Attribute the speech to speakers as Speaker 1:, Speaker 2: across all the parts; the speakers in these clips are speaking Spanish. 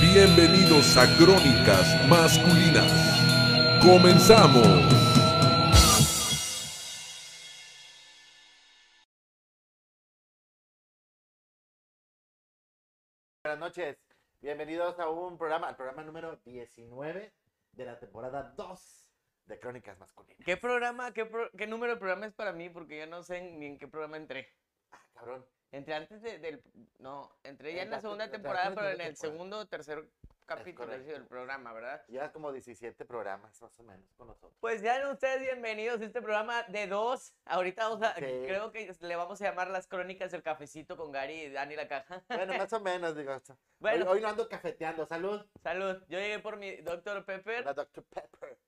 Speaker 1: Bienvenidos a Crónicas Masculinas. Comenzamos.
Speaker 2: Buenas noches. Bienvenidos a un programa, al programa número 19 de la temporada 2 de Crónicas Masculinas.
Speaker 3: ¿Qué programa, qué, pro- qué número de programa es para mí? Porque yo no sé ni en qué programa entré.
Speaker 2: Ah, cabrón.
Speaker 3: Entré antes de- del... No, entré ya en
Speaker 2: Entraste-
Speaker 3: la segunda
Speaker 2: entraste
Speaker 3: temporada,
Speaker 2: en Eh, la
Speaker 3: pero en
Speaker 2: segunda
Speaker 3: el
Speaker 2: temporada.
Speaker 3: segundo o tercer capítulo
Speaker 2: correcto.
Speaker 3: del programa, ¿verdad?
Speaker 2: Llevas como 17 programas más o menos con nosotros.
Speaker 3: Pues sean ustedes bienvenidos a este programa de dos. Ahorita vamos a,
Speaker 2: Sí.
Speaker 3: creo que le vamos a llamar las crónicas del cafecito con Gary y Dani la caja.
Speaker 2: Bueno, más o menos, digo. esto.
Speaker 3: Bueno,
Speaker 2: Hoy, hoy no ando cafeteando. Salud.
Speaker 3: salud. Yo llegué por mi Dr. Pepper.
Speaker 2: La Dr. Pepper.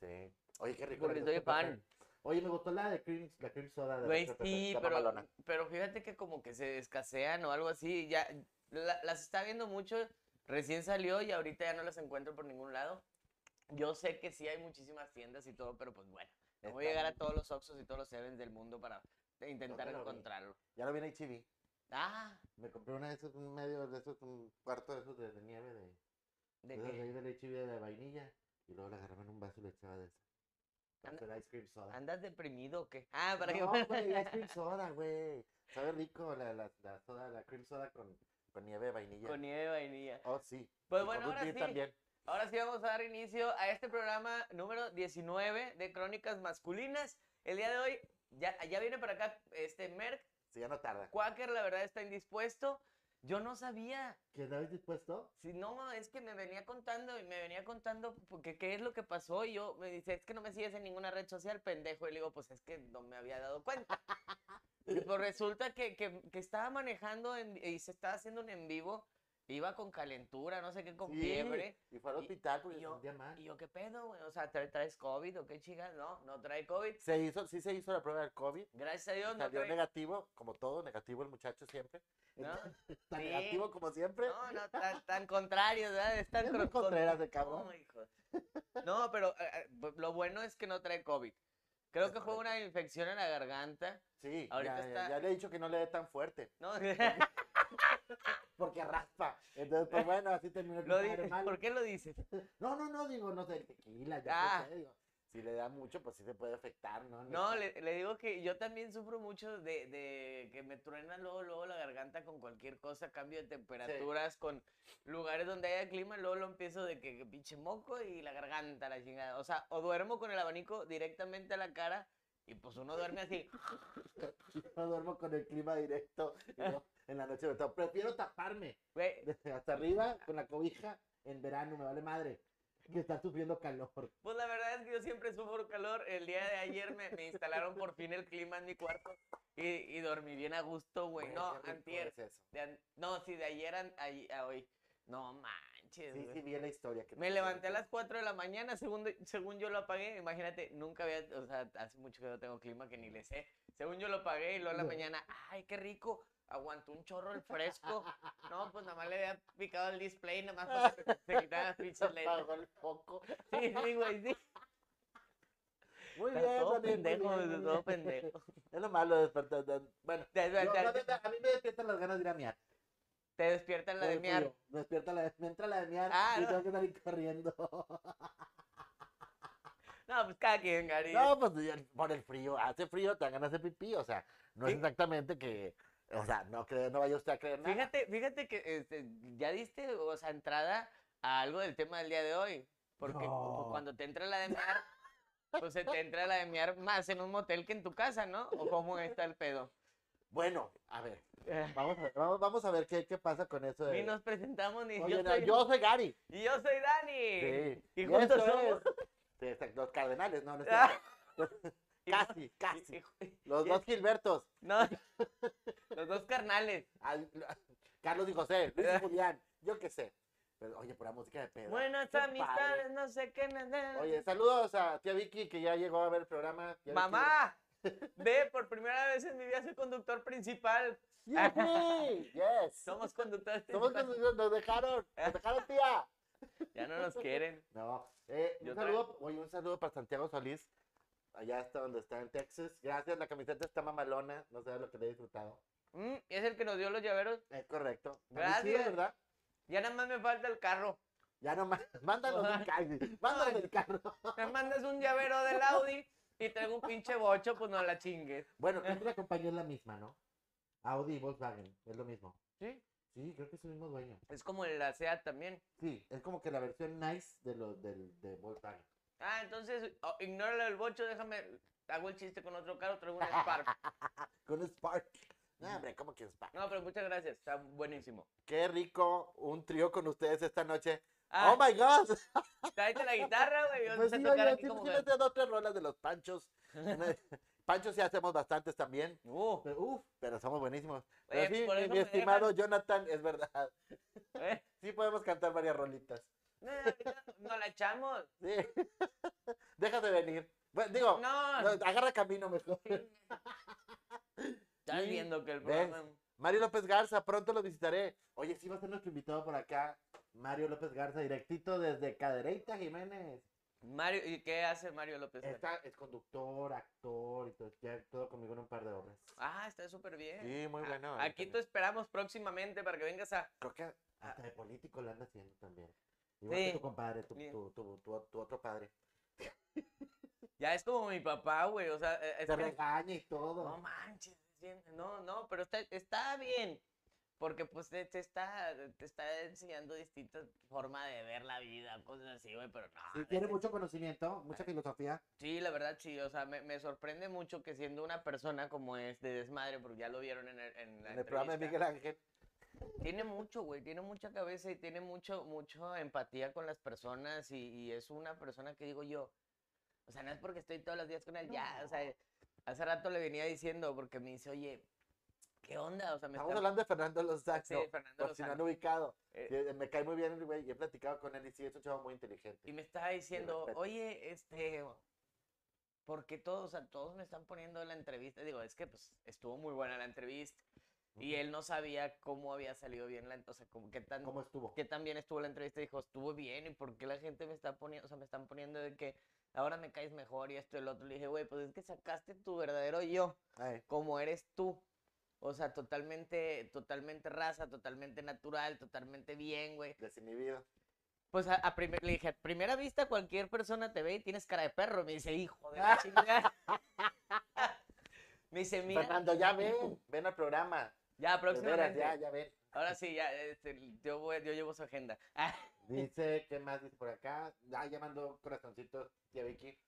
Speaker 2: Sí. Oye, qué rico. la
Speaker 3: Burrito de
Speaker 2: Dr. Pepper.
Speaker 3: pan.
Speaker 2: Oye, me gustó la de cream, la cream soda de
Speaker 3: Güey,
Speaker 2: Dr. Pepper,
Speaker 3: sí,
Speaker 2: está
Speaker 3: pero,
Speaker 2: mamalona.
Speaker 3: pero fíjate que como que se escasean o algo así. Ya la- las está viendo mucho. Recién salió y ahorita ya no las encuentro por ningún lado. Yo sé que sí hay muchísimas tiendas y todo, pero pues bueno. no voy a
Speaker 2: Está
Speaker 3: llegar a
Speaker 2: bien.
Speaker 3: todos los Oxxos y todos los Sevens del mundo para intentar
Speaker 2: lo vi.
Speaker 3: encontrarlo.
Speaker 2: Ya lo vi en HIV.
Speaker 3: Ah,
Speaker 2: Me compré una de esos, un medio de esos, un cuarto de esos de, de nieve de,
Speaker 3: de
Speaker 2: esos de
Speaker 3: que
Speaker 2: ahí de leche y de vainilla. Y luego la agarraba en un vaso y le echaba de eso.
Speaker 3: Anda-
Speaker 2: Café de ice cream soda.
Speaker 3: andas deprimido o qué. Ah, para
Speaker 2: no,
Speaker 3: que
Speaker 2: güey, ice cream soda, güey. Sabe rico la, la, la soda, la cream soda con, con nieve de vainilla.
Speaker 3: con nieve de vainilla.
Speaker 2: Oh, sí.
Speaker 3: Pues
Speaker 2: Y
Speaker 3: bueno,
Speaker 2: con root
Speaker 3: ahora
Speaker 2: beer
Speaker 3: sí.
Speaker 2: también.
Speaker 3: Ahora sí vamos a dar inicio a este programa número 19 de Crónicas Masculinas. El día de hoy ya, ya viene para acá este Merck.
Speaker 2: Sí, ya no tarda.
Speaker 3: Quaker, la verdad, está indispuesto. Yo no sabía.
Speaker 2: ¿Qué habéis dispuesto?
Speaker 3: Si no, es que me venía contando y me venía contando porque qué es lo que pasó. Y yo me dice, es que no me sigues en ninguna red social, pendejo. Y le digo, pues es que no me había dado cuenta. Y pues resulta que, que- que estaba manejando en- y se estaba haciendo un en vivo. Iba con calentura, no sé qué, con
Speaker 2: Sí,
Speaker 3: fiebre.
Speaker 2: Y fue al
Speaker 3: Y-
Speaker 2: hospital pues, porque
Speaker 3: y
Speaker 2: se
Speaker 3: yo-
Speaker 2: sentía mal.
Speaker 3: Y yo, ¿qué pedo, güey? O sea, ¿tra- ¿traes COVID o qué chingada? No, no trae COVID.
Speaker 2: Se hizo, sí se hizo la prueba del COVID.
Speaker 3: Gracias a Dios no
Speaker 2: Salió
Speaker 3: trae.
Speaker 2: negativo, como todo, negativo el muchacho siempre.
Speaker 3: No,
Speaker 2: Tan
Speaker 3: Sí.
Speaker 2: negativo como siempre.
Speaker 3: no, no, tan, tan contrarios, ¿verdad? Están
Speaker 2: Es muy
Speaker 3: cro- con-
Speaker 2: contreras de cabrón.
Speaker 3: No, hijo. No, pero eh, eh, bu- lo bueno es que no trae COVID. Creo
Speaker 2: Es
Speaker 3: que fue una infección en la garganta.
Speaker 2: Sí,
Speaker 3: Ahorita
Speaker 2: ya,
Speaker 3: está-
Speaker 2: ya le he dicho que no le dé tan fuerte,
Speaker 3: No,
Speaker 2: porque raspa. Entonces, pues bueno, así terminó el
Speaker 3: Lo
Speaker 2: compadre
Speaker 3: dices,
Speaker 2: mal.
Speaker 3: ¿Por qué lo dices?
Speaker 2: No, no, no, digo, no sé, el tequila, yo qué
Speaker 3: Ah.
Speaker 2: sé, digo. Si le da mucho, pues sí se puede afectar, ¿no?
Speaker 3: No,
Speaker 2: está-
Speaker 3: le, le digo que yo también sufro mucho de, de que me truena luego, luego la garganta con cualquier cosa, cambio de temperaturas, con lugares donde haya clima, luego lo empiezo de que, que pinche moco y la garganta, la chingada. O sea, o duermo con el abanico directamente a la cara y pues uno duerme así.
Speaker 2: Yo duermo con el clima directo y no, en la noche. me tomo. Prefiero taparme
Speaker 3: Güey,
Speaker 2: desde hasta arriba con la cobija en verano, me vale madre. Que está sufriendo calor.
Speaker 3: Pues la verdad es que yo siempre sufro calor. El día de ayer me, me instalaron por fin el clima en mi cuarto y, y dormí bien a gusto, güey.
Speaker 2: Güey,
Speaker 3: No,
Speaker 2: qué rico
Speaker 3: antier.
Speaker 2: es eso.
Speaker 3: de an- no, sí, de ayer an- ay- a, hoy. No manches,
Speaker 2: Sí,
Speaker 3: güey.
Speaker 2: sí, vi la historia. Que
Speaker 3: Me
Speaker 2: te-
Speaker 3: levanté a las 4 de la mañana, según, de- según yo lo apagué. Imagínate, nunca había, o sea, hace mucho que no tengo clima que ni le sé. Según yo lo apagué y luego en la
Speaker 2: No.
Speaker 3: mañana, ay, qué rico, aguantó un chorro el fresco. No, pues nada más le había picado el display, nada más para que se quitaran las
Speaker 2: Se
Speaker 3: pinches letras.
Speaker 2: apagó el foco.
Speaker 3: Sí, sí, güey, sí.
Speaker 2: Muy
Speaker 3: Está
Speaker 2: bien,
Speaker 3: todo
Speaker 2: Daniel, muy
Speaker 3: pendejo,
Speaker 2: bien,
Speaker 3: está
Speaker 2: muy
Speaker 3: todo
Speaker 2: bien.
Speaker 3: pendejo.
Speaker 2: Es lo malo de despertar. de- Bueno,
Speaker 3: Te,
Speaker 2: yo-
Speaker 3: te-
Speaker 2: la
Speaker 3: te-
Speaker 2: neta, a mí me despiertan las ganas de ir a miar.
Speaker 3: te despiertan la
Speaker 2: Todo
Speaker 3: de
Speaker 2: el
Speaker 3: miar.
Speaker 2: tuyo. Me despierta la de, me entra la de miar
Speaker 3: Ah,
Speaker 2: y
Speaker 3: no.
Speaker 2: tengo que salir corriendo.
Speaker 3: No, pues cada quien, Gary.
Speaker 2: No, pues ya, por el frío, hace frío, te dan ganas de pipí, o sea, no es
Speaker 3: Sí.
Speaker 2: exactamente que, o sea, no cre- no vaya usted a creer nada.
Speaker 3: Fíjate, fíjate que este, ya diste, o sea, entrada a algo del tema del día de hoy. Porque cu-
Speaker 2: No.
Speaker 3: cuando te entra la de miar, pues se te entra la de miar más en un motel que en tu casa, ¿no? ¿O cómo está el pedo?
Speaker 2: Bueno, a ver,
Speaker 3: Eh,
Speaker 2: vamos a ver, vamos, vamos a ver qué, qué pasa con eso.
Speaker 3: Ni
Speaker 2: De...
Speaker 3: nos presentamos ni
Speaker 2: Oye,
Speaker 3: yo,
Speaker 2: no,
Speaker 3: soy,
Speaker 2: yo soy Gary.
Speaker 3: y yo soy Dani.
Speaker 2: Sí.
Speaker 3: Y juntos
Speaker 2: esto
Speaker 3: somos-
Speaker 2: es- Sí, exacto, los cardenales, no, no es
Speaker 3: Ah.
Speaker 2: cierto.
Speaker 3: Y-
Speaker 2: Casi,
Speaker 3: y-
Speaker 2: casi.
Speaker 3: y-
Speaker 2: Los
Speaker 3: y-
Speaker 2: dos Gilbertos.
Speaker 3: No, los dos carnales.
Speaker 2: al- Carlos y José, Luis y Julián, yo qué sé. Pero, oye, pura música de pedo.
Speaker 3: Buenas
Speaker 2: Qué
Speaker 3: amistades, no sé qué. na- na-
Speaker 2: padre. Oye, saludos a tía Vicky que ya llegó a ver el programa. Tía Vicky,
Speaker 3: Mamá, ve, por primera vez en mi vida soy conductor principal.
Speaker 2: ¡Yipi! Yes.
Speaker 3: Somos conductores
Speaker 2: Somos
Speaker 3: principales.
Speaker 2: conducidos, nos dejaron, nos dejaron tía.
Speaker 3: Ya no nos quieren.
Speaker 2: No, eh, un
Speaker 3: Yo
Speaker 2: saludo, oye, un saludo para Santiago Solís, allá hasta donde está en Texas. Gracias, la camiseta está mamalona, no sabes lo que le he disfrutado.
Speaker 3: Mm, es el que nos dio los llaveros.
Speaker 2: Es correcto. Está muy
Speaker 3: Gracias.
Speaker 2: chido, ¿verdad?
Speaker 3: Ya nada más me falta el carro.
Speaker 2: Ya nomás, mándanos el carro, mándanos el carro.
Speaker 3: Me mandas un llavero del Audi y traigo un pinche bocho, pues no la chingues.
Speaker 2: Bueno, creo que la compañía es la misma, ¿no? Audi y Volkswagen, es lo mismo.
Speaker 3: ¿Sí?
Speaker 2: Sí, creo que es el mismo dueño.
Speaker 3: Es como el ASEA también.
Speaker 2: Sí, es como que la versión nice de los del de Volkswagen.
Speaker 3: Ah, entonces, oh, ignóralo el bocho, déjame. Hago el chiste con otro carro, traigo un Spark.
Speaker 2: Con Spark.
Speaker 3: Mm.
Speaker 2: No, hombre, ¿cómo que Spark?
Speaker 3: No, pero muchas gracias, está buenísimo.
Speaker 2: Qué rico un trío con ustedes esta noche.
Speaker 3: Ah,
Speaker 2: ¡Oh, my God!
Speaker 3: tráete la guitarra, güey. Yo
Speaker 2: Pues
Speaker 3: sé
Speaker 2: sí,
Speaker 3: tocar
Speaker 2: oye,
Speaker 3: aquí
Speaker 2: sí,
Speaker 3: como
Speaker 2: sí
Speaker 3: que-
Speaker 2: me sé dos, tres rolas de los panchos. Una- panchos sí hacemos bastantes también.
Speaker 3: Uh,
Speaker 2: Pero, uf, pero somos buenísimos.
Speaker 3: Oye,
Speaker 2: Pero sí,
Speaker 3: por
Speaker 2: mi,
Speaker 3: eso
Speaker 2: mi
Speaker 3: me
Speaker 2: estimado Jonathan, es verdad.
Speaker 3: eh,
Speaker 2: Sí podemos cantar varias rolitas.
Speaker 3: no, ahorita no la echamos.
Speaker 2: Sí. Déjate venir. Bueno, digo,
Speaker 3: No,
Speaker 2: no, agarra camino mejor.
Speaker 3: estás
Speaker 2: sí,
Speaker 3: viendo que el
Speaker 2: ¿ves?
Speaker 3: programa.
Speaker 2: Mario López Garza, pronto lo visitaré. Oye, sí va a ser nuestro invitado por acá. Mario López Garza, directito desde Cadereita Jiménez.
Speaker 3: Mario, ¿y qué hace Mario López?
Speaker 2: Está, es conductor, actor y todo, ya todo conmigo en un par de horas.
Speaker 3: Ah, está súper bien.
Speaker 2: Sí, muy
Speaker 3: A-
Speaker 2: bueno.
Speaker 3: Aquí te esperamos próximamente para que vengas a.
Speaker 2: Creo que hasta de político lo anda haciendo también. Igual que
Speaker 3: Ah. Sí.
Speaker 2: tu compadre, tu,
Speaker 3: Bien.
Speaker 2: tu, tu, tu- tu otro padre.
Speaker 3: Ya es como mi papá, güey. O sea, eh, es
Speaker 2: Te
Speaker 3: que-
Speaker 2: regaña y todo.
Speaker 3: No manches, es bien- no, no, pero está, está bien. Porque pues te, te está, te está enseñando distintas formas de ver la vida, cosas así, güey, pero no.
Speaker 2: Sí,
Speaker 3: es-
Speaker 2: tiene
Speaker 3: es-
Speaker 2: mucho conocimiento, mucha filosofía.
Speaker 3: sí, la verdad sí, o sea, me, me sorprende mucho que siendo una persona como es de desmadre, porque ya lo vieron en el, en la
Speaker 2: En el programa de
Speaker 3: entrevista,
Speaker 2: Miguel Ángel.
Speaker 3: tiene mucho, güey, tiene mucha cabeza y tiene mucho, mucho empatía con las personas y, y es una persona que digo yo, o sea, no es porque estoy todos los días con él, ya, o sea, hace rato le venía diciendo porque me dice, oye, ¿qué onda? O sea, me
Speaker 2: Estamos
Speaker 3: está-
Speaker 2: hablando de Fernando Lozano.
Speaker 3: Sí, Fernando
Speaker 2: por si no
Speaker 3: Lozano.
Speaker 2: han ubicado.
Speaker 3: Eh,
Speaker 2: Sí, Me cae muy bien el güey y he platicado con él y sí, es un chavo muy inteligente.
Speaker 3: Y me estaba diciendo,
Speaker 2: respeto.
Speaker 3: oye, este, porque todos, o sea, todos me están poniendo la entrevista. Digo, es que pues estuvo muy buena la entrevista. Y
Speaker 2: Ujú.
Speaker 3: él no sabía cómo había salido bien la, o sea, como qué tan,
Speaker 2: ¿Cómo estuvo?
Speaker 3: qué tan bien estuvo la entrevista. Dijo, estuvo bien, y por qué la gente me está poniendo, o sea, me están poniendo de que ahora me caes mejor y esto y el otro. Le dije, güey, pues es que sacaste tu verdadero yo
Speaker 2: Ay,
Speaker 3: como eres tú. O sea, totalmente, totalmente raza, totalmente natural, totalmente bien, güey.
Speaker 2: desinhibido.
Speaker 3: Pues a, a primer- le dije, a primera vista cualquier persona te ve y tienes cara de perro. Me dice, hijo de la chingada. Me dice, mira,
Speaker 2: Fernando, ya ven, ven al programa. De
Speaker 3: ya
Speaker 2: veras,
Speaker 3: próximamente.
Speaker 2: ya, ya ven.
Speaker 3: Ahora sí, ya, este, yo, voy- yo llevo su agenda. Ah,
Speaker 2: Dice, ¿qué más dice por acá? Ah, ya mandó corazoncitos, tía Vicky. Ya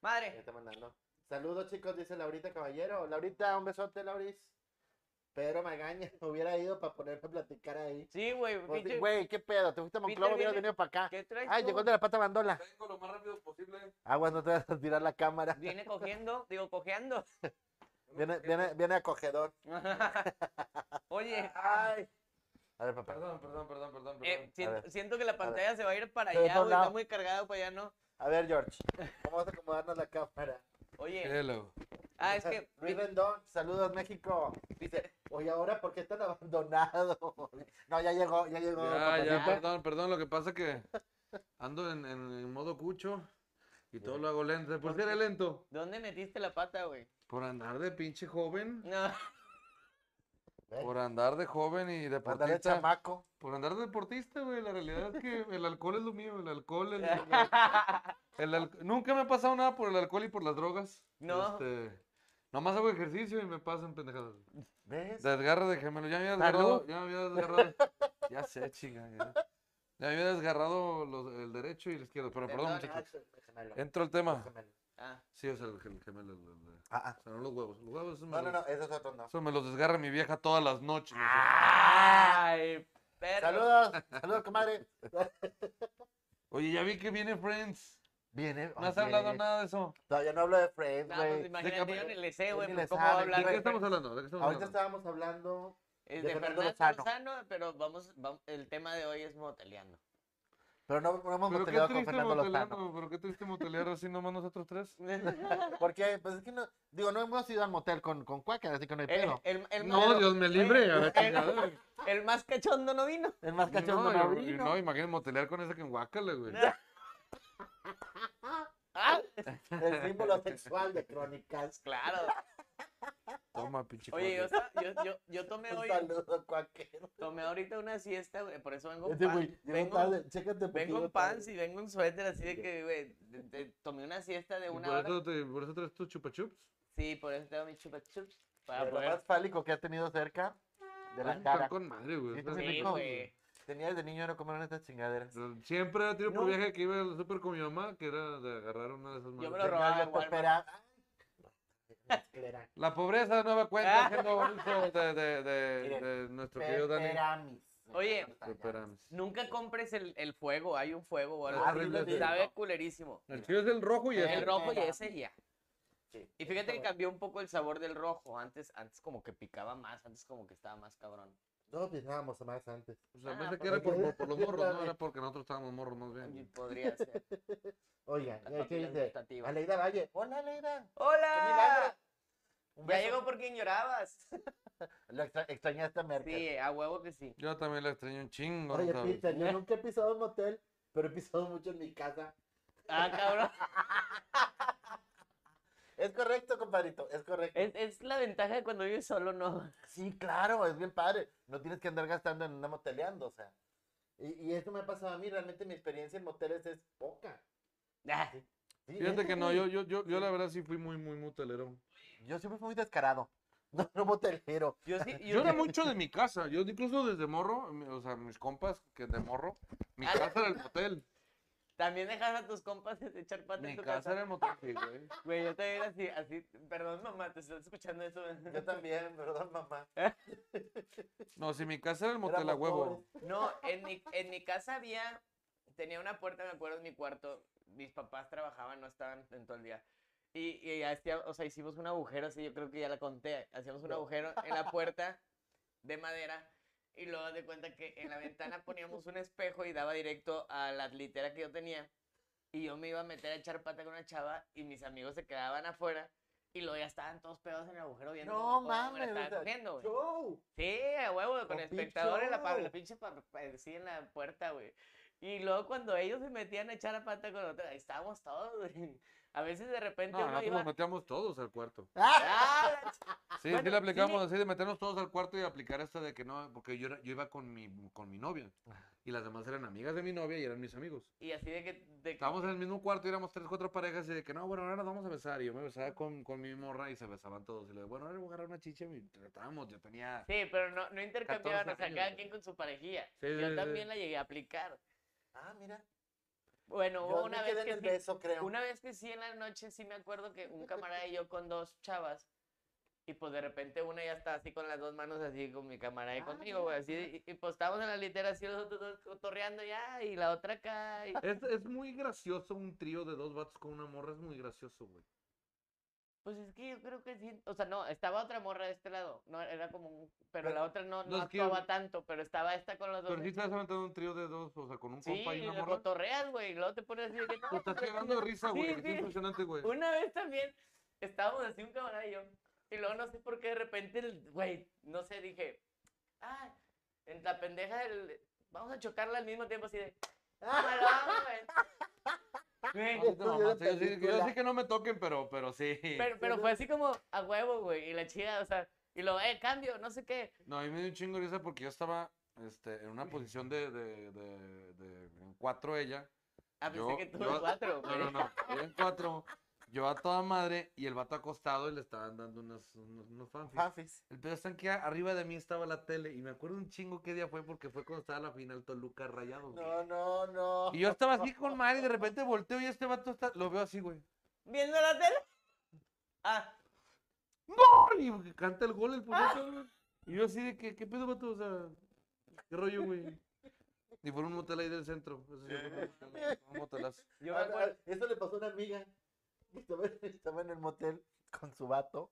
Speaker 3: Madre,
Speaker 2: está mandando. Saludos, chicos, dice Laurita Caballero. Laurita, un besote, Lauris. Pedro Magaña hubiera ido para ponerme a platicar ahí.
Speaker 3: sí, güey.
Speaker 2: Pues,
Speaker 3: pinche-
Speaker 2: Güey, ¿qué pedo? ¿Te fuiste a
Speaker 3: Peter
Speaker 2: Monclova? Hubieras
Speaker 3: viene-
Speaker 2: venido para acá.
Speaker 3: ¿Qué traes
Speaker 2: Ay,
Speaker 3: tú?
Speaker 2: llegó el de la pata bandola.
Speaker 4: Vengo lo más rápido posible.
Speaker 2: Aguas, no te vas a tirar la cámara.
Speaker 3: Viene cogiendo, digo, cojeando.
Speaker 2: Viene, viene, viene acogedor.
Speaker 3: Oye,
Speaker 2: Ay. A ver, papá.
Speaker 4: Perdón, perdón, perdón, perdón.
Speaker 3: eh,
Speaker 4: perdón.
Speaker 3: siento, siento que la pantalla se va a ir para
Speaker 2: Se ve
Speaker 3: allá,
Speaker 2: pa' un
Speaker 3: güey. Está
Speaker 2: lado.
Speaker 3: muy cargado para allá, ¿no?
Speaker 2: A ver, George. Vamos a acomodarnos la cámara.
Speaker 3: Oye,
Speaker 4: Hello.
Speaker 3: ah, es que
Speaker 2: Luis Rendón, Eh, saludos, México. Dice, oye, ahora, ¿por qué están abandonados? No, ya llegó, ya llegó.
Speaker 4: Ya, ya,
Speaker 2: papacito.
Speaker 4: perdón, perdón. Lo que pasa es que ando en, en- en modo cucho y todo lo hago lento. ¿Por qué era lento?
Speaker 3: ¿dónde metiste la pata, güey?
Speaker 4: Por andar de pinche joven.
Speaker 3: No.
Speaker 2: Ve,
Speaker 4: Por andar de joven
Speaker 2: Mandar
Speaker 4: y
Speaker 2: el
Speaker 4: deportista.
Speaker 2: chamaco.
Speaker 4: Por andar de deportista, güey. La realidad es que el alcohol es lo mío. El alcohol, el- el- el al- Nunca me ha pasado nada por el alcohol y por las drogas.
Speaker 3: No.
Speaker 4: Este, nomás hago ejercicio y me pasan pendejadas.
Speaker 2: ¿Ves?
Speaker 4: Desgarra de gemelo. Ya me había
Speaker 2: Salud.
Speaker 4: desgarrado. Ya me había desgarrado. ya sé, chinga. Ya, Ya me había desgarrado los- el derecho y el izquierdo. Pero perdón,
Speaker 3: Perdón,
Speaker 4: muchachos.
Speaker 2: Gemelo,
Speaker 4: Entro al tema.
Speaker 2: gemelo.
Speaker 3: Ah,
Speaker 4: Sí, es el, el gemelo. el- el-
Speaker 2: Ah, ah.
Speaker 4: o sea, no los huevos. Los huevos esos me
Speaker 2: No, no, Ah.
Speaker 4: los-
Speaker 2: no, esos otros no.
Speaker 4: Eso me los desgarra mi vieja todas las noches. los-
Speaker 3: Ay, perro.
Speaker 2: Ah. Saludos, saludos, comadre.
Speaker 4: Oye, ya vi que viene Friends.
Speaker 2: Viene.
Speaker 4: No has
Speaker 2: oye,
Speaker 4: hablado nada de eso.
Speaker 2: Todavía no hablo de Friends,
Speaker 3: No, pues
Speaker 2: güey.
Speaker 3: imagínate,
Speaker 4: Déjame-
Speaker 3: yo ni le sé, güey,
Speaker 2: Yo ni
Speaker 3: pues,
Speaker 2: le
Speaker 3: cómo va a
Speaker 2: sabe,
Speaker 3: hablar
Speaker 4: ¿De qué
Speaker 3: de
Speaker 4: estamos
Speaker 3: Fer-
Speaker 4: hablando? ¿De qué estamos
Speaker 2: Ahorita
Speaker 4: hablando?
Speaker 2: estábamos hablando.
Speaker 3: es
Speaker 2: de
Speaker 3: de
Speaker 2: Fernando
Speaker 3: Fernando
Speaker 2: Lozano.
Speaker 3: Lozano, pero vamos, vam- el tema de hoy es moteleando.
Speaker 2: Pero no, no hemos
Speaker 4: Pero qué
Speaker 2: moteleado con
Speaker 4: triste
Speaker 2: Fernando Lozano.
Speaker 4: moteleando, pero qué triste motelear así nomás nosotros tres.
Speaker 2: ¿Por qué? Pues es que no. Digo, no hemos ido al motel con, con Cuáquer, así que no hay
Speaker 3: Eh,
Speaker 2: pedo.
Speaker 3: el, el
Speaker 4: No,
Speaker 3: más-
Speaker 4: Dios me libre. a la
Speaker 3: eh,
Speaker 4: chingada.
Speaker 3: El más cachondo no vino.
Speaker 2: El más cachondo
Speaker 4: no,
Speaker 2: no,
Speaker 4: y- y
Speaker 2: vino.
Speaker 4: no, imagínate motelear con ese que en Guácala, güey.
Speaker 3: Ah,
Speaker 2: El símbolo sexual de Crónicas.
Speaker 3: claro.
Speaker 4: Toma, pinche
Speaker 3: Oye, yo,
Speaker 4: cuate.
Speaker 3: estaba- yo, yo, yo tomé
Speaker 2: Un
Speaker 3: hoy,
Speaker 2: saludo, Cuáquer.
Speaker 3: tomé ahorita una siesta, güey, por eso vengo en
Speaker 2: Este
Speaker 3: pan-
Speaker 2: güey, llegó
Speaker 3: vengo-
Speaker 2: tarde. Chécate. porque
Speaker 3: Vengo
Speaker 2: llegó
Speaker 3: en pants
Speaker 2: tarde.
Speaker 3: y vengo en suéter, así de que, güey, de- de- tomé una siesta de
Speaker 4: ¿Y
Speaker 3: una
Speaker 4: por,
Speaker 3: hora.
Speaker 4: eso te, ¿Por eso traes tus chupachups?
Speaker 3: Sí, por eso tengo mis chupa chups. Para
Speaker 2: Pero Lo
Speaker 3: poder.
Speaker 2: más fálico que ha tenido cerca de la
Speaker 4: Están
Speaker 2: cara.
Speaker 4: con madre,
Speaker 2: Sí,
Speaker 4: güey.
Speaker 2: está
Speaker 4: Están
Speaker 3: Sí,
Speaker 2: rico.
Speaker 4: ricos,
Speaker 3: güey.
Speaker 2: Tenía desde niño no comer estas chingaderas.
Speaker 4: güey. Siempre he tenido por
Speaker 3: No.
Speaker 4: viaje que iba al súper con mi mamá, que era de agarrar una de esas
Speaker 3: me lo
Speaker 4: madres.
Speaker 2: Tenía
Speaker 3: robaba. robaba
Speaker 2: yo
Speaker 3: en Walmart.
Speaker 2: pepera- Ay, esclera-
Speaker 4: La pobreza de nueva cuenta,
Speaker 3: Ah.
Speaker 4: haciendo uso de, de, de,
Speaker 2: Miren,
Speaker 4: de nuestro querido Dani.
Speaker 2: peperamis.
Speaker 3: Oye.
Speaker 4: Peperamis.
Speaker 3: Nunca compres el, el fuego, hay un fuego, o algo
Speaker 4: Ah,
Speaker 3: así,
Speaker 4: horrible,
Speaker 3: sabe
Speaker 4: sí.
Speaker 3: culerísimo.
Speaker 4: El chido es el rojo y
Speaker 2: El
Speaker 4: este.
Speaker 3: El rojo y
Speaker 2: Era.
Speaker 3: ese y ya.
Speaker 2: Sí,
Speaker 3: Y fíjate que
Speaker 2: está
Speaker 3: cambió un poco el sabor del rojo, antes antes como que picaba más, antes como que estaba más cabrón.
Speaker 2: bueno. No pensábamos más antes.
Speaker 4: O sea,
Speaker 3: Ah,
Speaker 4: pensé
Speaker 2: pues,
Speaker 4: que era por,
Speaker 2: ok.
Speaker 4: por- por los morros, no era porque nosotros estábamos morros más
Speaker 3: Y
Speaker 4: bien.
Speaker 3: Podría ser.
Speaker 2: Oigan,
Speaker 3: Las
Speaker 2: ¿qué
Speaker 3: papilas
Speaker 2: dice?
Speaker 3: gustativas.
Speaker 2: Aleida Valle. Hola, Aleida. ¡Qué milagro!
Speaker 3: ¡Hola!
Speaker 2: Un
Speaker 3: Ya
Speaker 2: beso.
Speaker 3: llegó por quien llorabas.
Speaker 2: Lo extra- extrañaste a Merkel.
Speaker 3: Sí, a huevo que sí.
Speaker 4: Yo también la extrañé un chingo.
Speaker 2: Oye,
Speaker 4: ¿sabes?
Speaker 2: Peter, yo nunca he pisado un motel, pero he pisado mucho en mi casa.
Speaker 3: Ah, cabrón.
Speaker 2: Es correcto, compadrito, es correcto.
Speaker 3: Es, es la ventaja de cuando vives solo, ¿no?
Speaker 2: Sí, claro, es bien padre. No tienes que andar gastando en andar moteleando, o sea. Y, y esto me ha pasado a mí, realmente mi experiencia en moteles es poca.
Speaker 3: Ah,
Speaker 2: Sí,
Speaker 4: Fíjate
Speaker 2: neta,
Speaker 4: que no,
Speaker 2: güey.
Speaker 4: yo, yo, yo, yo la verdad sí fui muy, muy mutelero.
Speaker 2: Yo siempre fui muy descarado. No, no motelero.
Speaker 3: Yo sí,
Speaker 4: Yo era mucho de mi casa, yo incluso desde morro, mi- o sea, mis compas que de morro, mi casa era el motel.
Speaker 3: También dejas a tus compas de echar pata en
Speaker 4: Mi
Speaker 3: tu
Speaker 4: casa era el motel, sí, güey.
Speaker 3: Güey, yo también era así, así, perdón mamá, te estás escuchando eso.
Speaker 2: Yo también, perdón, mamá.
Speaker 4: No, si mi casa era el motel a
Speaker 2: Éramos
Speaker 4: huevo.
Speaker 3: No, en mi, en mi casa había, tenía una puerta, me acuerdo, en mi cuarto, mis papás trabajaban, no estaban en todo el día. Y, y hacía- o sea, hicimos un agujero, sí, yo creo que ya la conté, hacíamos un
Speaker 2: No.
Speaker 3: agujero en la puerta de madera y luego de cuenta que en la ventana poníamos un espejo y daba directo a la litera que yo tenía. Y yo me iba a meter a echar pata con una chava y mis amigos se quedaban afuera y luego ya estaban todos pegados en el agujero viendo
Speaker 2: No
Speaker 3: cómo me la
Speaker 2: mames, o
Speaker 3: estaba
Speaker 2: sea,
Speaker 3: cogiendo, güey.
Speaker 2: ¡Show!
Speaker 3: Sí, a huevo, con
Speaker 2: Con
Speaker 3: espectadores, la, pa-
Speaker 2: pichón.
Speaker 3: la pinche pa- pa- sí, en la puerta, güey. Y luego cuando ellos se metían a echar a pata con otra, ahí estábamos todos, güey. A veces de repente
Speaker 4: No,
Speaker 3: uno
Speaker 4: nosotros nos
Speaker 3: iba...
Speaker 4: metíamos todos al cuarto.
Speaker 3: ¡Ah, la ch-
Speaker 4: Sí, sí
Speaker 3: Bueno,
Speaker 4: le aplicamos
Speaker 3: sí.
Speaker 4: así de meternos todos al cuarto y aplicar esta de que no, porque yo, era- yo iba con mi, con mi novia. Y las demás eran amigas de mi novia y eran mis amigos.
Speaker 3: Y así de que... de que-
Speaker 4: Estábamos en el mismo cuarto y éramos tres, cuatro parejas y de que no, bueno, ahora nos vamos a besar. Y yo me besaba con, con mi morra y se besaban todos. Y le digo, bueno, ahora le voy a agarrar una chicha y tratábamos. Yo tenía.
Speaker 3: Sí, pero no, no intercambiaban, o sea,
Speaker 4: 14
Speaker 3: cada
Speaker 4: años,
Speaker 3: quien
Speaker 4: güey.
Speaker 3: con su parejía.
Speaker 4: Sí, sí,
Speaker 3: Yo
Speaker 4: sí.
Speaker 3: también la llegué a aplicar.
Speaker 2: Ah, mira.
Speaker 3: Bueno, hubo
Speaker 2: Yo
Speaker 3: una
Speaker 2: me
Speaker 3: vez
Speaker 2: quedé en
Speaker 3: que
Speaker 2: el
Speaker 3: sí,
Speaker 2: beso, creo.
Speaker 3: Una vez que sí, en la noche, sí me acuerdo que un camarada y yo con dos chavas, y pues de repente una ya está así con las dos manos, así con mi camarada y
Speaker 2: Ah,
Speaker 3: conmigo, güey, así, y, y pues estábamos en la litera así los otros dos cotorreando ya, y la otra acá, y
Speaker 4: Es, es muy gracioso un trío de dos vatos con una morra, es muy gracioso, güey.
Speaker 3: pues es que yo creo que sí, o sea, no, estaba otra morra de este lado, no, era como un, pero la otra no, no
Speaker 4: no, es que-
Speaker 3: actuaba tanto, pero estaba esta con las dos,
Speaker 4: Pero si estás aventando un trío de dos, o sea, con un
Speaker 3: sí,
Speaker 4: compa y
Speaker 3: y
Speaker 4: una
Speaker 3: le
Speaker 4: morra.
Speaker 3: cotorreas, güey, y luego te pones así de que,
Speaker 4: Te
Speaker 3: no,
Speaker 4: estás
Speaker 3: pues,
Speaker 4: cagando de risa, güey.
Speaker 3: Sí,
Speaker 4: Es
Speaker 3: sí.
Speaker 4: impresionante, güey.
Speaker 3: Una vez también estábamos así un camarada y yo. Y luego no sé por qué de repente, el güey, no sé, dije, ah, en la pendeja del... Vamos a chocarla al mismo tiempo así de... "Camarón, güey". Güey,
Speaker 4: Ay, no, mamá, yo, sí, yo sí que no me toquen, pero, pero sí.
Speaker 3: Pero, pero fue así como a huevo, güey. Y la chida, o sea, y lo, eh, cambio, no sé qué.
Speaker 4: No, a mí me dio un chingo de risa porque yo estaba este, en una posición de, de, de, de- en cuatro ella.
Speaker 3: Ah, pensé
Speaker 4: Yo-
Speaker 3: que tuve
Speaker 4: yo-
Speaker 3: cuatro,
Speaker 4: No,
Speaker 3: güey.
Speaker 4: no, no. Era en cuatro. Yo a toda madre y el vato acostado y le estaban dando unos, unos, unos fanfics.
Speaker 2: Fafis.
Speaker 4: El pedo está en que a- arriba de mí estaba la tele y me acuerdo un chingo qué día fue porque fue cuando estaba la final Toluca Rayado.
Speaker 2: No, no, no.
Speaker 4: Y yo estaba así con madre y de repente volteo y este vato está, lo veo así, güey.
Speaker 3: ¿Viendo la tele? Ah,
Speaker 4: ¡Gol! Y canta el gol el puñeto, güey. Y yo así de que, ¿qué pedo, vato? O sea, ¿qué rollo, güey? Y fue un motel ahí del centro. Eso sí, fue un motel- un motelazo.
Speaker 3: yo me
Speaker 2: Ah, ah,
Speaker 3: acuerdo.
Speaker 2: Eso le pasó a una amiga. que Estaba, estaba en el motel con su vato.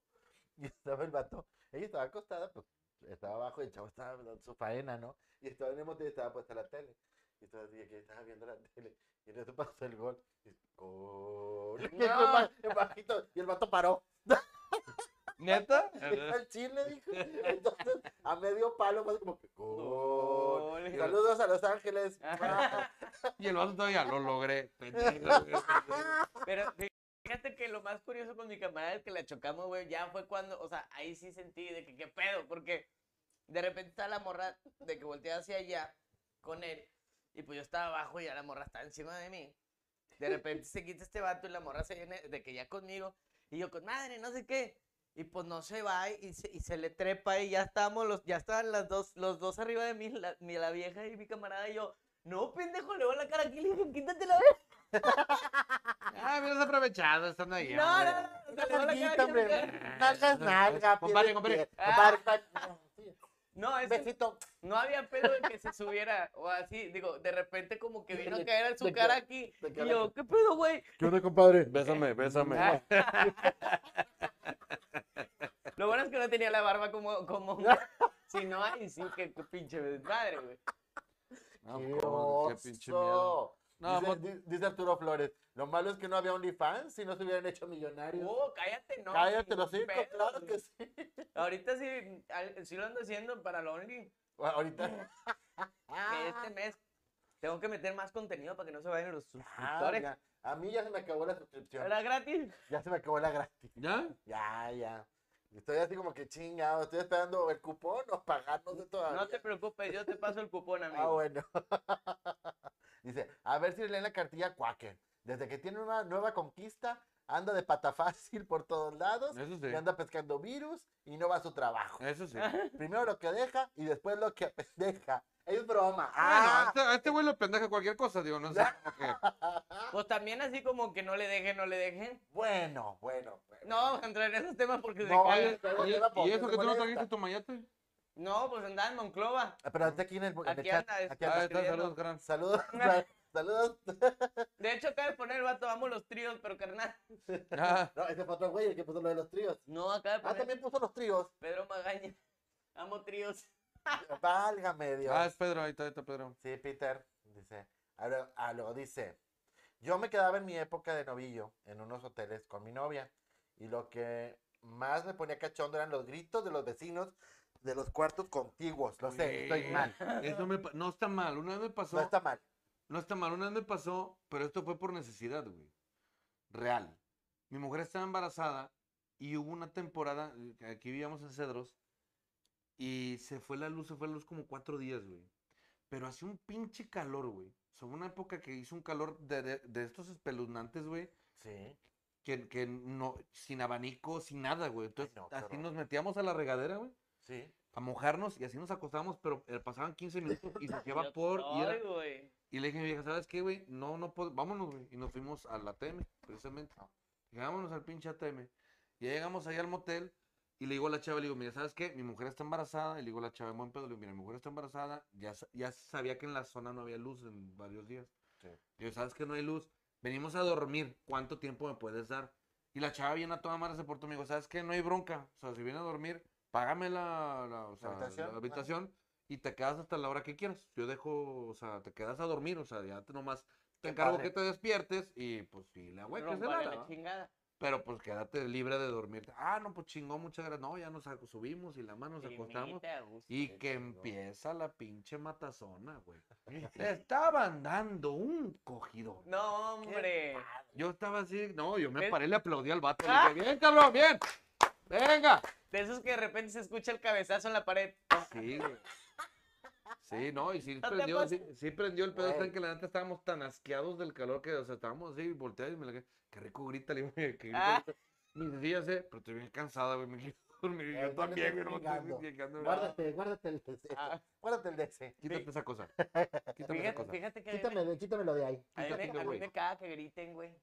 Speaker 2: Y estaba el vato. Ella estaba acostada, pues estaba abajo. El chavo estaba en su faena, ¿no? Y estaba en el motel y estaba puesta la tele. Y estaba así, que estaba viendo la tele. Y en eso pasó el gol. Y, gol. Y fue
Speaker 3: No.
Speaker 2: ba- bajito, y el vato paró.
Speaker 4: ¿Neta?
Speaker 2: Está el chile, dijo. Entonces, a medio palo, más como que gol.
Speaker 3: Gol.
Speaker 2: Saludos a Los Ángeles.
Speaker 4: Y el vato todavía lo logré. pendejo, güey.
Speaker 3: Pero fíjate que lo más curioso con mi camarada es que la chocamos, güey, ya fue cuando, o sea, ahí sí sentí de que qué pedo, porque de repente estaba la morra de que volteé hacia allá con él, y pues yo estaba abajo y ya la morra estaba encima de mí. De repente se quita este vato y la morra se viene de que ya conmigo, y yo con madre, no sé qué. Y pues no se va y se, y se le trepa y ya estábamos los, ya estaban las dos, los dos arriba de mí, la, mi- la vieja y mi camarada y yo, no pendejo, le voy la cara aquí y le dije, quítate la
Speaker 4: Ah, hubieras aprovechado estando ahí.
Speaker 3: no,
Speaker 4: hombre.
Speaker 3: no, no, no, no,
Speaker 2: Nalguita,
Speaker 3: no,
Speaker 2: hombre.
Speaker 3: no, no,
Speaker 2: Nalgas, nalga.
Speaker 4: Compadre,
Speaker 2: pie de
Speaker 4: compadre.
Speaker 2: pie,
Speaker 3: Ah.
Speaker 2: compadre, compadre. Sí.
Speaker 3: No, es que
Speaker 2: mm, Besito.
Speaker 3: no había pedo de que se subiera o así, digo, de repente como que vino a
Speaker 2: De-
Speaker 3: caer su
Speaker 2: de
Speaker 3: cara
Speaker 2: que-
Speaker 3: aquí
Speaker 2: de
Speaker 3: y
Speaker 2: cara
Speaker 3: yo, ¿qué pedo, güey?
Speaker 2: ¿Qué onda, compadre?
Speaker 4: Bésame, bésame.
Speaker 3: Ah. Lo bueno es que no tenía la barba como, como, si no, ahí sí que que pinche desmadre, güey.
Speaker 4: No,
Speaker 2: ¡Qué
Speaker 4: cómo, qué pinche miedo.
Speaker 2: oso!
Speaker 4: No,
Speaker 2: dice,
Speaker 4: mo-
Speaker 2: di- dice Arturo Flores, lo malo es que no había OnlyFans si no se hubieran hecho millonarios.
Speaker 3: Oh, cállate, no.
Speaker 2: Cállate
Speaker 3: sin
Speaker 2: los cinco,
Speaker 3: pedos,
Speaker 2: claro que
Speaker 3: güey.
Speaker 2: sí.
Speaker 3: Ahorita sí, al- sí lo ando haciendo para lo Only, que
Speaker 2: Ahorita. Ah.
Speaker 3: este mes tengo que meter más contenido para que no se vayan los
Speaker 2: Ah,
Speaker 3: suscriptores.
Speaker 2: ya. A mí ya se me acabó la suscripción.
Speaker 3: Era gratis.
Speaker 2: Ya se me acabó la gratis.
Speaker 4: ¿Ya?
Speaker 2: Ya, ya. Estoy así como que chingado. Estoy esperando el cupón o pagarnos de todavía.
Speaker 3: No te preocupes, yo te paso el cupón, amigo.
Speaker 2: Ah, bueno. Dice, a ver si leen la cartilla Quaker. Desde que tiene una nueva conquista, anda de pata fácil por todos lados.
Speaker 4: Eso sí.
Speaker 2: Y anda pescando virus y no va a su trabajo.
Speaker 4: Eso sí.
Speaker 3: Ah,
Speaker 2: Primero lo que deja y después lo que deja. Es broma.
Speaker 4: Ah, no, a
Speaker 2: Ah,
Speaker 4: este- a este güey lo pendeja cualquier cosa, digo, no sé. como que-
Speaker 3: Pues también así como que no le dejen, no le dejen.
Speaker 2: bueno, bueno. bueno.
Speaker 3: No vamos a entrar en esos temas porque se
Speaker 2: No,
Speaker 3: caga.
Speaker 2: vale.
Speaker 4: Oye,
Speaker 2: pero
Speaker 4: oye,
Speaker 2: lleva
Speaker 4: ¿Y
Speaker 2: poquito,
Speaker 4: eso que tú no
Speaker 2: molesta.
Speaker 4: trajiste tu mayate? Ah,
Speaker 3: No, pues andaba en Monclova.
Speaker 2: Ah, Pero está aquí en el, en el
Speaker 3: Aquí
Speaker 2: chat.
Speaker 3: anda, es-
Speaker 2: aquí
Speaker 4: Ah,
Speaker 2: anda.
Speaker 4: está,
Speaker 3: escribiendo.
Speaker 4: saludos, gran.
Speaker 2: Saludos. Saludos.
Speaker 3: De hecho, acaba de poner el vato, vamos los tríos, pero carnal.
Speaker 4: Ah,
Speaker 2: No, ese fue otro güey el que puso lo de los tríos.
Speaker 3: No, acaba de
Speaker 2: Ah,
Speaker 3: poner
Speaker 2: también puso los tríos.
Speaker 3: Pedro Magaña. Amo tríos.
Speaker 2: Válgame Dios.
Speaker 4: ah, es Pedro, ahí está, ahí está Pedro.
Speaker 2: Sí, Peter, dice. Ahora, ah, luego dice, yo me quedaba en mi época de novillo en unos hoteles con mi novia y lo que más me ponía cachondo eran los gritos de los vecinos de los cuartos contiguos. Lo sé, estoy
Speaker 4: Güey,
Speaker 2: mal.
Speaker 4: Eso me pa- no está mal, una vez me pasó.
Speaker 2: No está mal.
Speaker 4: No está mal, una vez me pasó, pero esto fue por necesidad, güey. Real. Mi mujer estaba embarazada y hubo una temporada, eh, que aquí vivíamos en Cedros, y se fue la luz, se fue la luz como cuatro días, güey. Pero hacía un pinche calor, güey. O sea, hubo una época que hizo un calor de, de- de estos espeluznantes, güey,
Speaker 2: Sí.
Speaker 4: que, que no, sin abanico, sin nada, güey. Entonces,
Speaker 2: no, qué
Speaker 4: así
Speaker 2: horror.
Speaker 4: nos metíamos a la regadera, güey,
Speaker 2: Sí.
Speaker 4: a mojarnos y así nos acostábamos, pero eh, pasaban 15 minutos y se
Speaker 3: Yo-
Speaker 4: lleva por... y era-
Speaker 3: Ay, güey.
Speaker 4: y le dije a mi vieja, ¿sabes qué, güey? No, no puedo, vámonos, güey. Y nos fuimos a la TM, precisamente.
Speaker 2: Ah.
Speaker 4: Y vámonos al pinche ATM. Y ya llegamos ahí al motel y le digo a la chava, le digo, mira, ¿sabes qué? Mi mujer está embarazada. Y le digo a la chava, en buen pedo, le digo, mira, mi mujer está embarazada. Ya, sa- ya sabía que en la zona no había luz en varios días.
Speaker 2: Sí.
Speaker 4: Y yo, ¿sabes qué? No hay luz. Venimos a dormir. ¿Cuánto tiempo me puedes dar? Y la chava viene a toda madre, se portó, me dijo, ¿sabes qué? No hay bronca. O sea, si viene a dormir, págame la, la, o sea, la
Speaker 2: habitación? Ah.
Speaker 4: habitación y te quedas hasta la hora que quieras. Yo dejo, o sea, te quedas a dormir, o sea, ya te nomás
Speaker 2: Qué
Speaker 4: te encargo
Speaker 2: padre.
Speaker 4: que te despiertes y pues si la hueca se
Speaker 3: Rompale
Speaker 4: la,
Speaker 3: la
Speaker 4: ¿va?
Speaker 3: chingada.
Speaker 4: Pero pues quédate libre de dormir. Ah, no, pues chingón, muchas gracias. No, ya nos ac- subimos y la mano nos
Speaker 3: Sí,
Speaker 4: acostamos.
Speaker 3: mijita, a gusto.
Speaker 4: Y
Speaker 2: qué
Speaker 4: que
Speaker 2: chingón.
Speaker 4: empieza la pinche matazona, güey. Le estaban dando un cogido.
Speaker 3: No, hombre.
Speaker 4: Yo estaba así, no, yo me
Speaker 3: ¿Ves?
Speaker 4: paré y le aplaudí al vato.
Speaker 2: ¡Ah!
Speaker 4: Le dije, bien, cabrón, bien. Venga.
Speaker 3: De esos que de repente se escucha el cabezazo en la pared.
Speaker 4: Sí, güey. Sí, no, y sí
Speaker 3: te
Speaker 4: prendió, sí,
Speaker 3: pasa?
Speaker 4: sí prendió el pedo.
Speaker 2: Güey.
Speaker 4: Está en que la neta estábamos tan asqueados del calor que, o sea, estábamos así volteados y me la que- qué rico grita, le digo, "Oye, qué rico
Speaker 3: Ah.
Speaker 4: grita". Me dice, "Sí, ya sé, pero estoy bien cansada, güey, me quiero dormir. Y
Speaker 2: Eh,
Speaker 4: Yo
Speaker 2: no le
Speaker 4: también, güey,
Speaker 2: estés
Speaker 4: no me
Speaker 2: chingando.
Speaker 4: estoy llegando. güey.
Speaker 2: Guárdate, guárdate el de ese.
Speaker 3: Ah.
Speaker 2: Guárdate el de ese.
Speaker 4: Quítate esa cosa. Quítate esa
Speaker 3: Fíjate,
Speaker 4: cosa.
Speaker 3: fíjate que a mí me-
Speaker 2: Quítame, quítamelo de ahí.
Speaker 3: a mí me-
Speaker 4: quítatelo,
Speaker 3: a mí
Speaker 4: güey.
Speaker 3: me caga que griten, güey.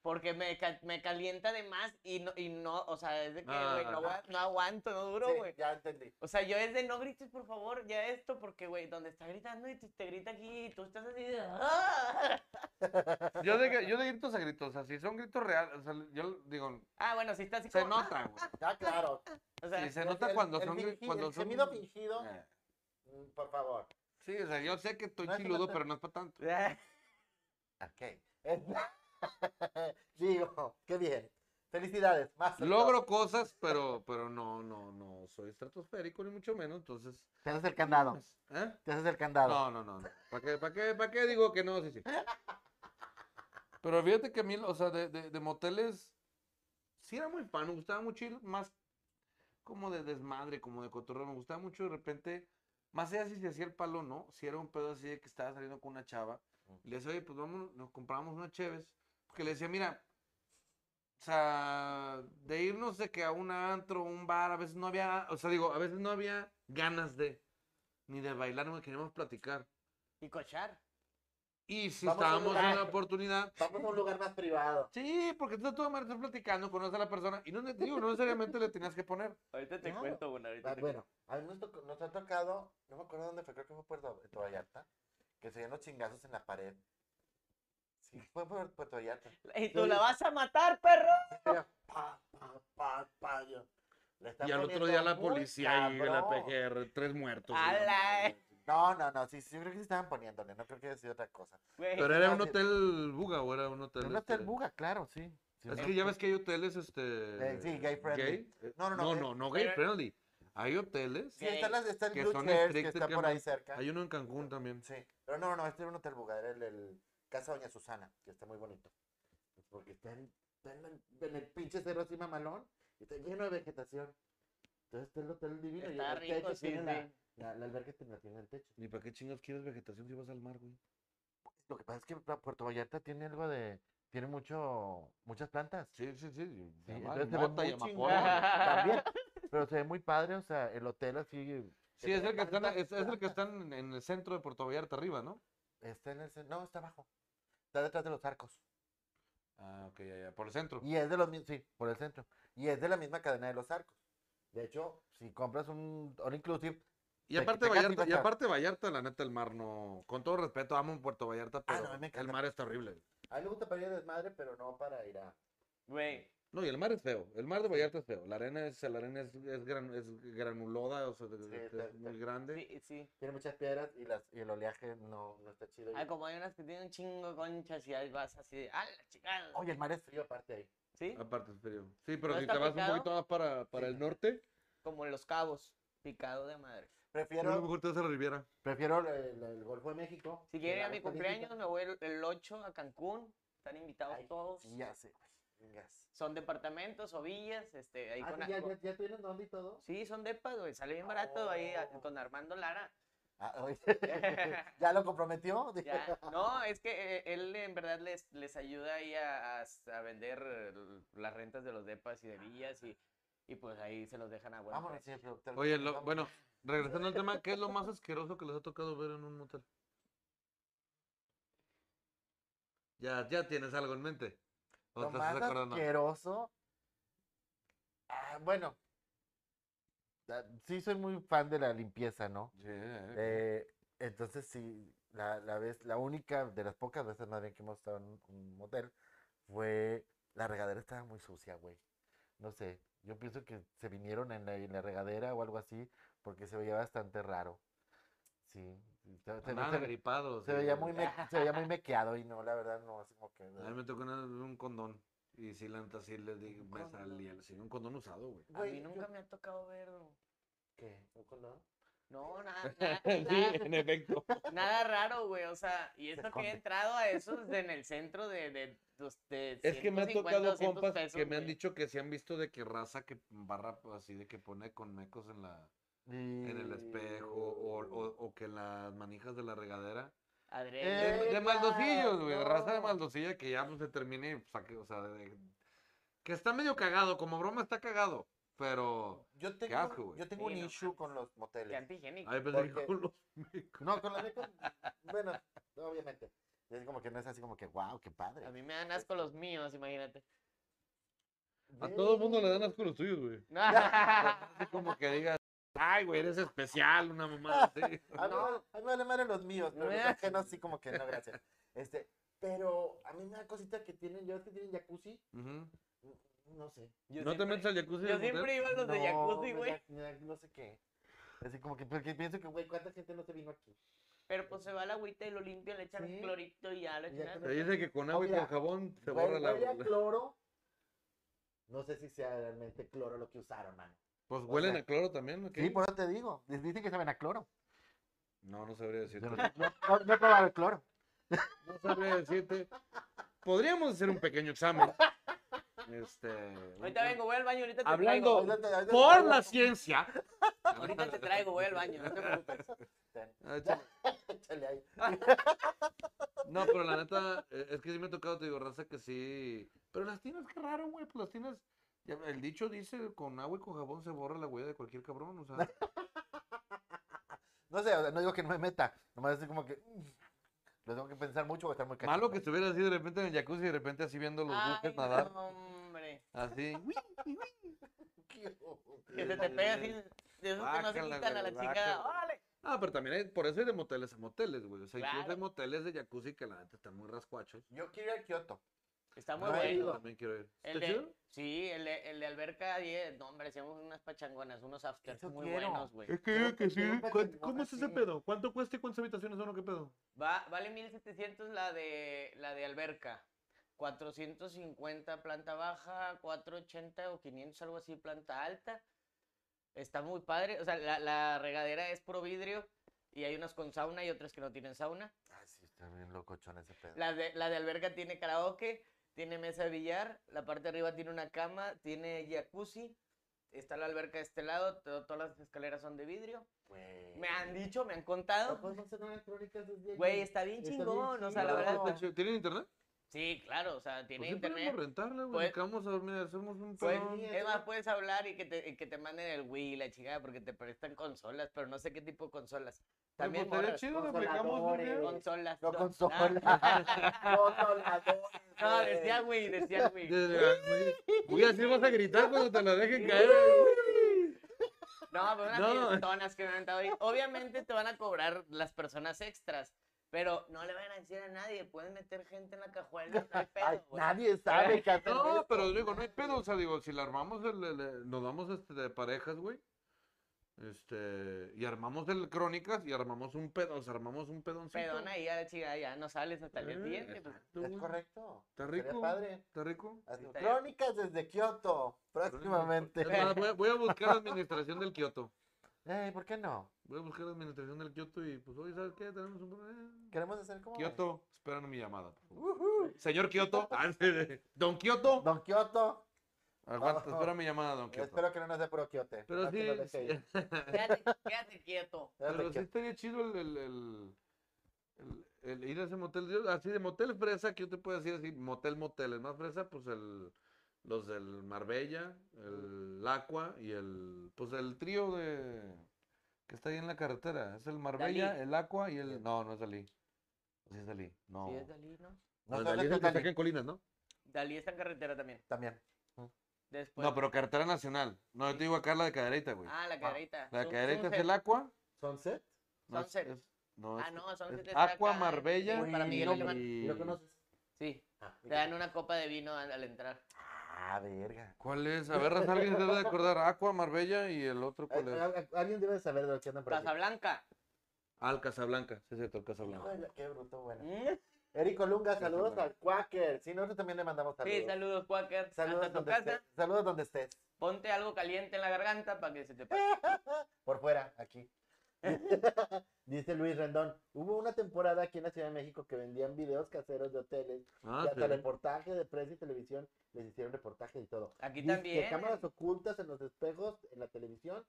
Speaker 3: Porque me, ca- me calienta de más y no, y no, o sea, es de que,
Speaker 4: Ah,
Speaker 3: güey, no,
Speaker 2: ah.
Speaker 3: agu- no aguanto, no duro,
Speaker 2: Sí,
Speaker 3: güey.
Speaker 2: ya entendí.
Speaker 3: O sea, yo es de no grites, por favor, ya esto, porque, güey, donde está gritando y te, te grita aquí y tú estás así de... "Ah".
Speaker 4: Yo de, gr- yo de gritos a gritos, o sea, si son gritos reales, o sea, yo digo,
Speaker 3: Ah, bueno, sí está así
Speaker 4: se
Speaker 3: como-
Speaker 4: nota, güey.
Speaker 2: Ya, claro.
Speaker 3: O sea,
Speaker 4: Sí, se
Speaker 2: El-
Speaker 4: nota
Speaker 2: el-
Speaker 4: cuando
Speaker 2: el
Speaker 4: son... gri-
Speaker 2: fingi-
Speaker 4: cuando
Speaker 2: el
Speaker 4: son-
Speaker 2: gemido fingido,
Speaker 4: Eh,
Speaker 2: mm, por favor.
Speaker 4: Sí, o sea, yo sé que estoy
Speaker 2: No, eso no
Speaker 4: chiludo,
Speaker 2: te-
Speaker 4: pero no es para tanto.
Speaker 2: Ok. Digo, qué bien. Felicidades. Más
Speaker 4: Logro cosas, pero, pero no, no, no soy estratosférico, ni mucho menos, entonces...
Speaker 2: Te haces el candado.
Speaker 4: pues, ¿eh?
Speaker 2: Te haces el candado.
Speaker 4: No, no, no. no. ¿Para qué, para qué, para qué digo que no? Sí, sí. Pero fíjate que a mí, o sea, de, de, de moteles, sí era muy fan, me gustaba mucho ir más como de desmadre, como de cotorreo, me gustaba mucho de repente, más allá si se hacía el palo o no, si era un pedo así de que estaba saliendo con una chava, y le decía, oye, pues vamos, nos compramos unas cheves, porque le decía, mira, o sea, de irnos de que a un antro, un bar, a veces no había, o sea, digo, a veces no había ganas de, ni de bailar, no queríamos platicar.
Speaker 3: y cochar.
Speaker 4: Y si
Speaker 2: Vamos a un
Speaker 4: estábamos en
Speaker 2: lugar.
Speaker 4: la oportunidad,
Speaker 2: Vamos a un lugar más privado.
Speaker 4: sí, porque tú de todas maneras estás platicando, conoces a la persona, y no, ne- digo, no necesariamente le tenías que poner.
Speaker 3: Ahorita te
Speaker 2: Claro.
Speaker 3: cuento una, ahorita
Speaker 2: Ah,
Speaker 3: te
Speaker 2: Bueno, a mí nos, tocó- nos ha tocado, no me acuerdo dónde fue, creo que fue Puerto, Puerto Vallarta, que se dieron los chingazos en la pared. Sí, fue por Puerto Vallarta.
Speaker 3: cuento. Y tú
Speaker 2: Sí.
Speaker 3: la vas a matar, perro.
Speaker 2: Era pa, pa, pa, pa, yo. Le están
Speaker 4: Y al otro
Speaker 2: poniendo
Speaker 4: día la
Speaker 2: muy
Speaker 4: policía y la
Speaker 2: cabrón.
Speaker 4: PGR, tres muertos.
Speaker 3: A
Speaker 4: y la
Speaker 3: la-
Speaker 4: madre.
Speaker 2: No, no, no, sí, sí, yo creo que sí estaban poniéndole, no creo que haya sido otra cosa.
Speaker 3: Güey.
Speaker 4: Pero era un
Speaker 2: Fácil.
Speaker 4: hotel buga o era un hotel.
Speaker 2: Pero no te
Speaker 4: este,
Speaker 2: buga, claro, sí. Sí,
Speaker 4: Es
Speaker 2: no,
Speaker 4: que ya ves que hay hoteles, este.
Speaker 2: Eh, sí, gay friendly.
Speaker 4: eh,
Speaker 2: No, no, no,
Speaker 4: No,
Speaker 2: gay-
Speaker 4: no, no gay
Speaker 3: pero-
Speaker 4: friendly. Hay hoteles.
Speaker 2: Sí, está, las, está el
Speaker 4: que
Speaker 2: Blue
Speaker 4: son
Speaker 2: Chairs, que
Speaker 4: estrictas,
Speaker 2: está
Speaker 4: que
Speaker 2: por
Speaker 4: man-
Speaker 2: ahí cerca.
Speaker 4: Hay uno en Cancún también.
Speaker 2: Sí, pero no, no, este era un hotel buga, era el, el Casa Doña Susana, que está muy bonito. Porque está en, está en la- en el pinche cerro así mamalón, y está lleno de vegetación. Entonces está el hotel divino y
Speaker 3: Está
Speaker 2: el techo
Speaker 3: rico, sí,
Speaker 2: tiene la,
Speaker 3: sí.
Speaker 2: la, la alberca tiene tiene el techo.
Speaker 4: Ni para qué chingas quieres vegetación si vas al mar, güey.
Speaker 2: Lo que pasa es que Pu- Puerto Vallarta tiene algo de, tiene mucho, muchas plantas.
Speaker 4: Sí, sí, sí.
Speaker 2: Sí,
Speaker 4: y-
Speaker 2: entonces se ve
Speaker 4: mota y
Speaker 2: muy
Speaker 4: amapola.
Speaker 2: chingón también, pero se ve muy padre, o sea, el hotel así
Speaker 4: Sí, es el que
Speaker 2: tiene
Speaker 4: están,
Speaker 2: tantas
Speaker 4: es, es el que
Speaker 2: plantas.
Speaker 4: están en- en el centro de Puerto Vallarta arriba, ¿no?
Speaker 2: Está en el cen- No, está abajo. Está detrás de los arcos.
Speaker 4: Ah, ok, ya, ya, por el centro.
Speaker 2: Y es de los mismos, sí, por el centro. Y es de la misma cadena de los arcos. De hecho, si compras un All Inclusive,
Speaker 4: Y
Speaker 2: te-
Speaker 4: aparte
Speaker 2: te casi
Speaker 4: Vallarta, y
Speaker 2: baja.
Speaker 4: aparte Vallarta, la neta, el mar no. Con todo respeto, amo un Puerto Vallarta, pero
Speaker 2: no, a mí me
Speaker 4: el
Speaker 2: encanta.
Speaker 4: mar es terrible.
Speaker 2: a mí me gusta para ir a desmadre, pero no para ir a.
Speaker 3: Güey,
Speaker 4: No, y el mar es feo. El mar de Vallarta es feo. La arena es, la arena es, es gran- es granuloda, o sea, es- es
Speaker 2: está-
Speaker 4: muy
Speaker 2: está-
Speaker 4: grande.
Speaker 3: sí, sí.
Speaker 2: Tiene muchas piedras y, las, y el oleaje no, no está chido. y-
Speaker 3: Ah, como hay unas que tienen un chingo de conchas y ahí vas así de, ¡ah, la chingada!
Speaker 2: Oye, el mar es frío aparte ahí.
Speaker 3: ¿Sí?
Speaker 4: Aparte es frío. Sí, pero
Speaker 3: ¿No
Speaker 4: si
Speaker 3: está
Speaker 4: te vas
Speaker 3: picado?
Speaker 4: un poquito más para, para
Speaker 2: Sí.
Speaker 4: el norte,
Speaker 3: Como en los cabos, picado de madre.
Speaker 4: a lo
Speaker 2: Prefiero,
Speaker 4: mejor te vas a la Riviera.
Speaker 2: prefiero el, el Golfo de México.
Speaker 3: Si
Speaker 2: que
Speaker 3: quieren ir
Speaker 2: la
Speaker 3: a mi
Speaker 2: agüita
Speaker 3: cumpleaños,
Speaker 2: viejita.
Speaker 3: me voy el, el 8 a Cancún. Están invitados
Speaker 2: Ay,
Speaker 3: todos.
Speaker 2: Sí, Ya sé, güey. Vengas.
Speaker 3: Son departamentos o villas, este, ahí
Speaker 2: Ah,
Speaker 3: con...
Speaker 2: sí,
Speaker 3: a-
Speaker 2: ya,
Speaker 3: con-
Speaker 2: ya, ya tuvieron dónde y todo.
Speaker 3: Sí, son depas, güey. Sale bien barato ahí a-
Speaker 2: Oh.
Speaker 3: con Armando Lara.
Speaker 2: Ah, oye, ya lo comprometió. Dije,
Speaker 3: Ya. No, es que eh, él en verdad les, les ayuda ahí a, a- a vender eh, l- las rentas de los depas y de villas y, y pues ahí se los dejan a buen
Speaker 2: Vámonos,
Speaker 3: precio.
Speaker 2: sí, productor.
Speaker 4: Oye,
Speaker 2: nos
Speaker 4: lo-
Speaker 2: vamos.
Speaker 4: bueno, regresando al tema, ¿qué es lo más asqueroso que les ha tocado ver en un motel? Ya, ya tienes algo en mente. ¿O
Speaker 2: Lo
Speaker 4: te estás
Speaker 2: más
Speaker 4: acordando?
Speaker 2: asqueroso. Ah, bueno. Ah, Sí, soy muy fan de la limpieza, ¿no?
Speaker 4: Sí, eh,
Speaker 2: Eh, entonces, sí, la, la vez, la única de las pocas veces más bien que hemos estado en un- un motel fue la regadera estaba muy sucia, güey. No sé, yo pienso que se vinieron en la, en la regadera o algo así porque se veía bastante raro. Sí, se, se-
Speaker 4: andaban
Speaker 2: se-
Speaker 4: agripados,
Speaker 2: se
Speaker 4: eh.
Speaker 2: veía muy me- se veía muy mequeado y no, la verdad, no, así como que.
Speaker 4: A mí me tocó una- un condón. Y si la neta sí les dije, me
Speaker 3: condón.
Speaker 4: salía. sí, un condón usado, güey.
Speaker 3: A mí
Speaker 2: Güey, yo-
Speaker 3: nunca me ha tocado verlo.
Speaker 2: ¿Qué? ¿Un condón?
Speaker 3: No, nada, nada, nada,
Speaker 4: efecto.
Speaker 3: nada raro, güey. O sea, y esto que
Speaker 2: esconde.
Speaker 3: he entrado a esos de en el centro de, de, los- de
Speaker 4: Es que me han
Speaker 3: 150,
Speaker 4: tocado
Speaker 3: 200
Speaker 4: compas que
Speaker 3: pesos,
Speaker 4: me han
Speaker 3: güey.
Speaker 4: dicho que se han visto de que raza que barra así de que pone con mecos en la en el espejo o, o- o que las manijas de la regadera.
Speaker 3: Adrede.
Speaker 4: De, de
Speaker 2: Verga,
Speaker 4: maldosillos, güey, de raza de
Speaker 2: Eh, no.
Speaker 4: maldosilla que ya pues, se termine, y saque, o sea, de- de- que está medio cagado, como broma está cagado, pero
Speaker 2: Yo
Speaker 4: asco,
Speaker 2: tengo,
Speaker 4: güey.
Speaker 2: yo tengo un
Speaker 3: Sí, no
Speaker 2: issue con los
Speaker 3: Qué
Speaker 4: "Eh,
Speaker 2: moteles.
Speaker 4: pues,
Speaker 3: antihigiénico.
Speaker 4: ahí pensé que
Speaker 2: Porque-
Speaker 4: con los-
Speaker 2: No, con los mecos, bueno, obviamente. Es como que no es así como que, wow, qué padre.
Speaker 3: A mí me
Speaker 4: pues,
Speaker 3: dan asco los míos, imagínate.
Speaker 4: A todo el mundo le dan asco los tuyos, güey.
Speaker 3: No,
Speaker 4: Así como que digas, ay, güey, eres especial, una mamá. así.
Speaker 2: A mí, me vale- a mí me vale madre los míos, pero
Speaker 3: Me-
Speaker 2: los ajenos sí como que no, gracias. Este, pero a mí una cosita que tienen, yo que tienen jacuzzi, mm,
Speaker 4: Ujú.
Speaker 2: no sé.
Speaker 3: Yo
Speaker 4: ¿No te
Speaker 3: siempre-
Speaker 4: metes al
Speaker 3: Yo
Speaker 4: jacuzzi del motel?
Speaker 3: siempre iba a los de
Speaker 2: No,
Speaker 3: jacuzzi,
Speaker 2: me
Speaker 4: pues,
Speaker 3: güey.
Speaker 2: da- me da No sé qué. Así como que, porque pienso que, güey, ¿cuánta gente no se vino aquí?
Speaker 3: Pero pues se va la agüita y lo limpia, le echan
Speaker 2: Sí.
Speaker 3: clorito y ya lo
Speaker 2: Y ya
Speaker 3: echan.
Speaker 4: Te dice que con agua y
Speaker 2: Oiga,
Speaker 4: con jabón se
Speaker 2: Güey,
Speaker 4: borra la
Speaker 2: huele a
Speaker 4: la-
Speaker 2: cloro. No sé si sea realmente cloro lo que usaron, mano.
Speaker 4: Pues huelen
Speaker 2: sea,
Speaker 4: a cloro también, ¿o qué?
Speaker 2: Sí, pues por eso te digo. Les Dicen que saben a cloro.
Speaker 4: No, no sabría decirte.
Speaker 2: Yo No, no- no he probado el cloro.
Speaker 4: No sabría decirte. Podríamos hacer un pequeño examen. Este.
Speaker 3: Ahorita vengo, voy al baño, ahorita te
Speaker 4: Hablando-
Speaker 3: traigo.
Speaker 2: Ahorita te- ahorita te
Speaker 4: Por
Speaker 2: traigo-
Speaker 4: la ciencia.
Speaker 3: Ahorita te traigo, voy al baño.
Speaker 2: No te preocupes. Ten,
Speaker 4: Ah, échale.
Speaker 2: échale ahí.
Speaker 4: No, pero la neta, eh, es que sí me ha tocado, te digo, raza que sí. Pero las tinas, qué raro, güey. Pues las tinas. ya, El dicho dice: con agua y con jabón se borra la huella de cualquier cabrón. O sea,
Speaker 2: No sé, o sea, no digo que no me meta. Nomás así como que. mm, Lo tengo que pensar mucho o estar muy cachito.
Speaker 4: malo que estuviera así de repente en el jacuzzi y de repente así viendo los
Speaker 3: Ay,
Speaker 4: buques nadar.
Speaker 3: no, hombre.
Speaker 4: Así.
Speaker 3: Que se te pega así. De esos que no se
Speaker 4: Guácala,
Speaker 3: quitan a la
Speaker 4: güey,
Speaker 3: chica.
Speaker 4: guácala.
Speaker 3: ¡Órale!
Speaker 4: Ah, pero también hay, por eso hay de moteles a moteles, güey. O sea, incluso hay
Speaker 3: Claro.
Speaker 4: moteles de jacuzzi que la neta están muy rascuachos.
Speaker 2: Yo quiero ir a Kioto.
Speaker 3: Está muy
Speaker 2: No,
Speaker 4: Ah, yo
Speaker 2: digo.
Speaker 3: bueno.
Speaker 4: también quiero ir.
Speaker 3: El
Speaker 4: ¿Está
Speaker 3: de,
Speaker 4: chido?
Speaker 3: sí, el de, el de Alberca 10. No, hombre, hacíamos unas pachangonas, unos afters
Speaker 2: Eso
Speaker 3: muy
Speaker 2: quiero.
Speaker 3: buenos, güey.
Speaker 4: Es que,
Speaker 2: Creo
Speaker 4: creo
Speaker 2: que
Speaker 3: Este,
Speaker 2: sí,
Speaker 4: que sí.
Speaker 2: un
Speaker 4: ¿Cuán-
Speaker 2: pachangote
Speaker 4: ¿Cómo es ese
Speaker 2: así.
Speaker 4: pedo? ¿Cuánto cuesta y cuántas habitaciones son o qué pedo?
Speaker 3: Va, vale 1700 la de, la de Alberca. 450 planta baja, 480 o 500, algo así, planta alta. Está muy padre. O sea, la, la regadera es pro vidrio y hay unas con sauna y otras que no tienen sauna.
Speaker 2: Ay, sí, está bien locochón ese pedo.
Speaker 3: La de, la de alberca tiene karaoke, tiene mesa de billar, la parte de arriba tiene una cama, tiene jacuzzi, está la alberca de este lado, to- todas las escaleras son de vidrio.
Speaker 2: Güey.
Speaker 3: Me han dicho, me han
Speaker 2: pues No
Speaker 3: contado.
Speaker 2: podemos hacer unas crónicas desde
Speaker 3: Güey,
Speaker 2: allí.
Speaker 3: está bien
Speaker 2: Está bien
Speaker 3: chingón, o sea, la
Speaker 2: chingón.
Speaker 3: verdad. pues,
Speaker 4: Está chido. ¿Tienen internet?
Speaker 3: Sí, claro, o sea, tiene
Speaker 4: Pues sí
Speaker 3: internet.
Speaker 4: podemos rentarla, güey.
Speaker 3: Pues-
Speaker 4: acá vamos a dormir, hacemos un
Speaker 3: Pues,
Speaker 4: pedo.
Speaker 2: sí,
Speaker 3: es más,
Speaker 2: hacemos-
Speaker 3: puedes hablar y que te, y que te manden el Wii, la chingada, porque te prestan consolas, pero no sé qué tipo de consolas. También
Speaker 4: También Pues, estaría
Speaker 3: morras,
Speaker 4: chido, lo
Speaker 2: consoladores,
Speaker 4: aplicamos un día.
Speaker 2: güey.
Speaker 3: consolas.
Speaker 2: No
Speaker 3: no,
Speaker 2: con
Speaker 3: nada.
Speaker 2: No,
Speaker 3: No, decía Wii, decía Wii.
Speaker 4: Desde la- güey. Güey, así vas a gritar cuando te la dejen caer.
Speaker 3: No, pero unas
Speaker 4: No.
Speaker 3: personas que me han dado ahí. Obviamente te van a cobrar las personas extras, pero no le van a decir a nadie, pueden meter gente en la cajuela, no hay pedo,
Speaker 2: Ay,
Speaker 3: güey.
Speaker 2: nadie sabe que hacer
Speaker 4: No,
Speaker 2: esto.
Speaker 4: pero digo, no hay pedo. O sea, digo, si la armamos, el- el- el- nos damos este, de parejas, güey. Este, y armamos el Crónicas y armamos un pedo, o sea, armamos un pedoncito.
Speaker 3: Pedona y ya, chica, ya no sales hasta el día
Speaker 4: Eh,
Speaker 3: siguiente. pues.
Speaker 4: exacto,
Speaker 2: Es
Speaker 4: güey.
Speaker 2: correcto.
Speaker 4: Está
Speaker 2: Sería
Speaker 4: rico.
Speaker 2: padre.
Speaker 4: Está rico.
Speaker 2: Así,
Speaker 3: Está bien.
Speaker 2: Crónicas desde Kioto, próximamente.
Speaker 4: Es más, Voy a, voy a buscar administración del Kioto.
Speaker 2: Ey, ¿por qué no?
Speaker 4: Voy a buscar administración del Kioto y pues, oye, ¿sabes qué? Tenemos un problema.
Speaker 2: Queremos hacer como.
Speaker 4: Kioto, esperan mi llamada. por favor. Señor Kioto, ah, don Kioto.
Speaker 2: Don Kioto.
Speaker 4: Aguanta,
Speaker 2: No.
Speaker 4: espera mi llamada, don Kioto.
Speaker 2: Espero que no nos dé puro Kiote.
Speaker 4: Pero
Speaker 2: no, que
Speaker 4: sí,
Speaker 2: nos deje
Speaker 4: sí,
Speaker 2: ir.
Speaker 3: Quédate, quédate quieto.
Speaker 2: Espérate,
Speaker 4: pero sí
Speaker 2: Kioto.
Speaker 4: estaría chido el, el, el- el- el ir a ese motel. Yo, así de motel fresa, que yo te puedo decir así, motel, motel. El más fresa, pues el, los del Marbella, el Aqua y el, pues el trío de, que está ahí en la carretera. Es el Marbella,
Speaker 3: Dalí.
Speaker 4: el Aqua y el, no, no es Dalí. Sí es Dalí, no.
Speaker 3: Sí, es Dalí, ¿no?
Speaker 4: No,
Speaker 2: No,
Speaker 4: el
Speaker 2: no,
Speaker 4: Dalí es
Speaker 2: no,
Speaker 4: el que
Speaker 2: Dalí.
Speaker 4: saca en colinas, ¿no?
Speaker 3: Dalí está en carretera también.
Speaker 2: También.
Speaker 3: Después.
Speaker 4: No, pero carretera nacional. No, yo te digo acá la de caderita, güey.
Speaker 3: Ah, la caderita.
Speaker 4: La
Speaker 3: Sun-
Speaker 4: caderita es
Speaker 3: Sunset.
Speaker 4: el Aqua.
Speaker 2: ¿Sunset?
Speaker 4: No, es-
Speaker 3: Sunset.
Speaker 4: es- no,
Speaker 3: Ah,
Speaker 4: es-
Speaker 3: no, son
Speaker 4: es
Speaker 3: siete está
Speaker 4: Aqua,
Speaker 3: acá,
Speaker 4: Marbella
Speaker 3: sí, Para
Speaker 2: Uy,
Speaker 3: Miguel
Speaker 2: no,
Speaker 3: Alemán.
Speaker 4: y-
Speaker 2: ¿Lo conoces?
Speaker 3: Sí.
Speaker 2: Ah,
Speaker 3: Te dan una copa de vino al, al entrar.
Speaker 2: Ah, verga.
Speaker 4: ¿Cuál es? A ver, Raza, alguien se debe de acordar. Aqua, Marbella y el otro,
Speaker 2: Al-
Speaker 4: ¿cuál es?
Speaker 2: al- Eh, Alguien debe saber de lo que andan por aquí.
Speaker 3: Casablanca.
Speaker 4: Al Casablanca. Sí, es cierto, el Casablanca.
Speaker 2: Híjole, qué bruto, bueno.
Speaker 3: Mm.
Speaker 2: Eric Olunga,
Speaker 4: Sí,
Speaker 2: saludos
Speaker 4: saludos.
Speaker 2: al Quaker. Sí, nosotros también le mandamos saludos.
Speaker 3: Sí, saludos, Quaker.
Speaker 2: Saludos
Speaker 3: Hasta tu
Speaker 2: donde
Speaker 3: casa.
Speaker 2: estés. Saludos donde estés.
Speaker 3: Ponte algo caliente en la garganta para que se te pase.
Speaker 2: Por fuera, aquí. Dice Luis Rendón, hubo una temporada aquí en la Ciudad de México que vendían videos caseros de hoteles
Speaker 4: Ah,
Speaker 2: y hasta
Speaker 4: sí.
Speaker 2: reportaje de prensa y televisión les hicieron reportaje y todo.
Speaker 3: Aquí
Speaker 2: Dice,
Speaker 3: también. ¿eh?
Speaker 2: cámaras ocultas en los espejos, en la televisión.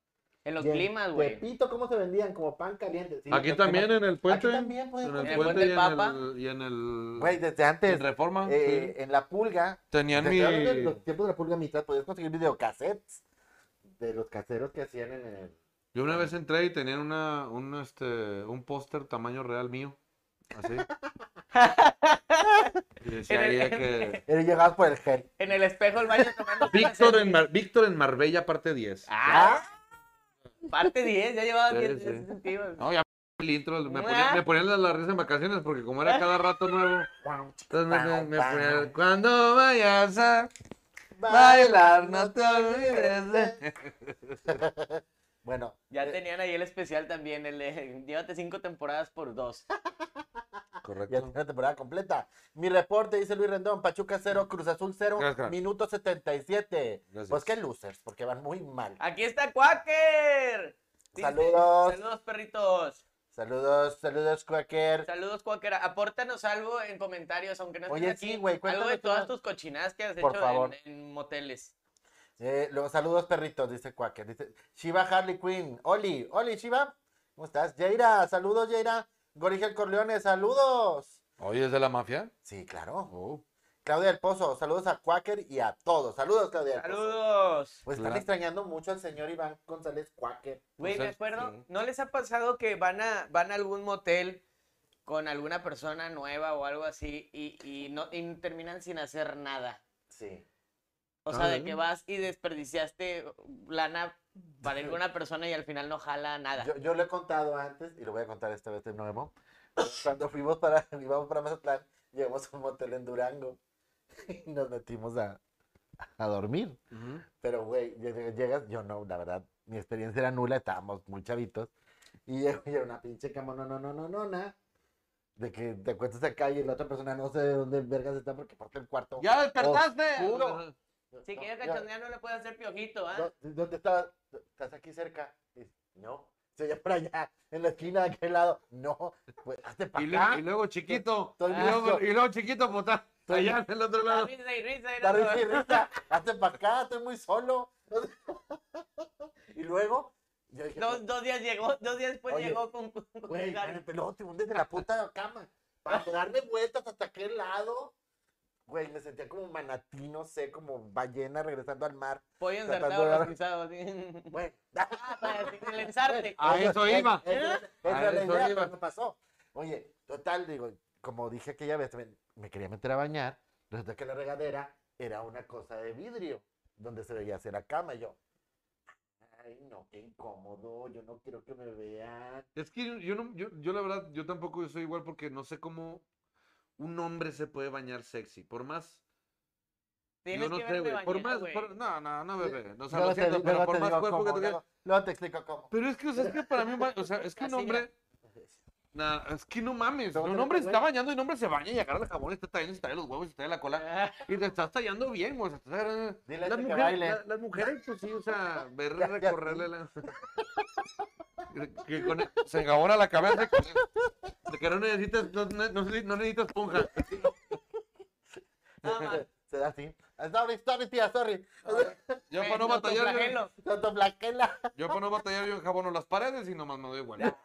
Speaker 3: En los
Speaker 2: y en
Speaker 3: climas, güey.
Speaker 2: Pepito, ¿cómo se vendían? Como pan caliente. Sí,
Speaker 4: Aquí
Speaker 2: los
Speaker 4: también,
Speaker 2: temas-
Speaker 4: en el puente.
Speaker 2: Aquí
Speaker 4: En
Speaker 2: también, pues.
Speaker 4: el
Speaker 3: el
Speaker 4: puente
Speaker 3: puente
Speaker 4: y en
Speaker 3: Papa.
Speaker 4: el... y en el-
Speaker 2: Güey, desde antes,
Speaker 4: En Reforma.
Speaker 2: eh,
Speaker 4: sí.
Speaker 2: en la pulga,
Speaker 4: Tenían
Speaker 2: Te
Speaker 4: mi...
Speaker 2: estoy hablando de los tiempos de la pulga mitad, podías conseguir videocassettes de los caseros que hacían en el.
Speaker 4: Yo una vez entré y tenían una, un, este, un póster tamaño real mío. Así. Y decía
Speaker 3: En el-
Speaker 4: ella
Speaker 3: en
Speaker 4: que...
Speaker 2: Y llegabas por el gel.
Speaker 3: En el espejo el baño tomando
Speaker 4: Víctor en, Mar- Víctor en Marbella, parte 10.
Speaker 3: Ah, parte 10, ya llevaba
Speaker 4: Sí,
Speaker 3: 10
Speaker 4: sí.
Speaker 3: sentidos.
Speaker 4: No, ya el intro, me ponían, me ponían las, las risas en vacaciones porque como era cada rato nuevo, entonces me, me- me ponían, cuando vayas a bailar, no te olvides de...
Speaker 2: Bueno,
Speaker 3: Ya
Speaker 2: eh,
Speaker 3: tenían ahí el especial también, el de llévate 5 temporadas por 2.
Speaker 2: Ya
Speaker 4: Correcto.
Speaker 2: tiene la temporada completa. Mi reporte, dice Luis Rendón, Pachuca 0, Cruz Azul 0,
Speaker 4: Gracias, carnal.
Speaker 2: minuto 77.
Speaker 4: Gracias.
Speaker 2: Pues qué losers, porque van muy mal.
Speaker 3: Aquí está Quaker. Dice,
Speaker 2: Saludos.
Speaker 3: Saludos, perritos.
Speaker 2: Saludos, saludos, Quaker.
Speaker 3: Saludos, Quaker. Apórtanos algo en comentarios, aunque no estés
Speaker 2: Oye,
Speaker 3: aquí.
Speaker 2: sí, güey,
Speaker 3: algo de
Speaker 2: cuéntanos
Speaker 3: todas
Speaker 2: todo.
Speaker 3: tus cochinadas que has
Speaker 2: Por
Speaker 3: hecho
Speaker 2: favor.
Speaker 3: En, en moteles.
Speaker 2: Eh, luego, saludos, perritos, dice Quaker. Dice Shiva Harley Quinn. Oli, Oli, Shiva. ¿Cómo estás? Jaira, saludos, Jaira. Gorigel Corleones, saludos.
Speaker 4: Oye, ¿es de la mafia?
Speaker 2: Sí, claro.
Speaker 4: Oh.
Speaker 2: Claudia del Pozo, saludos a Quaker y a todos. Saludos, Claudia del Pozo.
Speaker 3: Saludos.
Speaker 2: Pues están
Speaker 4: Claro.
Speaker 2: extrañando mucho al señor Iván González Quaker.
Speaker 3: Güey,
Speaker 4: sea,
Speaker 3: me acuerdo,
Speaker 4: sí.
Speaker 3: ¿no les ha pasado que van a, van a algún motel con alguna persona nueva o algo así y, y no y terminan sin hacer nada?
Speaker 2: Sí.
Speaker 3: O
Speaker 4: Ah,
Speaker 3: sea, de
Speaker 4: ¿eh?
Speaker 3: que vas y desperdiciaste lana para ir con una persona y al final no jala nada.
Speaker 2: Yo, yo lo he contado antes y lo voy a contar esta vez de nuevo. Cuando fuimos para, íbamos para Mazatlán, llegamos a un motel en Durango y nos metimos a, a dormir. Pero, güey, ya lleg- llegas, yo no, la verdad, mi experiencia era nula, estábamos muy chavitos. Y era y era una pinche cama, no, no, no, no, no, na, De que te acuestas acá y la otra persona no sé de dónde vergas está porque parte el cuarto.
Speaker 4: ¡Ya despertaste!
Speaker 2: Oscuro.
Speaker 3: Si
Speaker 2: No,
Speaker 3: quieres
Speaker 2: ya-
Speaker 3: cachondear, no le puedes hacer piojito, ¿ah?
Speaker 2: ¿Dó- ¿Dónde estabas? ¿Estás aquí cerca? Dice, No. Se allá para allá, en la esquina de aquel lado. No, pues hazte
Speaker 4: Y,
Speaker 2: para
Speaker 4: lue-
Speaker 2: acá.
Speaker 4: y luego chiquito,
Speaker 2: Estoy
Speaker 4: y, luego,
Speaker 2: listo.
Speaker 4: y luego chiquito, pues, está
Speaker 2: Estoy-
Speaker 4: allá del otro
Speaker 3: La
Speaker 4: lado.
Speaker 3: risa y risa, y
Speaker 2: La
Speaker 3: no-
Speaker 2: risa y risa, hazte para acá, estoy muy solo. y luego, yo dije,
Speaker 3: Dos, dos días llegó, dos días después
Speaker 2: Oye,
Speaker 3: llegó con, con- con
Speaker 2: güey,
Speaker 3: ganas.
Speaker 2: espérate, luego te hundes de la puta cama. Para darle vueltas hasta aquel lado. Güey, me sentía como manatí, no sé, como ballena regresando al mar.
Speaker 3: pollo
Speaker 2: tratando
Speaker 3: ensartado
Speaker 2: de dar-
Speaker 3: rostizado, así.
Speaker 2: Bueno,
Speaker 3: Ah, para sin ensarte.
Speaker 4: A
Speaker 2: Oye,
Speaker 4: eso
Speaker 2: eh,
Speaker 4: iba.
Speaker 2: eh, eh, esa
Speaker 4: A
Speaker 2: era la
Speaker 4: eso
Speaker 2: idea,
Speaker 4: iba.
Speaker 2: pero no pasó. Oye, total, digo, como dije aquella vez, también, me quería meter a bañar, resulta que la regadera era una cosa de vidrio, donde se veía hacer la cama, y yo, ay, no, qué incómodo, yo no quiero que me vean.
Speaker 4: Es que yo, yo no, yo, yo la verdad, yo tampoco soy igual porque no sé cómo un hombre se puede bañar sexy. Por más.
Speaker 3: Tienes
Speaker 4: yo no
Speaker 3: que
Speaker 4: sé,
Speaker 3: verte
Speaker 4: güey. Por
Speaker 3: bañar,
Speaker 4: más.
Speaker 3: güey.
Speaker 4: por- no, no, no, bebé. No, o sea,
Speaker 2: Luego
Speaker 4: lo
Speaker 2: te-
Speaker 4: siento, pero
Speaker 2: luego
Speaker 4: por
Speaker 2: te
Speaker 4: más
Speaker 2: digo
Speaker 4: cuerpo que
Speaker 2: cómo,
Speaker 4: tenga.
Speaker 2: luego- Luego te explico cómo.
Speaker 4: Pero es que, o sea, es que para mí, un ba- o sea, es que un
Speaker 3: Así, mira.
Speaker 4: hombre. nah, es que no mames.
Speaker 2: Luego te
Speaker 4: Un
Speaker 2: lo
Speaker 4: hombre
Speaker 2: traigo,
Speaker 4: está
Speaker 2: güey.
Speaker 4: bañando y un hombre se baña y agarra el jabón y está trayendo, se trae los huevos y se trae la cola.
Speaker 3: Ah,
Speaker 4: Y te estás tallando bien, güey. o sea, te estás agarrando-
Speaker 2: Dile a
Speaker 4: Las
Speaker 2: este que
Speaker 4: mujeres,
Speaker 2: baile.
Speaker 4: la- las mujeres, pues sí, o sea, ver
Speaker 2: Ya, ya, sí.
Speaker 4: recorrerle la. Que- que con el- se engabona la cabeza. y con el- De que no necesitas, no, no, no necesitas esponja.
Speaker 3: nada más.
Speaker 2: Se da así. Ah, Sorry, sorry, tía, sorry.
Speaker 4: Yo
Speaker 3: Eh,
Speaker 4: para no
Speaker 3: no,
Speaker 4: batallar, yo,
Speaker 3: autoflagelo.
Speaker 2: Autoflagela.
Speaker 4: yo para no batallar, yo enjabono las paredes y nomás me doy igual.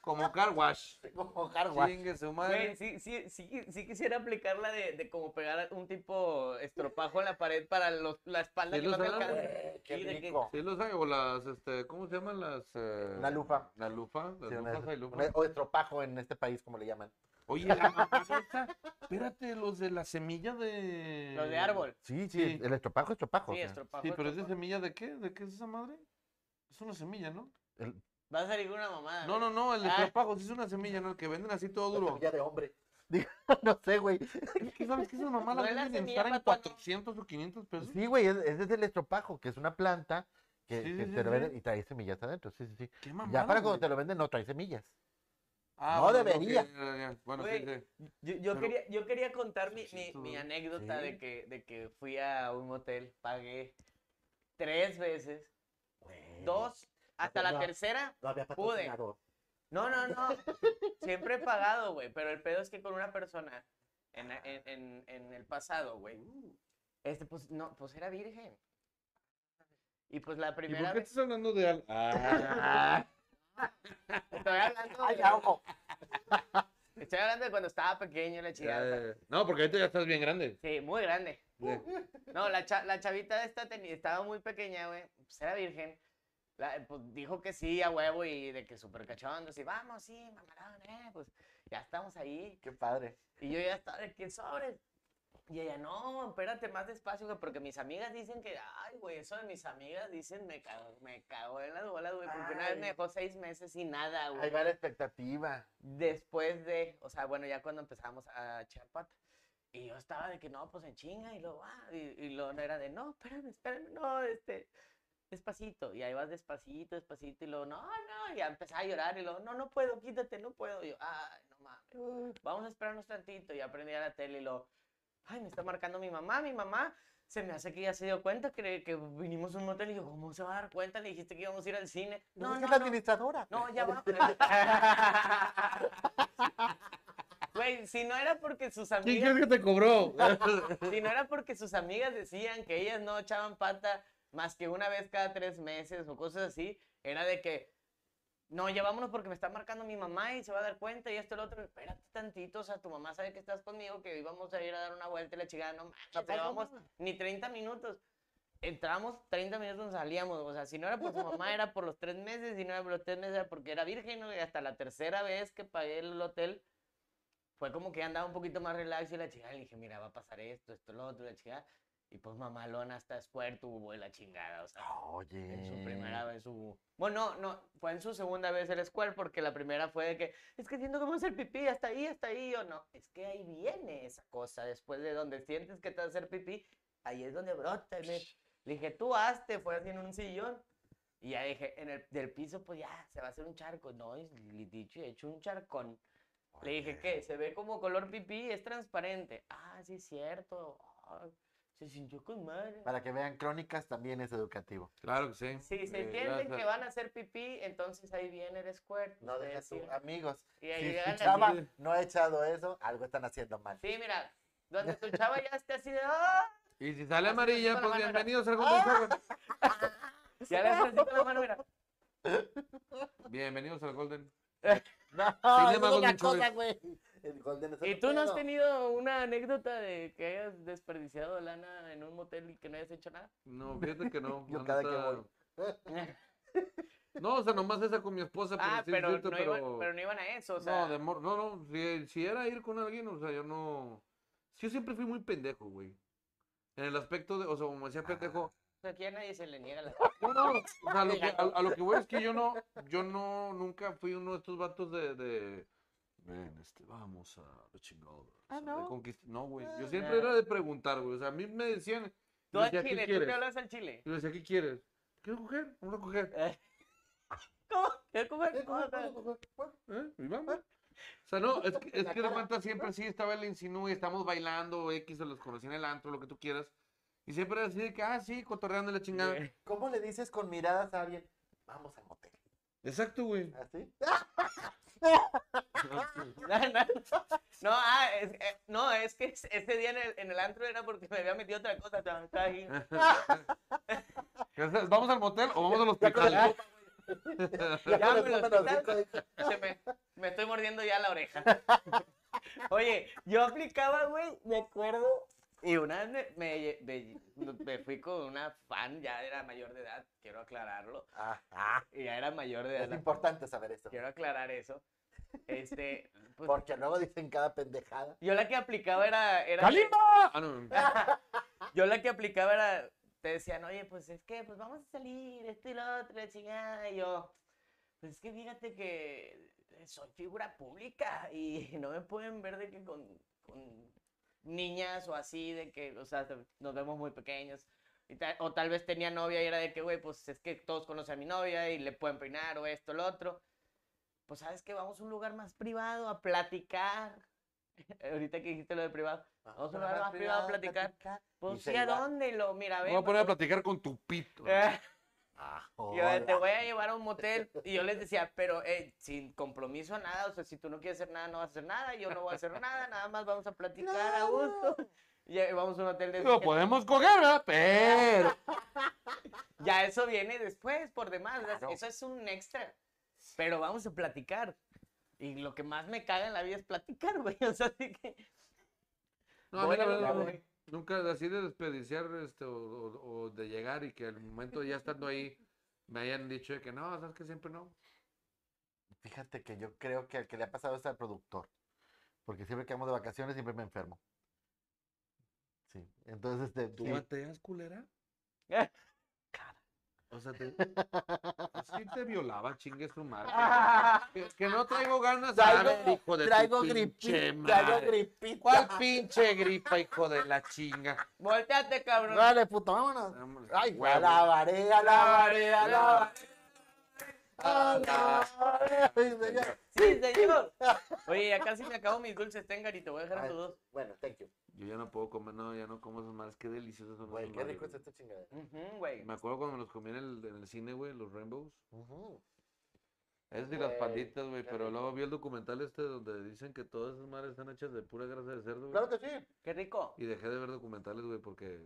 Speaker 4: Como car wash.
Speaker 2: Como hardware.
Speaker 4: Chingue su
Speaker 3: Güey,
Speaker 4: madre.
Speaker 3: sí, sí, sí, sí quisiera aplicar la de, de como pegar un tipo estropajo en la pared para los- la espalda
Speaker 4: ¿Sí
Speaker 3: que
Speaker 4: lo
Speaker 3: no te
Speaker 4: saben?
Speaker 3: alcanza.
Speaker 2: Güey, Qué
Speaker 3: Sí, de que-
Speaker 2: rico.
Speaker 4: Sí, los hay, o las, este, ¿cómo se llaman las? eh,
Speaker 2: Una lupa.
Speaker 4: La lupa, las
Speaker 2: Sí, una-
Speaker 4: lupas, hay lupas.
Speaker 2: una- o estropajo en este país, como le llaman.
Speaker 4: Oye, la mamá esa, espérate, los de la semilla de...
Speaker 3: Los de árbol.
Speaker 2: Sí, sí,
Speaker 4: Sí.
Speaker 2: el estropajo, estropajo. o
Speaker 3: Sí,
Speaker 2: sea,
Speaker 3: estropajo.
Speaker 4: Eh, Sí, pero ¿es de
Speaker 3: estropajo.
Speaker 4: semilla de qué? ¿De qué es esa madre? Es una semilla, ¿no?
Speaker 3: Va a salir una mamada.
Speaker 4: No,
Speaker 3: güey.
Speaker 4: no, no, el
Speaker 3: Ah.
Speaker 4: estropajo sí es una semilla, ¿no? El que venden así todo
Speaker 2: la
Speaker 4: duro.
Speaker 2: semilla de hombre. Digo, no sé, güey.
Speaker 3: Pues
Speaker 4: Es que, ¿Sabes qué esas mamás
Speaker 3: No
Speaker 4: las
Speaker 3: es la
Speaker 4: venden en
Speaker 3: semilla,
Speaker 4: estar en
Speaker 3: pato, no.
Speaker 4: 400 o 500 pesos?
Speaker 2: Pues Sí, güey, es, es desde el estropajo, que es una planta que,
Speaker 4: Sí,
Speaker 2: que
Speaker 4: sí,
Speaker 2: te lo
Speaker 4: sí,
Speaker 2: venden y trae semillas adentro. Sí, sí, sí.
Speaker 4: ¿Qué
Speaker 2: ya
Speaker 4: mamada,
Speaker 2: para cuando
Speaker 4: güey?
Speaker 2: te lo venden no trae semillas.
Speaker 4: Ah,
Speaker 2: No
Speaker 4: bueno, ok,
Speaker 2: debería.
Speaker 4: ya, ya, Bueno, sí,
Speaker 3: Güey,
Speaker 4: sí.
Speaker 3: Yo, yo
Speaker 4: Pero-
Speaker 3: quería, yo quería contar mi,
Speaker 4: Sí,
Speaker 3: mi-
Speaker 4: tú-
Speaker 3: mi anécdota
Speaker 2: sí.
Speaker 3: de, que, de que fui a un motel, pagué tres veces,
Speaker 4: Eh.
Speaker 2: Güey,
Speaker 3: dos, hasta la
Speaker 2: no.
Speaker 3: tercera.
Speaker 2: No había
Speaker 3: pude.
Speaker 2: patrocinador.
Speaker 3: No, no, no. Siempre he pagado, güey. Pero el pedo es que con una persona en,
Speaker 4: Ah.
Speaker 3: en- en- en el pasado, güey.
Speaker 4: Uh.
Speaker 3: Este, pues, no, pues era virgen. Y pues la
Speaker 4: ¿Y por
Speaker 3: primera
Speaker 4: qué
Speaker 3: vez.
Speaker 4: estás hablando de algo? Ah,
Speaker 3: Estoy hablando,
Speaker 2: Ay,
Speaker 3: de-
Speaker 2: ya, ojo.
Speaker 3: estoy hablando de cuando estaba pequeño, la
Speaker 4: ya,
Speaker 3: chingada.
Speaker 4: ya. no, porque ahorita ya estás bien grande.
Speaker 3: Sí, muy grande.
Speaker 4: Sí.
Speaker 3: No, la, cha- la chavita esta tenía, estaba muy pequeña, güey. Pues era virgen. La- pues, dijo que sí, a huevo, y de que súper cachondo. Así, vamos, sí, mamalón, eh. Pues, ya estamos ahí.
Speaker 2: Qué padre.
Speaker 3: Y yo ya estaba, de que sobres? Y ella, no, espérate más despacio, güey, porque mis amigas dicen que, ay, güey, eso de mis amigas dicen, me cago, me cago en las bolas, güey, porque una vez
Speaker 2: Ay.
Speaker 3: me dejó seis meses y nada,
Speaker 2: Ahí
Speaker 3: güey.
Speaker 2: va la expectativa.
Speaker 3: Después de, o sea, bueno, ya cuando empezamos a echar pata. Y yo estaba de que, no, pues en chinga, y luego, ah, y, y luego no era de, no, espérame, espérame, no, este, despacito. Y ahí vas despacito, despacito, y luego, no, no, y ya empezaba a llorar, y luego, no, no puedo, quítate, no puedo. Y yo, ay, no mames vamos a esperarnos tantito. Y aprendí a la tele y lo, ay, me está marcando mi mamá, mi mamá. Se me hace que ya se dio cuenta que, que vinimos a un motel y yo, ¿cómo se va a dar cuenta? Le dijiste que íbamos a ir al cine. No,
Speaker 2: Pues es
Speaker 3: no,
Speaker 2: la
Speaker 3: no,
Speaker 2: administradora.
Speaker 3: no, ya va. Güey, si no era porque sus
Speaker 4: ¿Quién crees
Speaker 3: amigas,
Speaker 4: que te cobró?
Speaker 3: si no era porque sus amigas decían que ellas no echaban pata más que una vez cada tres meses o cosas así, era de que no, ya vámonos porque me está marcando mi mamá y se va a dar cuenta y esto y lo otro. Espérate tantito, o sea, tu mamá sabe que estás conmigo, que íbamos a ir a dar una vuelta y la chingada, no
Speaker 2: No
Speaker 3: manches,
Speaker 2: pasa
Speaker 3: llevamos
Speaker 2: nada.
Speaker 3: ni 30 minutos. Entramos 30 minutos, nos salíamos. O sea, si no era por tu mamá, era por los tres meses. Si no era por los tres meses, era porque era virgen. ¿no? Y hasta la tercera vez que pagué el hotel, fue como que ya andaba un poquito más relax y la chingada. Le dije, mira, va a pasar esto, esto, lo otro, la chingada. Y pues mamalona hasta Square tuvo y la chingada. O sea,
Speaker 2: Oye.
Speaker 3: en su primera vez hubo. Bueno, no, no, fue en su segunda vez el square porque la primera fue de que es que siento como hacer pipí, hasta ahí, hasta ahí, o no. Es que ahí viene esa cosa, después de donde sientes que te vas a hacer pipí, ahí es donde brota. y me- Le dije, tú hazte, fue así en un sillón. Y ya dije, en el del piso, pues ya, se va a hacer un charco. No, y li- dicho y hecho un charcón. Le dije,
Speaker 2: Oye.
Speaker 3: ¿qué? Se ve como color pipí, es transparente. Ah, sí, es cierto. Ah, se sintió con madre.
Speaker 2: Para que vean, Crónicas también es educativo.
Speaker 4: Claro que sí.
Speaker 3: Si se
Speaker 4: Eh,
Speaker 3: entienden
Speaker 4: ya,
Speaker 3: que
Speaker 4: ya.
Speaker 3: van a hacer pipí, entonces ahí viene el squirt.
Speaker 2: No deja
Speaker 3: ustedes
Speaker 2: tú,
Speaker 3: sigan.
Speaker 2: amigos.
Speaker 3: Y ahí
Speaker 4: Ah, sí,
Speaker 3: llegan
Speaker 4: sí,
Speaker 3: así.
Speaker 2: Chava,
Speaker 4: sí.
Speaker 2: no ha echado eso, algo están haciendo mal.
Speaker 3: Sí, mira, donde tu chava ya esté así de... ¡ah!
Speaker 4: Y si sale
Speaker 3: Así
Speaker 4: amarilla,
Speaker 3: con la mano,
Speaker 4: pues
Speaker 3: mira.
Speaker 4: bienvenidos al Golden Shower.
Speaker 3: Ya le haces así con la mano, mira. Ah.
Speaker 4: Bienvenidos al Golden.
Speaker 2: No,
Speaker 4: llama
Speaker 2: eso es otra
Speaker 4: Golden Shower.
Speaker 2: cosa, güey. El Golden es
Speaker 3: ¿Y
Speaker 2: otro
Speaker 3: tú no has
Speaker 2: pedo.
Speaker 3: tenido una anécdota de que hayas desperdiciado lana en un motel y que no hayas hecho nada?
Speaker 4: No, fíjate que no.
Speaker 2: Yo
Speaker 4: la
Speaker 2: cada que
Speaker 4: neta.
Speaker 2: voy.
Speaker 4: No, o sea, nomás esa con mi esposa, pero
Speaker 3: ah,
Speaker 4: sí
Speaker 3: pero,
Speaker 4: es cierto,
Speaker 3: no
Speaker 4: pero...
Speaker 3: Iban, pero no iban a eso, o sea...
Speaker 4: No, de mor- no, no, si, si era ir con alguien, o sea, yo no... Yo siempre fui muy pendejo, güey. En el aspecto de, o sea, como decía
Speaker 2: Ah.
Speaker 4: pendejo,
Speaker 3: Aquí a nadie se le niega la...
Speaker 4: no, no, o sea, a lo que, a- a lo que voy es que yo no, yo no, nunca fui uno de estos vatos de, de, ven, este, vamos a la chingada, o
Speaker 3: Ah,
Speaker 4: sea, de
Speaker 2: ¿no?
Speaker 4: conquist- no, güey,
Speaker 2: Ah.
Speaker 4: yo siempre era de preguntar, güey, o sea, a mí me decían,
Speaker 3: Tú
Speaker 4: yo
Speaker 3: al
Speaker 4: decía,
Speaker 3: Chile,
Speaker 4: ¿qué
Speaker 3: tú te
Speaker 4: quieres?
Speaker 3: hablas al Chile.
Speaker 4: Yo decía, ¿qué quieres? ¿Quiero coger? Vamos a coger.
Speaker 3: ¿Cómo? ¿Qué cómo?
Speaker 2: Eh, ¿cómo, cómo, cómo? Bueno,
Speaker 4: ¿Eh? Y vamos. O sea, no, es que, es
Speaker 2: La
Speaker 4: que de
Speaker 2: cara.
Speaker 4: repente siempre sí estaba el insinúe, estamos bailando, X, o los conocí en el antro, lo que tú quieras. Y siempre era así de que, ah, sí, cotorreando la chingada.
Speaker 2: ¿Cómo le dices con miradas a alguien? Vamos al motel.
Speaker 4: Exacto, güey.
Speaker 2: ¿Así?
Speaker 3: No, no, no, ah, es, eh, no, es que es- ese día en el, en el antro era porque me había metido otra cosa. estaba- estaba ahí.
Speaker 4: ¿Vamos al motel o vamos al hospital?
Speaker 2: Ya
Speaker 3: Ya
Speaker 2: con
Speaker 3: me
Speaker 2: el
Speaker 3: lo
Speaker 2: número
Speaker 3: quitaron.
Speaker 2: cinco, eh.
Speaker 3: Se me, me estoy mordiendo ya la oreja. Oye, yo aplicaba, güey, me acuerdo. Y una vez me, me- me- me fui con una fan, ya era mayor de edad, quiero aclararlo.
Speaker 2: Ah, ah,
Speaker 3: Y ya era mayor de edad.
Speaker 2: es
Speaker 3: la-
Speaker 2: importante saber eso.
Speaker 3: Quiero aclarar eso. Este, pues,
Speaker 2: Porque luego dicen cada pendejada.
Speaker 3: yo la que aplicaba era. era
Speaker 4: ¡Calimba! Ah, no.
Speaker 3: Yo la que aplicaba era, te decían, oye, pues es que, pues vamos a salir, esto y lo otro, la chingada. Y yo, pues es que fíjate que soy figura pública y no me pueden ver de que con, con niñas o así, de que, o sea, te- nos vemos muy pequeños. Y ta- o tal vez tenía novia y era de que, güey, pues es que todos conocen a mi novia y le pueden peinar o esto, lo otro. Pues sabes que vamos a un lugar más privado a platicar. Ahorita que dijiste lo de privado. Vamos a
Speaker 2: para
Speaker 3: hablar
Speaker 2: más
Speaker 3: más privado a
Speaker 2: privado,
Speaker 3: platicar. Pues
Speaker 2: se
Speaker 3: sí, ¿a
Speaker 2: iba.
Speaker 3: dónde? Y Lo, mira,
Speaker 4: Me
Speaker 3: ven.
Speaker 4: voy a poner a
Speaker 3: vamos-
Speaker 4: platicar con tu pito.
Speaker 3: Eh,
Speaker 2: Ah,
Speaker 3: yo, eh, te
Speaker 2: hola.
Speaker 3: voy a llevar a un motel. Y yo les decía, pero eh, sin compromiso a nada. O sea, si tú no quieres hacer nada, no vas a hacer nada. Yo no voy a hacer nada. Nada más vamos a platicar a gusto. Y ahí vamos a un hotel de.
Speaker 4: Digo, pues, podemos coger, ¿verdad? Pero...
Speaker 3: Ya eso viene después, por demás. ¿verdad?
Speaker 2: Claro.
Speaker 3: Eso es un extra. Pero vamos a platicar. Y lo que más me caga en la vida es platicar, güey. O sea, así que.
Speaker 4: No, a mí
Speaker 3: Voy
Speaker 4: la
Speaker 3: a
Speaker 4: verdad,
Speaker 3: llegar,
Speaker 4: no,
Speaker 3: güey.
Speaker 4: nunca así de desperdiciar este, o, o- o de llegar y que al momento ya estando ahí me hayan dicho de que no, sabes que siempre no.
Speaker 2: Fíjate que yo creo que al que le ha pasado es al productor. Porque siempre que vamos de vacaciones siempre me enfermo. Sí. Entonces, este,
Speaker 4: ¿Tú
Speaker 2: sí.
Speaker 4: bateas, culera?
Speaker 3: Cara.
Speaker 4: O sea, te... pues sí te violaba, chingue su madre. que, que no traigo ganas de
Speaker 2: Ah. Traigo-
Speaker 4: hijo de tu
Speaker 2: traigo
Speaker 4: pinche
Speaker 2: gripita,
Speaker 4: madre.
Speaker 2: traigo gripita.
Speaker 4: ¿Cuál pinche gripa, hijo de la chinga?
Speaker 3: Volteate, cabrón.
Speaker 2: Dale, puto, vámonos.
Speaker 4: Hombre,
Speaker 2: Ay,
Speaker 4: huevo.
Speaker 2: alabaré, alabaré, alabaré. alabaré. Ay, señor.
Speaker 3: Sí, señor. Oye, ya casi me acabo mis dulces. Tengan y te voy a dejar a
Speaker 2: Ay,
Speaker 3: tus dos.
Speaker 2: Bueno, thank you.
Speaker 4: Yo ya no puedo comer, no, ya no como esos mares, qué deliciosos son
Speaker 2: Güey,
Speaker 4: esos
Speaker 2: qué
Speaker 4: mares,
Speaker 2: rico este está
Speaker 4: güey.
Speaker 2: esta chingadera.
Speaker 3: Ujú, güey.
Speaker 4: Me acuerdo cuando me los comí en el, en el cine, güey, los Rainbows.
Speaker 2: Ujú.
Speaker 4: Es de las
Speaker 2: Güey,
Speaker 4: panditas, güey,
Speaker 2: qué
Speaker 4: pero
Speaker 2: rico.
Speaker 4: luego vi el documental este donde dicen que todas esas madres están hechas de pura grasa de cerdo, güey.
Speaker 2: Claro que sí.
Speaker 3: Qué rico.
Speaker 4: Y dejé de ver documentales, güey, porque...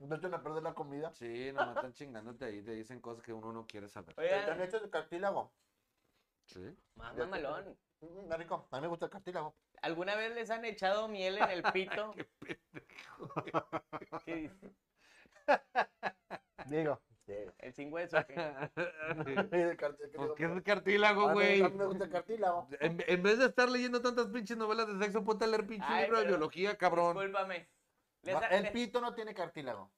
Speaker 2: No te van a perder la comida.
Speaker 4: Sí, nomás están chingándote ahí, te dicen cosas que uno no quiere saber.
Speaker 2: Están
Speaker 3: Oigan,
Speaker 2: hechos de cartílago.
Speaker 4: Sí.
Speaker 3: más mamalón.
Speaker 2: Mm, Está rico. A mí me gusta el cartílago.
Speaker 3: ¿Alguna vez les han echado miel en el pito? ¿Qué dice?
Speaker 2: Digo. Sí.
Speaker 3: El cingüezo. ¿o qué?
Speaker 2: El cartílago.
Speaker 4: Pues que es el cartílago,
Speaker 2: A mí-
Speaker 4: güey.
Speaker 2: A mí Ah, me gusta el cartílago.
Speaker 4: En, en vez de estar leyendo tantas pinches novelas de sexo, ponte a leer pinche
Speaker 3: Ay,
Speaker 4: libro de
Speaker 3: pero-
Speaker 4: biología, cabrón.
Speaker 3: Discúlpame. Les
Speaker 2: No,
Speaker 3: ha-
Speaker 2: El
Speaker 3: les-
Speaker 2: pito no tiene cartílago.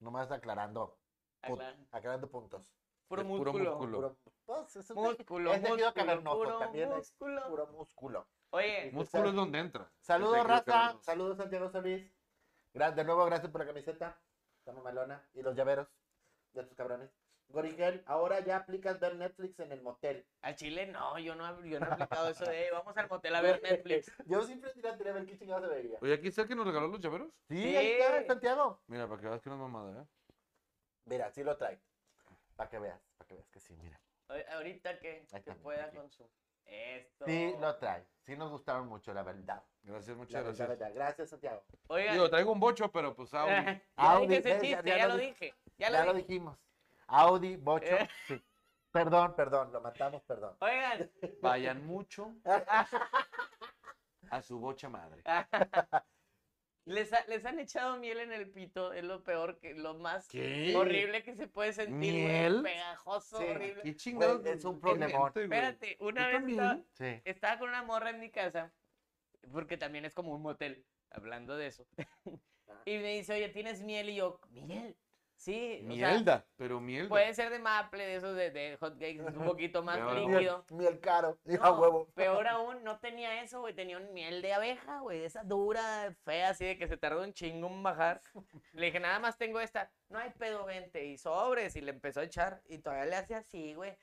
Speaker 2: Nomás aclarando. pu-
Speaker 3: Aclara.
Speaker 2: Aclarando puntos.
Speaker 3: Puro
Speaker 4: Es puro
Speaker 3: músculo.
Speaker 4: músculo.
Speaker 2: Puro, pues, es un
Speaker 3: Músculo,
Speaker 2: es tejido
Speaker 3: músculo,
Speaker 2: cavernoso,
Speaker 3: puro
Speaker 2: también es
Speaker 3: músculo.
Speaker 2: puro músculo.
Speaker 3: Oye,
Speaker 4: Músculo es donde entra.
Speaker 2: Saludos,
Speaker 4: Este, creo que
Speaker 2: Raza.
Speaker 4: no-
Speaker 2: Saludos, Santiago Solís. Gra- De nuevo, gracias por la camiseta. Estamos malona. Y los llaveros de tus cabrones. Gorigel, ahora ya aplicas ver Netflix en el motel.
Speaker 3: al chile no, yo no, hab- yo no he aplicado eso de "Ey, vamos al motel a ver Netflix.
Speaker 2: Yo siempre tiré a ver qué chingados se veía.
Speaker 4: Oye, aquí está el que nos regaló los llaveros.
Speaker 2: Sí,
Speaker 3: Sí.
Speaker 2: ahí está, Santiago.
Speaker 4: Mira, para que veas que no es mamada, ¿eh?
Speaker 2: Mira, sí lo trae. Para que veas, para que veas que sí, mira.
Speaker 3: Oye, Ahorita que,
Speaker 2: Ahí
Speaker 3: que
Speaker 2: está,
Speaker 3: pueda
Speaker 2: aquí.
Speaker 3: con su... Esto.
Speaker 2: Sí lo trae. Sí nos gustaron mucho, la verdad.
Speaker 4: Gracias,
Speaker 2: La
Speaker 4: muchas
Speaker 2: verdad,
Speaker 4: gracias.
Speaker 2: verdad. Gracias, Santiago.
Speaker 3: Oigan,
Speaker 4: Digo, traigo un bocho, pero pues aún.
Speaker 3: ya
Speaker 2: Audi,
Speaker 3: dije ese
Speaker 2: ¿ves? Ya-
Speaker 3: chiste,
Speaker 2: ya
Speaker 3: ya,
Speaker 2: lo
Speaker 3: lo
Speaker 2: di-
Speaker 3: dije. Ya,
Speaker 2: Ya
Speaker 3: lo
Speaker 2: lo
Speaker 3: dije.
Speaker 2: dijimos. Audi, Bocho.
Speaker 3: Eh.
Speaker 2: sí. Perdón, perdón, lo matamos, perdón.
Speaker 3: Oigan,
Speaker 4: Vayan mucho a su bocha madre.
Speaker 3: les, ha- les han echado miel en el pito, es lo peor, que lo más
Speaker 4: ¿Qué?
Speaker 3: horrible que se puede sentir. güey,
Speaker 4: ¿Miel?
Speaker 3: Pegajoso,
Speaker 2: Sí.
Speaker 3: horrible.
Speaker 4: ¿Qué chingados?
Speaker 2: Güey, es un
Speaker 4: tiene,
Speaker 2: problemón.
Speaker 4: güey?
Speaker 3: Espérate, una
Speaker 4: Yo
Speaker 3: vez
Speaker 4: también.
Speaker 3: estaba,
Speaker 2: Sí.
Speaker 3: estaba con una morra en mi casa, porque también es como un motel, hablando de eso. y me dice, oye, ¿tienes miel? Y yo, ¿miel? Sí, o sea, pues-
Speaker 4: Mielda, pero mielda.
Speaker 3: puede ser de maple, de esos de, de hot cakes, un poquito más
Speaker 4: Ya,
Speaker 2: Miel-
Speaker 3: líquido.
Speaker 2: Miel caro. Dijo a
Speaker 3: No,
Speaker 2: huevo.
Speaker 3: Peor aún, no tenía eso, güey. Tenía un miel de abeja, güey. de Esa dura, fea, así de que se tardó un chingo en bajar. Le dije, nada más tengo esta. No hay pedo, vente. Y sobres. Y le empezó a echar. Y todavía le hace así, güey.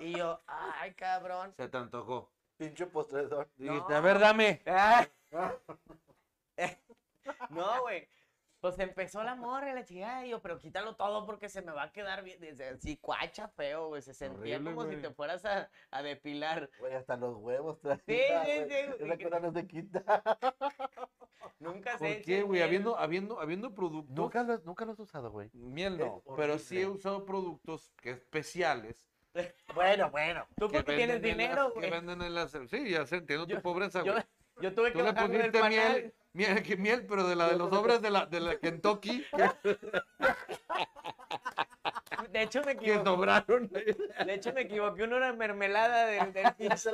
Speaker 3: Y yo, ay, cabrón.
Speaker 4: Se te antojó.
Speaker 2: Pinche postredor.
Speaker 4: Dijiste, a ver, dame.
Speaker 3: Ah. no, güey. Pues empezó la morra y la chingada. Y yo, pero quítalo todo porque se me va a quedar bien. Desde así, cuacha, feo, güey. Se sentía
Speaker 4: Horrible,
Speaker 3: como si
Speaker 4: güey.
Speaker 3: te fueras a, a depilar.
Speaker 2: Güey, hasta los huevos traía.
Speaker 3: Sí, sí, sí,
Speaker 2: güey.
Speaker 3: güey.
Speaker 2: Esa cosa no se quita.
Speaker 3: Nunca se
Speaker 4: ¿Por
Speaker 3: echen
Speaker 4: qué, güey?
Speaker 3: miel.
Speaker 4: Habiendo, habiendo, habiendo productos.
Speaker 2: ¿Nunca los, nunca los has usado, güey. Es
Speaker 4: Miel no, pero sí he
Speaker 2: horrible.
Speaker 4: usado productos que especiales.
Speaker 2: Bueno, bueno.
Speaker 3: Tú
Speaker 4: que
Speaker 3: porque tienes
Speaker 4: venden en las-
Speaker 3: dinero,
Speaker 4: Que
Speaker 3: güey.
Speaker 4: venden en las. Sí, ya sé, entiendo
Speaker 3: Yo-
Speaker 4: tu pobreza,
Speaker 3: Yo,
Speaker 4: güey.
Speaker 3: yo tuve
Speaker 4: Tú
Speaker 3: que
Speaker 4: le
Speaker 3: bajarme del
Speaker 4: pusiste
Speaker 3: panal.
Speaker 4: miel, miel, que miel, pero de la de los sobres de la, de la Kentucky que,
Speaker 3: Ah, De hecho, me
Speaker 4: que
Speaker 3: equivoqué.
Speaker 4: sobraron.
Speaker 3: De hecho, me equivoqué. Uno era mermelada del, del pinche-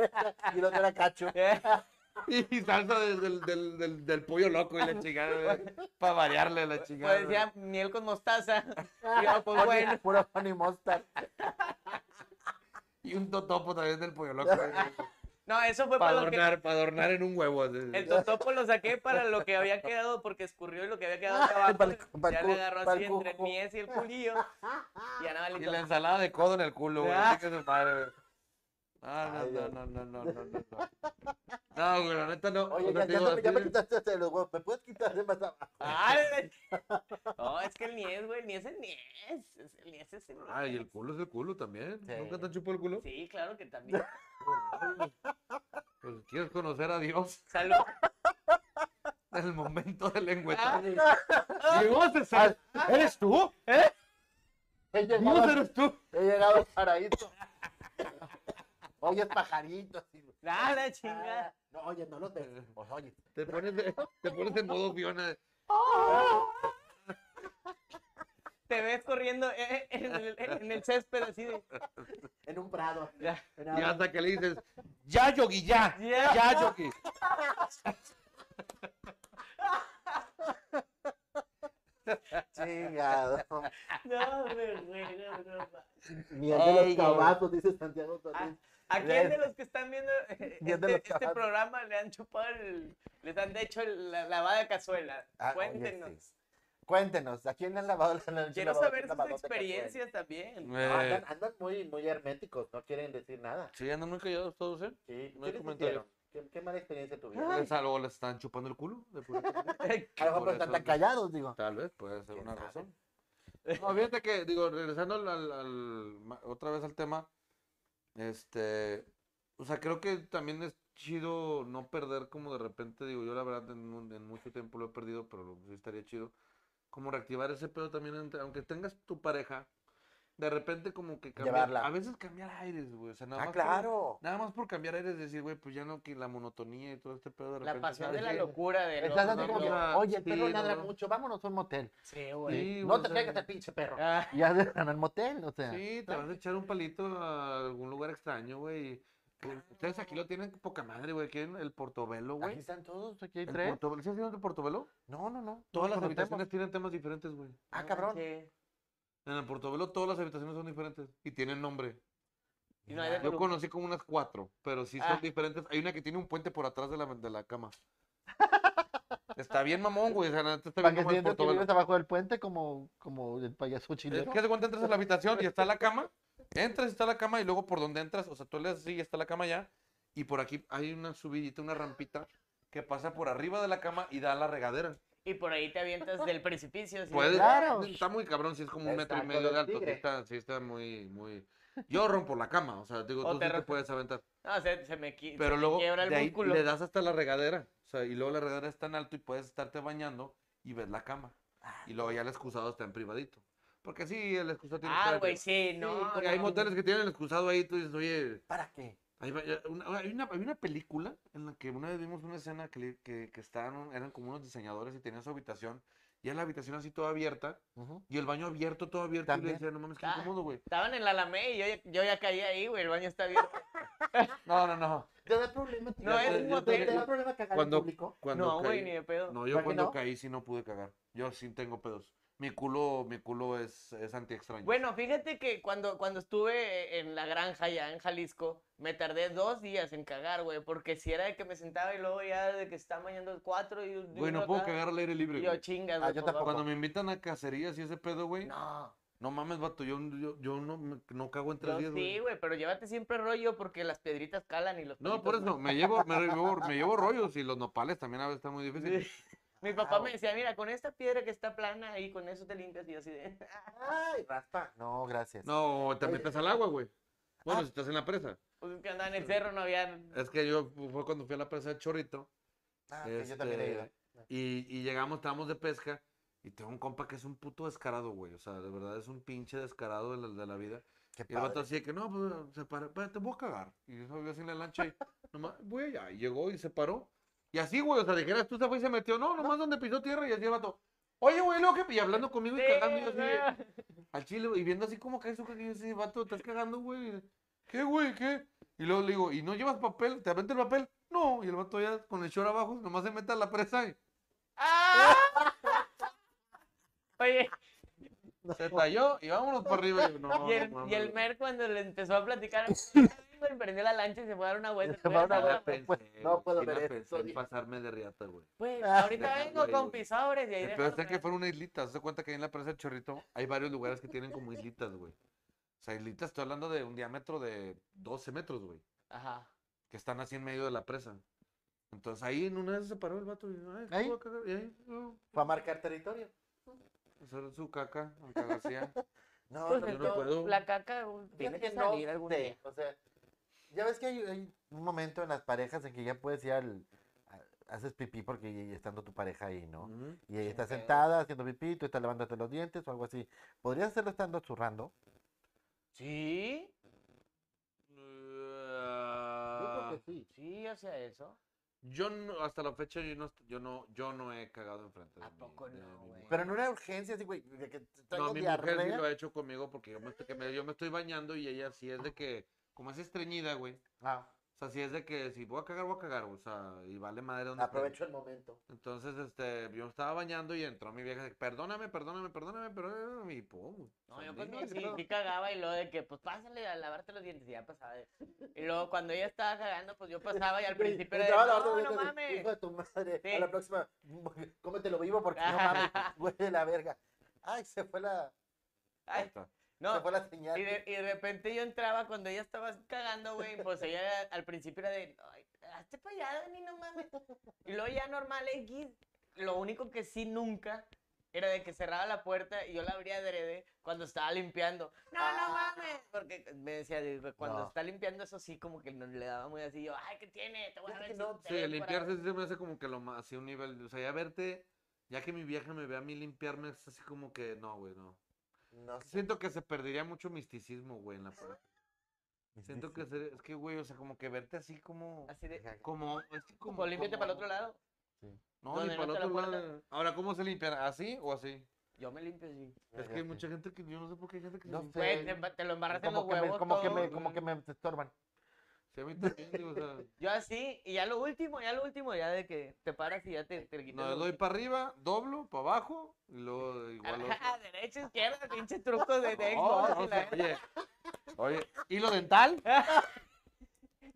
Speaker 2: Y lo era cacho.
Speaker 3: Eh,
Speaker 4: Y salsa de- del, del, del, del pollo loco y la chingada, Para variarle la chingada.
Speaker 3: Pues
Speaker 4: güey.
Speaker 3: decía miel con mostaza. Y yo, pues bueno.
Speaker 2: Puro honey mustard.
Speaker 4: Y un totopo también del pollo loco.
Speaker 3: No, eso fue
Speaker 4: Para
Speaker 3: para lo que.
Speaker 4: adornar, para adornar en un huevo. así.
Speaker 3: El totopo lo saqué para lo que había quedado porque escurrió y lo que había quedado acá abajo.
Speaker 2: Para el cu- para
Speaker 3: ya
Speaker 2: el
Speaker 3: le
Speaker 2: cu-
Speaker 3: agarró
Speaker 2: para
Speaker 3: así
Speaker 2: el
Speaker 3: entre el
Speaker 2: cujo.
Speaker 3: mies y el culillo. Y ya nada,
Speaker 4: Y
Speaker 3: listo.
Speaker 4: la ensalada de codo en el culo, güey.
Speaker 3: Ah.
Speaker 4: chingue su madre, güey. Ah,
Speaker 2: Ay,
Speaker 4: no,
Speaker 2: Dios.
Speaker 4: no, no, no, no, no, no, no. No, güey, la neta no.
Speaker 2: Oye,
Speaker 4: o sea,
Speaker 2: ya,
Speaker 4: te
Speaker 2: ya
Speaker 4: digo,
Speaker 2: me, ya me
Speaker 4: así-
Speaker 2: quitaste hasta de los huevos. ¿Me puedes quitar de más abajo?
Speaker 3: ¡Ay! No, es que el mies, güey. El mies es mies. Es- El mies es el mies.
Speaker 4: Ay, el culo es el culo también.
Speaker 2: Sí.
Speaker 4: ¿Nunca te han chupado el culo?
Speaker 3: Sí, claro que también.
Speaker 4: Pues quieres conocer a Dios
Speaker 3: Salud.
Speaker 4: en el momento del lengüetazo.
Speaker 2: Ah,
Speaker 4: Dios, César, ¿eres tú? ¿Eh?
Speaker 2: He llegado,
Speaker 4: Dios,
Speaker 2: al-
Speaker 4: eres tú.
Speaker 2: he llegado al paraíso. Oye, es pajarito. así. Ah,
Speaker 3: Nada, chingada.
Speaker 2: No, oye, no lo ves. Pues, Oye,
Speaker 4: Te pones de, te pones de modo Fiona.
Speaker 3: Te bebés corriendo eh, en, el, en el césped así de...
Speaker 2: En un prado.
Speaker 3: Ya.
Speaker 2: En
Speaker 4: Y
Speaker 2: algo.
Speaker 4: hasta que le dices, ya, Yogi, ya.
Speaker 3: Ya.
Speaker 4: Ya, Yogi.
Speaker 2: Chingado.
Speaker 3: No, me muero, no ma-
Speaker 2: Ni el de
Speaker 4: Ey,
Speaker 2: los cabazos, dice Santiago
Speaker 3: Ah,
Speaker 2: Solís.
Speaker 3: ¿A quién de los que están viendo eh,
Speaker 2: Ya de los
Speaker 3: este, este
Speaker 2: cabazos.
Speaker 3: programa le han chupado el... Les han hecho el- la lavada de cazuela?
Speaker 2: Ah, oye,
Speaker 3: Cuéntenos.
Speaker 2: sí. Cuéntenos, ¿a quién le han lavado la noche?
Speaker 3: Quiero saber sus experiencias también.
Speaker 4: Eh,
Speaker 2: andan, andan muy, muy herméticos, no quieren decir nada.
Speaker 4: sí, andan muy callados todos, ¿eh?
Speaker 2: Sí,
Speaker 4: No hay
Speaker 2: ¿qué les
Speaker 4: comentario.
Speaker 2: hicieron? ¿Qué, qué mala experiencia tuvieron?
Speaker 4: O sea, luego les están chupando el culo. de pura casualidad.
Speaker 2: A lo mejor no
Speaker 4: Por
Speaker 2: están
Speaker 4: eso-
Speaker 2: tan callados, digo.
Speaker 4: Tal vez, puede ser
Speaker 2: ¿Quién
Speaker 4: una
Speaker 2: sabe?
Speaker 4: razón. No, fíjate que, digo, regresando al, al- al- ma- otra vez al tema, este, o sea, creo que también es chido no perder como de repente, digo, yo la verdad en, un- en mucho tiempo lo he perdido, pero lo- sí estaría chido, como reactivar ese pedo también, entre- aunque tengas tu pareja, de repente como que cambiar,
Speaker 2: Llevarla.
Speaker 4: a veces cambiar aires, güey, o sea, nada
Speaker 2: Ah,
Speaker 4: más por-
Speaker 2: claro.
Speaker 4: nada más por cambiar aires, decir, güey, pues ya no, que la monotonía y todo este pedo de
Speaker 3: La
Speaker 4: repente,
Speaker 3: pasión de
Speaker 4: ¿sabes
Speaker 3: la
Speaker 4: qué?
Speaker 3: locura de
Speaker 2: Estás
Speaker 4: no,
Speaker 2: así
Speaker 4: no,
Speaker 2: como que,
Speaker 4: no.
Speaker 2: oye, el
Speaker 4: Sí,
Speaker 2: perro
Speaker 4: no,
Speaker 2: ladra
Speaker 4: no.
Speaker 2: mucho, vámonos a un motel.
Speaker 3: Sí,
Speaker 4: Sí,
Speaker 2: no
Speaker 4: güey,
Speaker 2: te
Speaker 4: o sea,
Speaker 2: traigas al pinche perro.
Speaker 3: Ah,
Speaker 2: Ya dejan al motel, o sea.
Speaker 4: Sí, te vas a echar un palito a algún lugar extraño, güey.
Speaker 2: Ah,
Speaker 4: Pues, Ustedes aquí lo tienen poca madre, güey. Aquí en el Portobelo,
Speaker 2: Aquí
Speaker 4: güey.
Speaker 2: están todos, aquí hay
Speaker 4: El
Speaker 2: tres.
Speaker 4: Portobelo. ¿Sí has ido al Portobelo?
Speaker 2: No, no, no.
Speaker 4: Todas las
Speaker 2: no nos conocemos.
Speaker 4: habitaciones tienen temas diferentes, güey.
Speaker 2: Ah, cabrón.
Speaker 3: sí.
Speaker 4: En el Portobelo todas las habitaciones son diferentes y tienen nombre.
Speaker 3: Y no hay de
Speaker 4: Yo
Speaker 3: color.
Speaker 4: conocí como unas cuatro, pero sí son
Speaker 3: Ah.
Speaker 4: diferentes. Hay una que tiene un puente por atrás de la, de la cama. Está bien mamón, güey. O sea, la neta está
Speaker 2: Para
Speaker 4: bien
Speaker 2: que
Speaker 4: mamón el
Speaker 2: sientas que
Speaker 4: Portobelo.
Speaker 2: vives abajo del puente como, como el payaso
Speaker 4: Es
Speaker 2: chileno.
Speaker 4: que se cuenta, entras a la habitación y está la cama, entras y está la cama, y luego por donde entras, o sea, tú le haces así y está la cama ya, y por aquí hay una subidita, una rampita que pasa por arriba de la cama y da a la regadera.
Speaker 3: Y por ahí te avientas del precipicio. sí.
Speaker 4: Puedes-
Speaker 2: claro.
Speaker 4: Está muy cabrón, si es como un metro y
Speaker 2: Exacto,
Speaker 4: medio de
Speaker 2: del
Speaker 4: alto, sí
Speaker 2: tigre.
Speaker 4: está, sí está muy, muy... Yo rompo la cama, o sea, digo,
Speaker 3: O
Speaker 4: tú
Speaker 3: te
Speaker 4: sí te
Speaker 3: rompes.
Speaker 4: puedes aventar,
Speaker 3: No, se, se me, qui- se
Speaker 4: pero
Speaker 3: me
Speaker 4: luego
Speaker 3: quiebra el
Speaker 4: de ahí
Speaker 3: músculo.
Speaker 4: le das hasta la regadera, o sea, y luego la regadera es tan alto y puedes estarte bañando y ves la cama,
Speaker 3: Ah,
Speaker 4: y luego ya el excusado está en privadito. Porque sí, el excusado tiene que estar
Speaker 3: Ah,
Speaker 4: en
Speaker 3: güey,
Speaker 4: privado.
Speaker 3: sí,
Speaker 4: Sí,
Speaker 3: no.
Speaker 4: porque hay
Speaker 3: no.
Speaker 4: moteles que tienen el excusado ahí, tú dices, oye,
Speaker 2: ¿Para qué?
Speaker 4: ahí va- ya- una- hay, una, hay una película en la que una vez vimos una escena que, le- que, que estaban, eran como unos diseñadores y tenían su habitación, y era la habitación así toda abierta, y el baño abierto, todo abierto, y
Speaker 2: También.
Speaker 4: le decía, no mames, qué
Speaker 3: Ah.
Speaker 4: incómodo, güey.
Speaker 3: Estaban en la Alameda y yo, ya- yo ya caí ahí, güey. El baño está abierto.
Speaker 4: No, no, no.
Speaker 2: ¿Te da problema?
Speaker 3: No,
Speaker 2: tirar-
Speaker 4: es
Speaker 2: ¿Te-
Speaker 4: un
Speaker 2: te-
Speaker 4: motel.
Speaker 2: ¿Te da problema cagar en
Speaker 4: Cuando-
Speaker 2: público?
Speaker 4: Cuando
Speaker 3: No, güey,
Speaker 4: caí-
Speaker 3: ni de pedo.
Speaker 4: No, yo
Speaker 2: ¿Verdad que
Speaker 4: cuando
Speaker 2: no?
Speaker 4: caí sí no pude cagar. Yo sí tengo pedos. Mi culo, mi culo es, es anti-extraño.
Speaker 3: Bueno, fíjate que cuando, cuando estuve en la granja ya en Jalisco, me tardé dos días en cagar, güey. Porque si era de que me sentaba y luego ya de que está mañana el cuatro y. y
Speaker 4: Güey, no
Speaker 3: uno
Speaker 4: puedo
Speaker 3: acá,
Speaker 4: cagar al aire libre,
Speaker 3: y yo
Speaker 4: güey.
Speaker 3: chingas,
Speaker 2: Ah,
Speaker 3: güey.
Speaker 2: yo
Speaker 3: pues,
Speaker 2: tampoco.
Speaker 3: vamos.
Speaker 4: Cuando me invitan a cacerías y ese pedo, güey, no,
Speaker 2: No.
Speaker 4: mames, vato, yo, yo, yo no, me- no cago en tres
Speaker 3: Yo
Speaker 4: días,
Speaker 3: sí, güey, pero llévate siempre rollo porque las piedritas calan y los
Speaker 4: No,
Speaker 3: palitos
Speaker 4: por eso, me llevo, me llevo, me llevo rollos y los nopales también a veces está muy difícil.
Speaker 3: Mi papá me
Speaker 2: Wow.
Speaker 3: decía, mira, con esta piedra que está plana ahí, con eso te limpias. Y yo así de...
Speaker 2: Ay, raspa. No, gracias.
Speaker 4: No, te metes al agua, güey. Bueno,
Speaker 2: Ah.
Speaker 4: si estás en la presa.
Speaker 3: Pues es que andaba en el cerro, no había...
Speaker 4: Es que yo fue cuando fui a la presa de Chorrito
Speaker 2: Ah, sí, yo también he
Speaker 4: este,
Speaker 2: ido.
Speaker 4: y, y llegamos, estábamos de pesca y tengo un compa que es un puto descarado, güey. O sea, de verdad es un pinche descarado de la, de la vida.
Speaker 2: Qué
Speaker 4: Y el vato
Speaker 2: padre.
Speaker 4: así de que, no, pues, se para, "Espérate, te voy a cagar. Y yo yo así en la lancha y, nomás, voy allá. Y llegó y se paró. Y así, güey, o sea, dijeras, tú se fue y se metió. No, nomás donde pisó tierra y así el vato. Oye, güey, luego que... Y hablando conmigo y cagando y yo así, de- al chile, güey, y viendo así como cae su caca, y yo así, vato, estás cagando, güey. ¿Qué, güey? ¿Qué? Y luego le digo, ¿y no llevas papel? ¿Te aventé el papel? No. Y el vato ya con el short abajo, nomás se mete a la presa y
Speaker 3: ¡Ah! Oye,
Speaker 4: se talló y vámonos para arriba. Y, yo, no,
Speaker 3: y el,
Speaker 4: no mames,
Speaker 3: y el
Speaker 4: güey.
Speaker 3: Mer cuando le empezó a platicar, güey, prendió la lancha y se fue a dar una vuelta.
Speaker 2: Se fue a dar
Speaker 4: Sí
Speaker 2: una vuelta.
Speaker 3: Ahorita-
Speaker 4: la Ah, pensé,
Speaker 2: pues,
Speaker 4: güey,
Speaker 2: no puedo
Speaker 4: sí la
Speaker 2: ver esto,
Speaker 4: pensé en
Speaker 2: Dios.
Speaker 4: pasarme de riata, güey.
Speaker 3: Güey,
Speaker 2: Ah,
Speaker 3: ahorita
Speaker 4: ya,
Speaker 3: vengo
Speaker 4: güey,
Speaker 3: con
Speaker 4: güey.
Speaker 3: pisabres y ahí
Speaker 4: El peor
Speaker 3: déjalo
Speaker 4: está que
Speaker 3: caer.
Speaker 4: fuera una islita. Se cuenta que ahí en la presa de Chorrito hay varios lugares que tienen como islitas, güey. O sea, islitas, estoy hablando de un diámetro de 12 metros, güey.
Speaker 3: Ajá.
Speaker 4: Que están así en medio de la presa. Entonces ahí en una vez se paró el vato y, ay, ¿qué
Speaker 2: ¿Ahí?
Speaker 4: puedo cagar? Y ahí, no,
Speaker 2: ¿Para marcar territorio?
Speaker 4: hacer su caca, al cagarcía.
Speaker 2: No,
Speaker 3: Pues
Speaker 2: no,
Speaker 4: yo
Speaker 3: el
Speaker 4: no
Speaker 3: to-
Speaker 4: puedo.
Speaker 3: la caca güey, tiene
Speaker 2: Fíjate
Speaker 3: que
Speaker 2: que no
Speaker 3: salir algún
Speaker 2: sé,
Speaker 3: día.
Speaker 2: O sea, ya ves que hay, hay un momento en las parejas en que ya puedes ir al. a- haces pipí porque ya- ya estando tu pareja ahí, ¿no?
Speaker 4: Ujú.
Speaker 2: Y ella está
Speaker 3: pedo.
Speaker 2: sentada haciendo pipí, tú estás lavándote los dientes o algo así. ¿Podrías hacerlo estando zurrando?
Speaker 3: ¿Sí?
Speaker 2: Yo creo que sí.
Speaker 4: Ah,
Speaker 3: Sí, hacia eso.
Speaker 4: Yo no- hasta la fecha yo no, yo no, yo no he cagado enfrente de
Speaker 3: ¿A
Speaker 4: mi-
Speaker 3: poco
Speaker 4: de
Speaker 3: no,
Speaker 4: mi
Speaker 3: güey?
Speaker 4: mujer.
Speaker 2: Pero en una urgencia, así, güey, de que traigo
Speaker 4: No, mi mujer sí
Speaker 2: diarrea.
Speaker 4: lo ha hecho conmigo porque yo me, estoy- que me- yo me estoy bañando y ella sí es de que, como es estreñida, güey. O
Speaker 2: Ah,
Speaker 4: sea, sí es de que si voy a cagar, voy a cagar, o sea, y vale madre donde
Speaker 2: aprovecho el momento.
Speaker 4: Entonces, este, yo estaba bañando y entró mi vieja, de que, perdóname, perdóname, perdóname, perdóname, y pum.
Speaker 3: No, yo
Speaker 4: salí,
Speaker 3: conmigo
Speaker 4: güey,
Speaker 3: sí,
Speaker 4: qué pedo.
Speaker 3: sí cagaba y luego de que, pues pásale a lavarte los dientes y ya pasaba. Y luego cuando ella estaba cagando, pues yo pasaba y al
Speaker 2: Güey,
Speaker 3: principio era de,
Speaker 2: estaba la orden
Speaker 3: no,
Speaker 2: de
Speaker 3: no
Speaker 2: dientes de,
Speaker 3: mames.
Speaker 2: Hijo de tu madre,
Speaker 3: Sí.
Speaker 2: a la próxima, cómetelo vivo porque no mames, güey de la verga. Ay, se fue la,
Speaker 3: Ay,
Speaker 4: Puta.
Speaker 2: se
Speaker 3: no,
Speaker 2: fue la señal.
Speaker 3: y de, y de repente yo entraba cuando ella estaba cagando, güey, pues ella al principio era de, ay, hazte para allá, Dani, no mames. Y luego ya normal X, lo único que sí nunca era de que cerraba la puerta y yo la abría adrede cuando estaba limpiando. No, no
Speaker 2: Ah.
Speaker 3: mames, porque me decía, de- de- cuando
Speaker 2: No.
Speaker 3: está limpiando eso sí como que no le daba muy así, yo, ay, ¿qué tiene? Te voy a
Speaker 2: Es
Speaker 3: ver
Speaker 2: que
Speaker 3: si
Speaker 2: no,
Speaker 3: te
Speaker 4: Sí,
Speaker 3: ves por
Speaker 4: limpiarse
Speaker 3: ahí".
Speaker 4: sí se me hace como que lo más, así un nivel, o sea, ya verte, ya que mi vieja me ve a mí limpiarme, es así como que, no, güey, no.
Speaker 2: No sé.
Speaker 4: Siento que se perdería mucho misticismo, güey, en
Speaker 2: Ah,
Speaker 4: la pareja. Siento que, ser- es que, güey, o sea, como que verte así como,
Speaker 3: Así de,
Speaker 4: como, es que como.
Speaker 3: como límpiate para el otro
Speaker 4: como-
Speaker 3: lado.
Speaker 4: No,
Speaker 3: donde no
Speaker 4: ni para el
Speaker 3: te la
Speaker 4: otro
Speaker 3: puerta.
Speaker 4: lado. Ahora, ¿cómo se limpia? ¿Así o así?
Speaker 3: Yo me limpio, sí.
Speaker 4: Es que hay mucha gente que, yo no sé por qué hay gente que
Speaker 2: No
Speaker 4: se limpia.
Speaker 3: Güey,
Speaker 2: sé.
Speaker 3: te, te lo embarraste en los
Speaker 2: como que, me,
Speaker 3: huevos
Speaker 2: como, que
Speaker 3: todo.
Speaker 2: me, como que me estorban.
Speaker 4: Sí, a mí también, digo, o sea.
Speaker 3: Yo así, y ya lo último, ya lo último, ya de que te paras y ya te, te le quitas.
Speaker 4: No, le
Speaker 3: los-
Speaker 4: doy para arriba, doblo, para abajo, y luego igual. otro.
Speaker 3: Ajá, derecha, izquierda, pinche trucos de de
Speaker 4: No,
Speaker 3: Xbox
Speaker 4: no,
Speaker 3: y, la-
Speaker 4: oye, oye, hilo dental.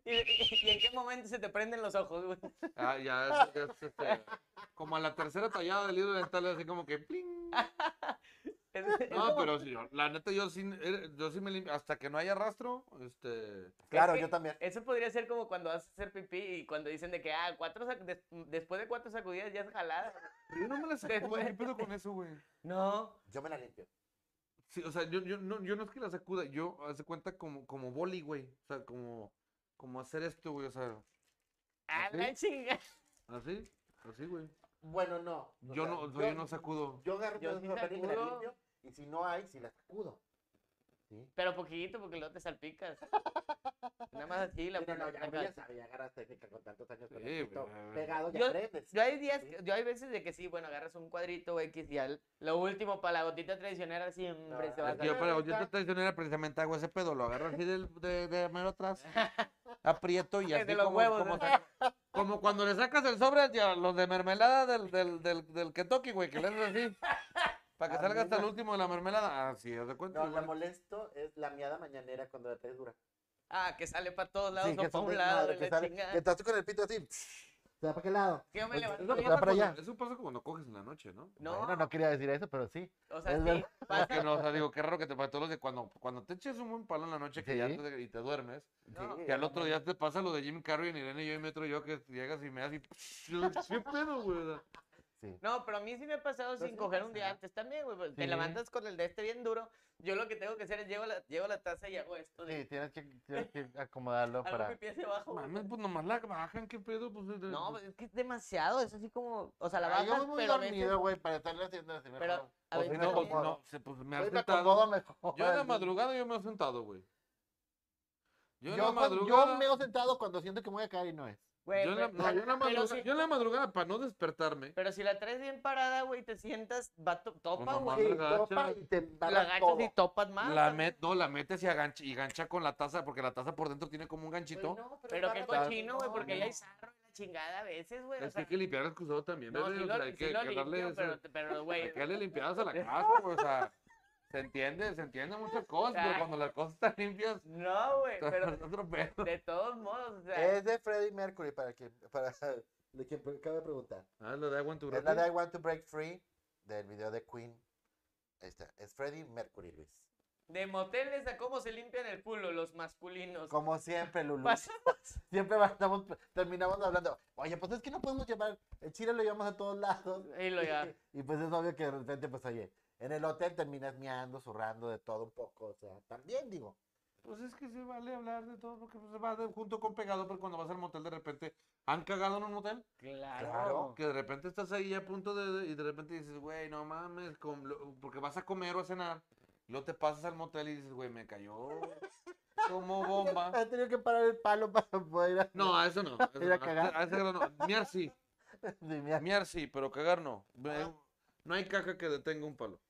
Speaker 3: y- y- y en qué momento se te prenden los ojos, güey.
Speaker 4: Ah, ya, es- es, este, como a la tercera tallada del hilo dental, así como que pling.
Speaker 3: Es- es
Speaker 4: No,
Speaker 3: como-
Speaker 4: pero sí, yo- la neta, yo sí, eh, yo sí me limpio. Hasta que no haya rastro, este.
Speaker 2: Claro,
Speaker 3: que-
Speaker 2: yo también.
Speaker 3: Eso podría ser como cuando vas a hacer pipí y cuando dicen de que, ah, cuatro sac- des- después de cuatro sacudidas ya es jalada.
Speaker 4: Pero yo no me la sacudo,
Speaker 3: Después-
Speaker 4: ¿qué pedo con eso, güey?
Speaker 3: No,
Speaker 2: Yo me la limpio.
Speaker 4: Sí, o sea, yo, yo, no, yo no es que la sacuda, yo hace cuenta como, como boli, güey. O sea, como, como hacer esto, güey, o sea, ¿Ah,
Speaker 3: a Ah, la chinga.
Speaker 4: así, así, güey.
Speaker 2: Bueno, no. o
Speaker 4: Yo
Speaker 2: sea,
Speaker 4: no, o sea, yo no sacudo.
Speaker 2: Yo agarro
Speaker 3: Yo
Speaker 2: pedazos
Speaker 3: sí
Speaker 2: de papel y me la
Speaker 3: sacudo.
Speaker 2: limpio. Y si no hay, si la sacudo. Sí.
Speaker 3: Pero poquito, porque luego te salpicas. Nada más así, la
Speaker 2: Sí, no, no,
Speaker 3: la-
Speaker 2: ya, ya sabía, agarras técnica con tantos años con el
Speaker 4: Sí,
Speaker 2: pito
Speaker 4: güey.
Speaker 2: pegado, ya
Speaker 3: Yo-
Speaker 2: aprendes.
Speaker 3: Yo hay días,
Speaker 2: Sí.
Speaker 3: que- yo hay veces de que sí, bueno, agarras un cuadrito X y al- lo último para la gotita tradicional siempre
Speaker 2: No,
Speaker 3: se va
Speaker 2: es
Speaker 3: a
Speaker 4: Es que yo
Speaker 3: dar.
Speaker 4: para
Speaker 2: ahorita-
Speaker 4: yo traicionera precisamente hago ese pedo, lo agarro así del, de, de mero atrás, aprieto y
Speaker 3: Desde
Speaker 4: así
Speaker 3: los
Speaker 4: como,
Speaker 3: huevos,
Speaker 4: como,
Speaker 3: ¿no?
Speaker 4: saca- como cuando le sacas el sobre a los de mermelada del, del, del, del Kentucky, güey, que le haces así, para que
Speaker 2: A
Speaker 4: salga
Speaker 2: mí
Speaker 4: hasta el
Speaker 2: me-
Speaker 4: último de la mermelada. Así, haz de cuenta.
Speaker 2: Ah, No, la
Speaker 4: igual.
Speaker 2: molesto es la miada mañanera cuando la traes dura.
Speaker 3: Ah, que sale para todos lados,
Speaker 2: Sí,
Speaker 3: no
Speaker 2: que
Speaker 3: para
Speaker 2: son
Speaker 3: un
Speaker 2: de
Speaker 3: lado,
Speaker 2: madre,
Speaker 3: y
Speaker 2: que
Speaker 3: la
Speaker 2: sale-
Speaker 3: chingada.
Speaker 2: que estás tú con el pito así. ¿Se va para qué lado?
Speaker 3: Que yo me
Speaker 2: Pues,
Speaker 3: levanto
Speaker 2: no,
Speaker 3: bien
Speaker 2: se va para
Speaker 3: cuando-
Speaker 2: allá.
Speaker 4: Eso pasa cuando coges en la noche, ¿no?
Speaker 3: No,
Speaker 2: Bueno, no quería decir eso, pero sí.
Speaker 3: o sea,
Speaker 2: es
Speaker 3: sí,
Speaker 2: verdad.
Speaker 3: pasa.
Speaker 4: Que no, o sea, digo, qué raro que te pasa todos los de cuando, cuando te eches un buen palo en la noche que ya
Speaker 2: Sí.
Speaker 4: te- y te duermes,
Speaker 3: No,
Speaker 2: Sí,
Speaker 4: que al
Speaker 2: no
Speaker 4: otro día te pasa lo de Jim Carrey en Irene y yo y Metro yo que llegas y me das y... ¿Qué pedo, güey? O sea,
Speaker 2: Sí.
Speaker 3: No, pero a mí sí me ha pasado
Speaker 2: Pero sí
Speaker 3: sin coger un
Speaker 2: pasa.
Speaker 3: día antes también, güey. pues, Te
Speaker 4: Sí.
Speaker 3: levantas con el de este bien duro. Yo lo que tengo que hacer es llevo la, llevo la taza y hago esto. De,
Speaker 2: Sí, tienes que, tienes que acomodarlo
Speaker 3: hago
Speaker 2: para.
Speaker 3: mi pie hacia abajo. güey.
Speaker 4: Mames, pues nomás la bajan, qué pedo, pues... de- de-
Speaker 3: No, pues, es que es demasiado. Es así como, o sea, la
Speaker 2: Ah,
Speaker 3: bajas,
Speaker 2: yo voy muy
Speaker 3: pero a veces-
Speaker 2: dormido, güey, para estarle haciendo así mejor.
Speaker 3: Pero, a
Speaker 4: Pues
Speaker 3: veces
Speaker 2: me
Speaker 4: no, pues
Speaker 2: acomodo.
Speaker 4: no, se- pues me
Speaker 2: Hoy
Speaker 4: has
Speaker 2: me
Speaker 4: sentado.
Speaker 2: acomodo mejor.
Speaker 4: Yo en la madrugada yo me he sentado, güey. Yo,
Speaker 2: Yo,
Speaker 4: en la
Speaker 2: cuando- yo
Speaker 4: madrugada.
Speaker 2: me he sentado cuando siento que me voy a caer y no es.
Speaker 3: güey,
Speaker 4: yo en la-
Speaker 3: pero-
Speaker 4: no, yo en la
Speaker 3: pero
Speaker 4: madrugada,
Speaker 3: si-
Speaker 4: yo en la madrugada, para no despertarme.
Speaker 3: Pero si la traes bien parada, güey, te sientas, va to- topa, güey.
Speaker 4: no Pues mames.
Speaker 2: Sí,
Speaker 4: agacha.
Speaker 2: topa y te
Speaker 3: la
Speaker 2: embarras
Speaker 3: agachas
Speaker 2: todo.
Speaker 3: y topas más.
Speaker 4: La met, no, la metes y gancha, y gancha con la taza, porque la taza por dentro tiene como
Speaker 3: Pues
Speaker 4: un ganchito.
Speaker 2: Güey, no,
Speaker 3: Pero qué
Speaker 2: embarras-
Speaker 3: cochino, güey,
Speaker 2: no,
Speaker 3: porque
Speaker 2: no.
Speaker 3: ya hay sarro y la chingada a veces, güey. O
Speaker 4: Es que hay
Speaker 3: sea,
Speaker 4: que limpiar el cruzado también,
Speaker 3: no,
Speaker 4: bebé,
Speaker 3: sí
Speaker 4: o
Speaker 3: lo,
Speaker 4: sea, hay
Speaker 3: sí
Speaker 4: que,
Speaker 3: lo
Speaker 4: que darle,
Speaker 3: limpio,
Speaker 4: ese-
Speaker 3: pero, pero,
Speaker 4: hay
Speaker 3: güey,
Speaker 4: que darle limpiadas a la casa, güey, o sea, se entiende, se entiende muchas cosas, pero
Speaker 3: Ah.
Speaker 4: cuando las cosas están limpias,
Speaker 3: no, güey,
Speaker 4: pero...
Speaker 3: pero
Speaker 4: es otro pedo.
Speaker 3: de todos modos, o sea,
Speaker 2: Es de Freddie Mercury, para quien, para de quien pre- acaba de preguntar.
Speaker 4: Ah, lo de agua en tu
Speaker 2: Es la de
Speaker 4: refri.
Speaker 2: I Want to Break Free del video de Queen. Ahí está. Es Freddie Mercury, Luis.
Speaker 3: de moteles a cómo se limpian el culo los masculinos.
Speaker 2: Como siempre, Lulu.
Speaker 3: Pasamos,
Speaker 2: Siempre bastamos- terminamos hablando. Oye, pues es que no podemos llevar. El chile lo llevamos a todos lados.
Speaker 3: y lo ya.
Speaker 2: Y pues es obvio que de repente, pues oye, en el hotel terminas miando, zurrando de todo un poco. O sea, también digo.
Speaker 4: Pues es que se vale hablar de todo, porque pues, va de- junto con pegado, porque cuando vas al motel de repente, ¿han cagado en un motel?
Speaker 3: Claro.
Speaker 4: Que de repente estás ahí a punto de, de- y de repente dices, güey, no mames, com- lo- porque vas a comer o a cenar, Luego te pasas al motel y dices, güey, me cayó como bomba.
Speaker 2: Ha tenido que parar el palo para poder ir a-
Speaker 4: No, a eso no. a eso
Speaker 2: Ir a
Speaker 4: no,
Speaker 2: cagar.
Speaker 4: A ese grado no. Miar sí,
Speaker 2: de miar.
Speaker 4: miar sí, pero cagar no. Ve- No hay caja que detenga un palo.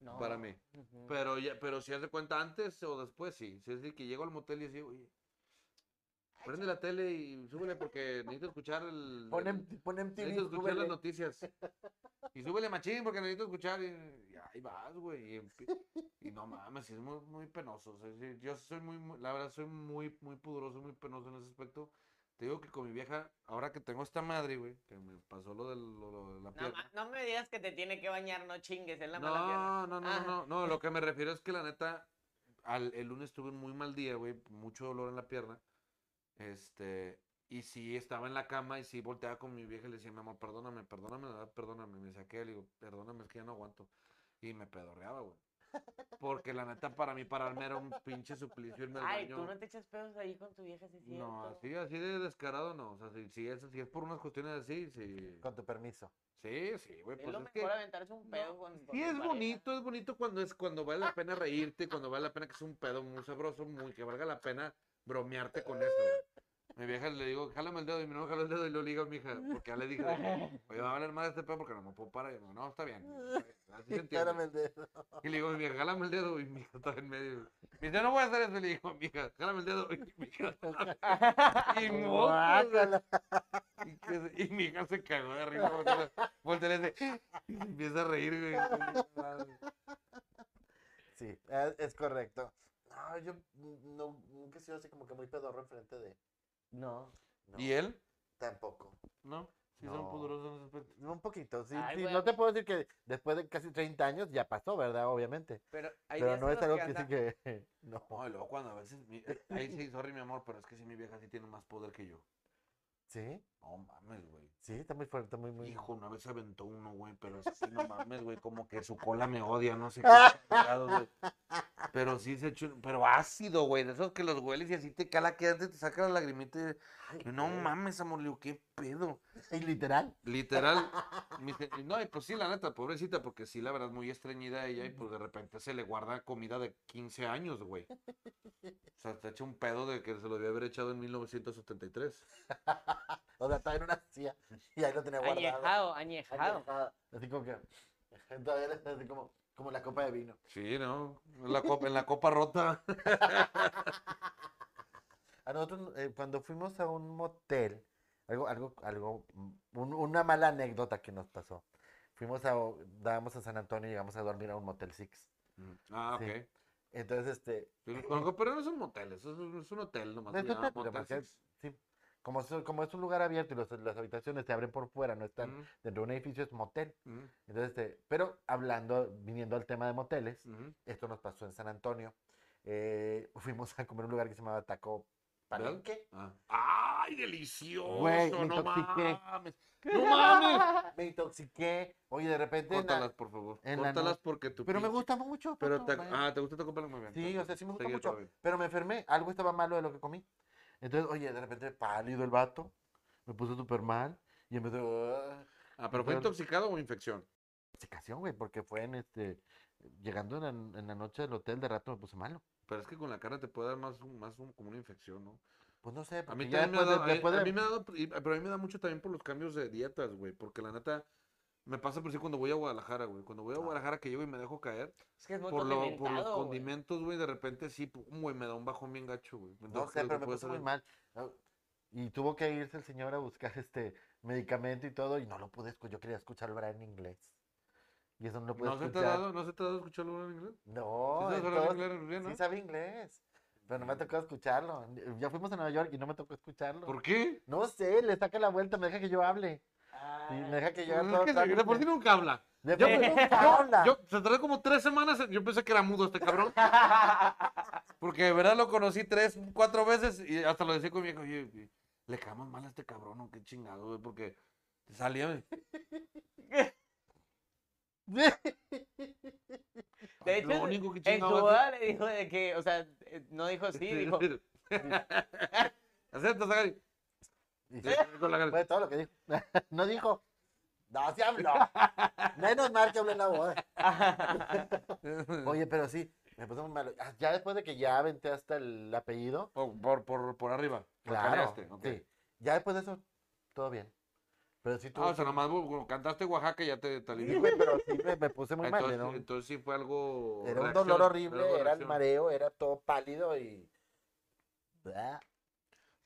Speaker 3: No.
Speaker 4: Para mí.
Speaker 3: Ujú.
Speaker 4: Pero ya, pero si hace cuenta antes o después, sí. Si es decir, que llego al motel y digo, oye, prende la tele y súbele porque necesito escuchar el.
Speaker 2: Pon
Speaker 4: el-
Speaker 2: em- pon MTV,
Speaker 4: necesito escuchar
Speaker 2: súbele.
Speaker 4: las noticias. Y súbele machín porque necesito escuchar. Y, y ahí vas, güey. Y, empi- y no mames, es muy, muy penoso. o sea, sí, yo soy muy, muy- la verdad, soy muy, muy pudoroso, muy penoso en ese aspecto. Te digo que con mi vieja, ahora que tengo esta madre, güey, que me pasó lo de, de la
Speaker 3: No,
Speaker 4: pierna.
Speaker 3: ma- no me digas que te tiene que bañar, no chingues, es la mala pierna.
Speaker 4: No, no, no, no,
Speaker 3: Ajá.
Speaker 4: no, no, lo que me refiero es que la neta, al, el lunes tuve un muy mal día, güey, mucho dolor en la pierna, este, y sí estaba en la cama y sí volteaba con mi vieja y le decía, mi amor, perdóname, perdóname, la verdad, perdóname, me saqué, le digo, perdóname, es que ya no aguanto, y me pedorreaba, güey, porque la neta para mí pararme era un pinche suplicio irme al
Speaker 3: Ay,
Speaker 4: baño.
Speaker 3: tú no te echas pedos ahí con tu vieja, sí, es cierto.
Speaker 4: No, así, así de descarado no, o sea, si, si es, si es por unas cuestiones así, sí,
Speaker 2: Con tu permiso.
Speaker 4: sí, sí, güey,
Speaker 3: Es
Speaker 4: pues
Speaker 3: lo
Speaker 4: es
Speaker 3: mejor
Speaker 4: que...
Speaker 3: aventarse un
Speaker 4: no,
Speaker 3: pedo con, con
Speaker 4: Sí,
Speaker 3: tu
Speaker 4: es
Speaker 3: pareja.
Speaker 4: bonito, es bonito cuando es cuando vale la pena reírte, cuando vale la pena que es un pedo muy sabroso, muy que valga la pena bromearte con eso. güey. Mi vieja le digo, jálame el dedo y mi no jala el dedo y lo le digo a mi hija, porque ya le dije, de que, oye, va a hablar más de este pedo porque no me puedo parar. Y yo, no, está bien. está bien, Así se entiende.
Speaker 2: Espérame el dedo.
Speaker 4: Y le digo, mi vieja, jálame el dedo y mi hija está en medio. Me dice, no voy a hacer eso. Y le digo, mi hija, jálame el dedo y mi hija. Y moco, güey.
Speaker 2: Guácala.
Speaker 4: Y, que- y mi hija se cagó de risa. voltea- Voltea y le dice, y se empieza a reír, güey.
Speaker 2: Sí, es, es correcto. No, yo no, nunca he sido así como que muy pedorro enfrente de.
Speaker 3: No.
Speaker 2: No,
Speaker 4: ¿Y e-, él?
Speaker 2: Tampoco.
Speaker 4: ¿No? Sí son
Speaker 2: No.
Speaker 4: poderosos en ese aspecto.
Speaker 2: Un poquito, sí,
Speaker 3: Ay,
Speaker 2: sí,
Speaker 3: güey, a
Speaker 2: no
Speaker 3: mí-
Speaker 2: te puedo decir que después de casi 30 años ya pasó, ¿verdad? Obviamente.
Speaker 3: Pero, hay
Speaker 2: Pero
Speaker 3: días
Speaker 2: no
Speaker 3: en
Speaker 2: es
Speaker 3: los
Speaker 2: algo
Speaker 3: que
Speaker 2: que sí
Speaker 3: anda-
Speaker 2: que. No.
Speaker 4: No, y luego cuando a veces... mi- eh, Ahí sí, sorry, mi amor, pero es que sí, mi vieja sí tiene más poder que yo.
Speaker 2: Sí,
Speaker 4: No mames, güey.
Speaker 2: sí, está muy fuerte, muy, muy.
Speaker 4: Hijo, una vez se aventó uno, güey, pero es que sí, no mames, güey, como que su cola me odia, no sé qué. chingados, güey. Pero sí se echó... un- Pero ácido, güey, de esos que los hueles y así te cala que antes te saca la lagrimita y...
Speaker 2: Ay,
Speaker 4: yo, No
Speaker 2: güey.
Speaker 4: mames, amor, le digo, qué pedo.
Speaker 2: Y literal.
Speaker 4: Literal. me dice, No, y pues sí, la neta, pobrecita, porque sí, la verdad, muy estreñida ella y pues de repente se le guarda comida de 15 años, güey. O sea, te echa un pedo de que se lo debió haber echado en 1973.
Speaker 2: O sea, estaba en una silla y ahí lo tenía guardado.
Speaker 3: Añejado, añejado.
Speaker 2: Añejado. Así como que. Todavía le- así como, como la copa de vino.
Speaker 4: Sí, ¿no? En la copa, en la copa rota.
Speaker 2: A nosotros, eh, cuando fuimos a un motel, algo, algo, algo, mm, un- una mala anécdota que nos pasó. Fuimos a, o- dábamos a San Antonio y llegamos a dormir a un motel Six.
Speaker 4: Ah,
Speaker 2: Mm. Sí.
Speaker 4: ok.
Speaker 2: Entonces, este,
Speaker 4: Yo los conozco, pero no es un motel, es un, es un hotel nomás.
Speaker 2: Es
Speaker 4: se
Speaker 2: un
Speaker 4: llama
Speaker 2: hotel,
Speaker 4: Motel
Speaker 2: demasiado-
Speaker 4: Six.
Speaker 2: como es, como es un lugar abierto y los- las habitaciones se abren por fuera, no están
Speaker 4: Ujú,
Speaker 2: dentro de un edificio, es motel.
Speaker 4: ujú,
Speaker 2: Entonces, este, pero hablando, viniendo al tema de moteles,
Speaker 4: ujú.
Speaker 2: esto nos pasó en San Antonio. Eh, fuimos a comer a un lugar que se llamaba Taco Palenque.
Speaker 4: Ah. ¡Ay, delicioso!
Speaker 2: Güey, me
Speaker 4: ¡No
Speaker 2: intoxiqué.
Speaker 4: mames! ¡No mames!
Speaker 2: Me intoxiqué. Oye, de repente. en la-
Speaker 4: Córtalas, por favor.
Speaker 2: en la
Speaker 4: Córtalas
Speaker 2: noche.
Speaker 4: porque tu
Speaker 2: Pero me
Speaker 4: pinche-
Speaker 2: gusta mucho.
Speaker 4: Pero
Speaker 2: Paco,
Speaker 4: te,
Speaker 2: vaya.
Speaker 4: ah, ¿te gusta tu copa? Muy bien,
Speaker 2: Sí, o
Speaker 4: entonces,
Speaker 2: sea, sí me gusta
Speaker 4: sigue
Speaker 2: mucho.
Speaker 4: todo bien.
Speaker 2: Pero me enfermé, algo estaba malo de lo que comí. Entonces, oye, de repente pálido el vato, me puso súper mal y empezó. "Ah".
Speaker 4: Ah, pero fue
Speaker 2: Pero-
Speaker 4: intoxicado o infección.
Speaker 2: Intoxicación, güey, porque fue en este. Llegando en la, en la noche del hotel, de rato me puse malo.
Speaker 4: Pero es que con la cara te puede dar más, un- más un- como una infección, ¿no?
Speaker 2: Pues no sé,
Speaker 4: A
Speaker 2: porque
Speaker 4: mí
Speaker 2: ya
Speaker 4: también me ha
Speaker 2: después de-
Speaker 4: dado, a-
Speaker 2: después
Speaker 4: a
Speaker 2: de-
Speaker 4: mí me ha dado- y- pero a mí me da mucho también por los cambios de dietas, güey, porque la neta me pasa por si cuando voy a Guadalajara, güey, cuando voy a
Speaker 2: Ah.
Speaker 4: Guadalajara que llego y me dejo caer
Speaker 3: Es que es muy
Speaker 4: por, lo- por los
Speaker 3: condimentado, güey.
Speaker 4: condimentos, güey, de repente sí, pum, güey, me da un bajón bien gacho, güey.
Speaker 2: No
Speaker 4: Entonces,
Speaker 2: sé,
Speaker 4: creo que
Speaker 2: pero me
Speaker 4: puede
Speaker 2: puse
Speaker 4: ser
Speaker 2: muy
Speaker 4: eso.
Speaker 2: mal. Ah, Y tuvo que irse el señor a buscar este medicamento y todo, y no lo pude escuchar. Yo quería escuchar hablar en inglés. Y eso no lo pude
Speaker 4: ¿No se te ha
Speaker 2: escuchar.
Speaker 4: dado, no se te ha dado escucharlo hablar en inglés?
Speaker 2: No,
Speaker 4: ¿Sí sabes hablar
Speaker 2: entonces-
Speaker 4: inglés, Rubén,
Speaker 2: Sí
Speaker 4: no?
Speaker 2: sabe inglés, pero no me ha tocado escucharlo. Ya fuimos a Nueva York y no me tocó escucharlo.
Speaker 4: ¿Por qué?
Speaker 2: No sé, le saca la vuelta, me deja que yo hable.
Speaker 3: Ah,
Speaker 2: Y me deja que yo
Speaker 4: Pues
Speaker 2: haga
Speaker 4: es
Speaker 2: todo
Speaker 4: que
Speaker 2: el
Speaker 4: de por sí
Speaker 2: trámite.
Speaker 4: nunca habla.
Speaker 2: De
Speaker 4: Yo-
Speaker 2: por sí
Speaker 4: yo-
Speaker 2: nunca habla.
Speaker 4: Yo, se tardó como tres semanas. Yo pensé que era mudo este cabrón. Porque de verdad lo conocí tres, cuatro veces y hasta lo decía con mi viejo, oye, güey, le caemos mal a este cabrón, o qué chingado, güey, porque salía. güey.
Speaker 3: De hecho,
Speaker 4: lo único que
Speaker 3: en su
Speaker 4: chingado
Speaker 3: boda le dijo de que, o sea, eh, no dijo sí, dijo,
Speaker 4: Acepta, Zagari.
Speaker 2: Y
Speaker 4: Sí, con la cara.
Speaker 2: Fue todo lo que dijo. No dijo. No, se habló. Menos mal que hablé en la boda. Oye, pero sí, me puse muy malo. Ah, Ya después de que ya aventé hasta el apellido,
Speaker 4: Por, Oh, por, por, por arriba. lo
Speaker 2: claro.
Speaker 4: cantaste, ok.
Speaker 2: Sí. Ya después de eso, todo bien. Pero sí tuve.
Speaker 4: Ah, o sea, nomás bueno, cantaste Oaxaca y ya te, te
Speaker 2: Sí,
Speaker 4: alivió.
Speaker 2: güey, pero sí me, me puse muy
Speaker 4: Entonces,
Speaker 2: mal. Era
Speaker 4: entonces sí fue algo.
Speaker 2: un, era un
Speaker 4: reacción,
Speaker 2: dolor
Speaker 4: fue algo
Speaker 2: horrible, era el
Speaker 4: reacción.
Speaker 2: mareo, era todo pálido y. Ah,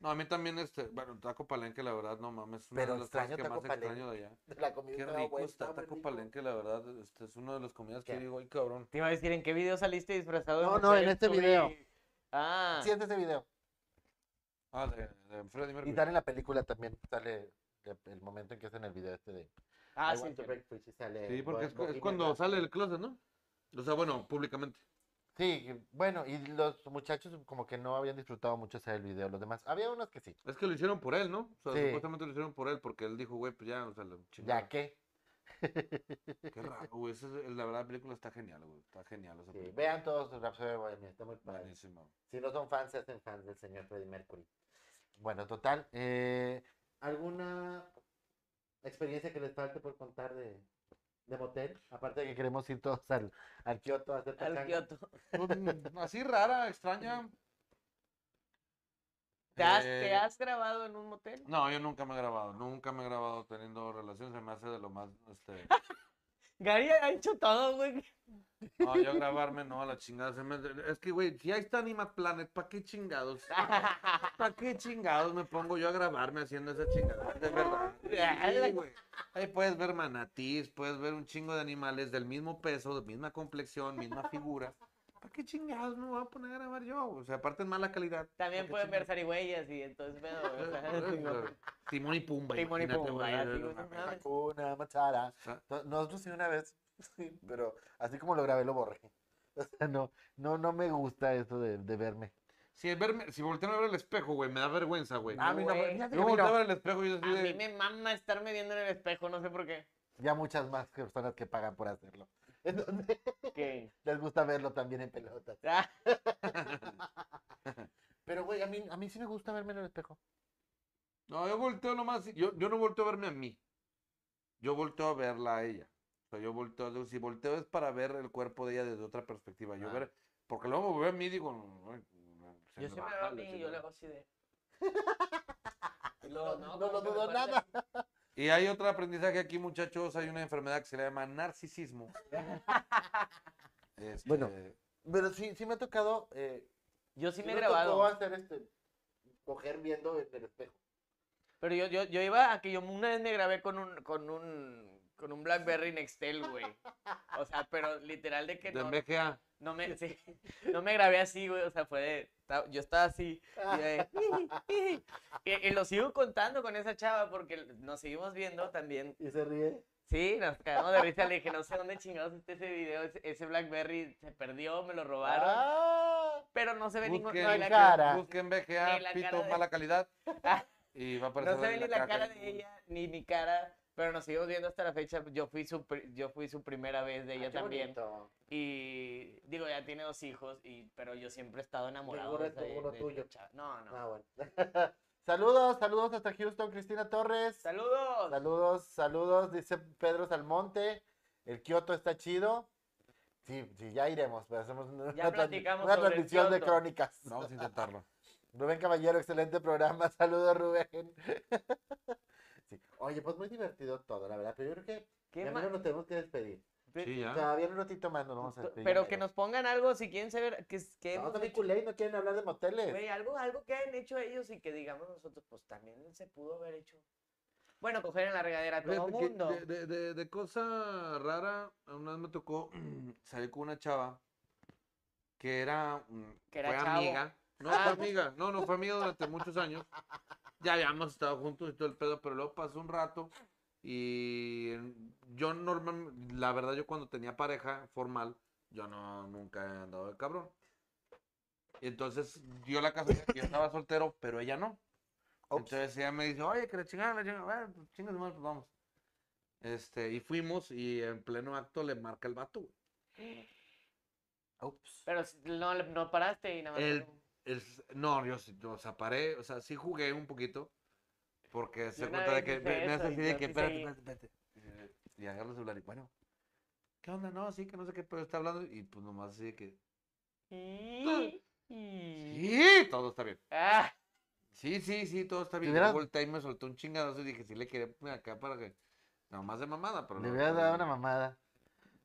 Speaker 4: No, a mí también, este, bueno, Taco Palenque, la verdad, no mames. es una
Speaker 2: Pero
Speaker 4: de las cosas
Speaker 2: extraño
Speaker 4: que
Speaker 2: Taco
Speaker 4: más
Speaker 2: Palenque.
Speaker 4: extraño de allá.
Speaker 2: La comida
Speaker 4: Qué
Speaker 2: estaba
Speaker 4: rico
Speaker 2: buena,
Speaker 4: está
Speaker 2: estaba muy
Speaker 4: Taco
Speaker 2: rico.
Speaker 4: Palenque, la verdad. Este es una de las comidas que
Speaker 2: ¿Qué?
Speaker 4: digo, ay, cabrón.
Speaker 3: Te iba a decir, ¿en qué video saliste disfrazado? de
Speaker 2: No, no, en
Speaker 3: mujer?
Speaker 2: este
Speaker 3: Estuve-
Speaker 2: video.
Speaker 3: Ah,
Speaker 2: Siente ese video.
Speaker 4: Ah, de, de Freddie
Speaker 2: Y
Speaker 4: Mercury.
Speaker 2: sale en la película también, sale el- el momento en que hacen el video este de.
Speaker 3: ah,
Speaker 2: I
Speaker 3: sí.
Speaker 2: want to break free, sí sale
Speaker 4: Sí, porque es, cu-
Speaker 2: Bo-
Speaker 4: es
Speaker 2: Bohemian
Speaker 4: cuando
Speaker 2: Rhapsody.
Speaker 4: sale del closet, ¿no? O sea, bueno, públicamente.
Speaker 2: Sí, y bueno, y los muchachos como que no habían disfrutado mucho hacer el video, los demás. Había unos que sí,
Speaker 4: Es que lo hicieron por él, ¿no? O sea,
Speaker 2: Sí.
Speaker 4: supuestamente lo hicieron por él, porque él dijo, güey, pues ya, o sea, la chingada.
Speaker 2: ya que.
Speaker 4: Qué raro, güey. esa es- la verdad, la película está genial, güey. Está genial. Esa
Speaker 2: Sí,
Speaker 4: película.
Speaker 2: vean todos los Rhapsody de Bohemia, está muy padre.
Speaker 4: Buenísima.
Speaker 2: Si no son fans, se hacen fans del señor Freddie Mercury. Bueno, total, eh, ¿alguna experiencia que les falte por contar de, de motel? Aparte de que queremos ir todos al, al Kioto a hacer
Speaker 3: Al
Speaker 2: pachanga.
Speaker 3: Kioto.
Speaker 4: Mm, Así rara, extraña.
Speaker 3: ¿Te has,
Speaker 4: Eh,
Speaker 3: ¿Te has grabado en un motel?
Speaker 4: No, yo nunca me he grabado, nunca me he grabado teniendo relaciones, se me hace de lo más, este...
Speaker 3: Gary ha hecho todo, güey.
Speaker 4: No, yo grabarme, no, a la chingada, se me... Es que, güey, si ahí está Animal Planet, ¿para qué chingados? ¿Para qué chingados me pongo yo a grabarme haciendo esa chingada? De verdad. Sí, güey. Ahí puedes ver manatís, puedes ver un chingo de animales del mismo peso, de misma complexión, misma figura. ¿Para qué chingados me voy a poner a grabar yo? O sea, aparte en mala calidad. ¿pa'
Speaker 3: También
Speaker 4: qué
Speaker 3: pueden
Speaker 4: chingados?
Speaker 3: ver zarigüeyas y entonces, pedo, güey, o sea, digo,
Speaker 4: Timón y Pumba.
Speaker 3: Timón y
Speaker 4: imagínate,
Speaker 3: Pumba,
Speaker 4: güey,
Speaker 3: ya,
Speaker 4: no
Speaker 3: digo,
Speaker 4: mames.
Speaker 3: no mames.
Speaker 2: Hakuna Matata.
Speaker 4: Ah.
Speaker 2: No- Nosotros sí una vez, sí, pero así como lo grabé, lo borré. O sea, no, no, no me gusta eso de, de verme.
Speaker 4: Si, verme, si volteo a ver el espejo, güey, me da vergüenza, güey.
Speaker 3: Ah,
Speaker 2: A mí no,
Speaker 3: güey.
Speaker 2: fíjate que
Speaker 4: yo
Speaker 2: a mí no.
Speaker 4: volteo a ver el espejo y yo
Speaker 3: a
Speaker 4: así
Speaker 3: mí
Speaker 4: de...
Speaker 3: me mama estarme viendo en el espejo, no sé por qué.
Speaker 2: Ya muchas más personas que pagan por hacerlo. Entonces,
Speaker 3: Que-
Speaker 2: les gusta verlo también en pelotas.
Speaker 3: Ah,
Speaker 2: Pero, güey, a mí, a mí sí me gusta verme en el espejo.
Speaker 4: No, yo volteo nomás. Yo, yo no volteo a verme a mí. Yo volteo a verla a ella. O sea, yo volteo. digo, Si volteo es para ver el cuerpo de ella desde otra perspectiva. Yo
Speaker 2: Ah.
Speaker 4: ver. Porque luego me veo a mí y digo. "Ay, se
Speaker 3: yo
Speaker 4: me
Speaker 3: siempre
Speaker 4: baja
Speaker 3: veo a
Speaker 4: la
Speaker 3: mí y yo
Speaker 4: chingada".
Speaker 3: le hago así de... Y
Speaker 2: No,
Speaker 3: luego,
Speaker 2: no
Speaker 3: como
Speaker 2: lo
Speaker 3: que me
Speaker 2: dudo
Speaker 3: parece-
Speaker 2: nada.
Speaker 4: Y hay otro aprendizaje aquí, muchachos. Hay una enfermedad que se le llama narcisismo. Este,
Speaker 2: Bueno. Eh, Pero sí, sí me ha tocado. Eh,
Speaker 3: Yo sí
Speaker 2: sí
Speaker 3: me he
Speaker 2: me tocó
Speaker 3: grabado.
Speaker 2: hacer este. Coger viendo en el espejo.
Speaker 3: Pero yo, yo, yo iba a que yo una vez me grabé con un, con un, con un Blackberry Nextel, güey. O sea, pero literal de que
Speaker 4: de
Speaker 3: no,
Speaker 4: MGA.
Speaker 3: no me, sí, no me grabé así, güey. O sea, fue de, ta- yo estaba así. Y, de, y- y lo sigo contando con esa chava porque nos seguimos viendo también.
Speaker 2: Y se ríe.
Speaker 3: Sí, nos cagamos de risa. Le dije, no sé dónde chingados está ese video. Ese, ese Blackberry se perdió, me lo robaron.
Speaker 2: ¡Ah!
Speaker 3: Pero no se ve ningún-
Speaker 4: Busquen,
Speaker 3: no hay
Speaker 2: la
Speaker 3: la
Speaker 2: cara.
Speaker 4: busquen BGA,
Speaker 3: Ni la
Speaker 4: pito,
Speaker 3: cara de-
Speaker 4: mala calidad. Y va a aparecer
Speaker 3: No se ve
Speaker 4: en
Speaker 3: ni la
Speaker 4: caja.
Speaker 3: cara de ella, ni mi cara, pero nos seguimos viendo hasta la fecha. Yo fui su, pri- yo fui su primera vez de ella
Speaker 2: Ah, qué
Speaker 3: también.
Speaker 2: bonito.
Speaker 3: Y digo, ya tiene dos hijos, y, pero yo siempre he estado enamorado
Speaker 2: Ninguno
Speaker 3: de,
Speaker 2: es ninguno
Speaker 3: de esa
Speaker 2: tuyo.
Speaker 3: chava. No, no.
Speaker 2: Ah, bueno. saludos, saludos hasta Houston, Cristina Torres.
Speaker 3: ¡Saludos!
Speaker 2: Saludos, saludos, dice Pedro Salmonte. El Kioto está chido. Sí, sí, ya iremos. pero Hacemos una,
Speaker 3: Ya
Speaker 2: una tran-
Speaker 3: platicamos
Speaker 2: una
Speaker 3: sobre el
Speaker 2: transmisión de
Speaker 3: Kioto.
Speaker 2: crónicas.
Speaker 4: Vamos a intentarlo.
Speaker 2: Rubén Caballero, excelente programa. Saludos, Rubén. Sí. Oye, pues muy divertido todo, la verdad. Pero yo creo que
Speaker 3: ¿Qué
Speaker 2: ya
Speaker 3: ma-
Speaker 2: no nos tenemos que despedir.
Speaker 3: pe-
Speaker 4: Sí, este, ya.
Speaker 2: Todavía en un ratito más nos vamos a despedir.
Speaker 3: Pero que nos pongan algo si quieren saber que, que
Speaker 2: No,
Speaker 3: hemos
Speaker 2: también
Speaker 3: hecho.
Speaker 2: culé y no quieren hablar de moteles.
Speaker 3: Güey, algo, algo que hayan hecho ellos y que digamos nosotros, pues también se pudo haber hecho. Bueno, coger en la regadera a todo
Speaker 4: Fíjate que
Speaker 3: mundo.
Speaker 4: De, de- de- de cosa rara, una vez me tocó salir con una chava que era, mm,
Speaker 3: Que era
Speaker 4: fue
Speaker 3: chavo. Ah,
Speaker 4: amiga. No, fue amiga. No, no, fue amiga durante muchos años. Ya habíamos estado juntos y todo el pedo, pero luego pasó un rato y en- yo normal, la verdad yo cuando tenía pareja formal, yo no, nunca he andado de cabrón. Entonces dio la casualidad que yo estaba soltero, pero ella no.
Speaker 2: Ups.
Speaker 4: Entonces ella me dice, oye, que la chingada, la chingada, bueno, pues, chingas de madre, pues vamos. Este, y fuimos y en pleno acto le marca el vato, güey.
Speaker 2: Ups.
Speaker 3: Pero si- no, no paraste y nada más.
Speaker 4: El- Es- no, yo, sí, yo, o sea, paré, o sea, sí jugué un poquito, porque se
Speaker 3: una
Speaker 4: cuenta de
Speaker 3: vez
Speaker 4: que
Speaker 3: hice
Speaker 4: me,
Speaker 3: eso
Speaker 4: me hace
Speaker 3: y
Speaker 4: así de
Speaker 3: yo
Speaker 4: que,
Speaker 3: sí
Speaker 4: espérate,
Speaker 3: seguí".
Speaker 4: espérate, espérate. Y agarro el celular y, bueno, ¿qué onda? No, sí, que no sé qué, pero está hablando. Y pues nomás así de que, sí, todo está bien.
Speaker 3: Ah,
Speaker 4: Sí, sí, sí, todo está bien.
Speaker 2: Te hubiera-
Speaker 4: Yo volteé y me soltó un chingadazo y dije, sí, le quería poner acá para que. Nomás de mamada, pero
Speaker 2: Le
Speaker 4: no.
Speaker 2: hubieras
Speaker 4: pero-
Speaker 2: dado una mamada.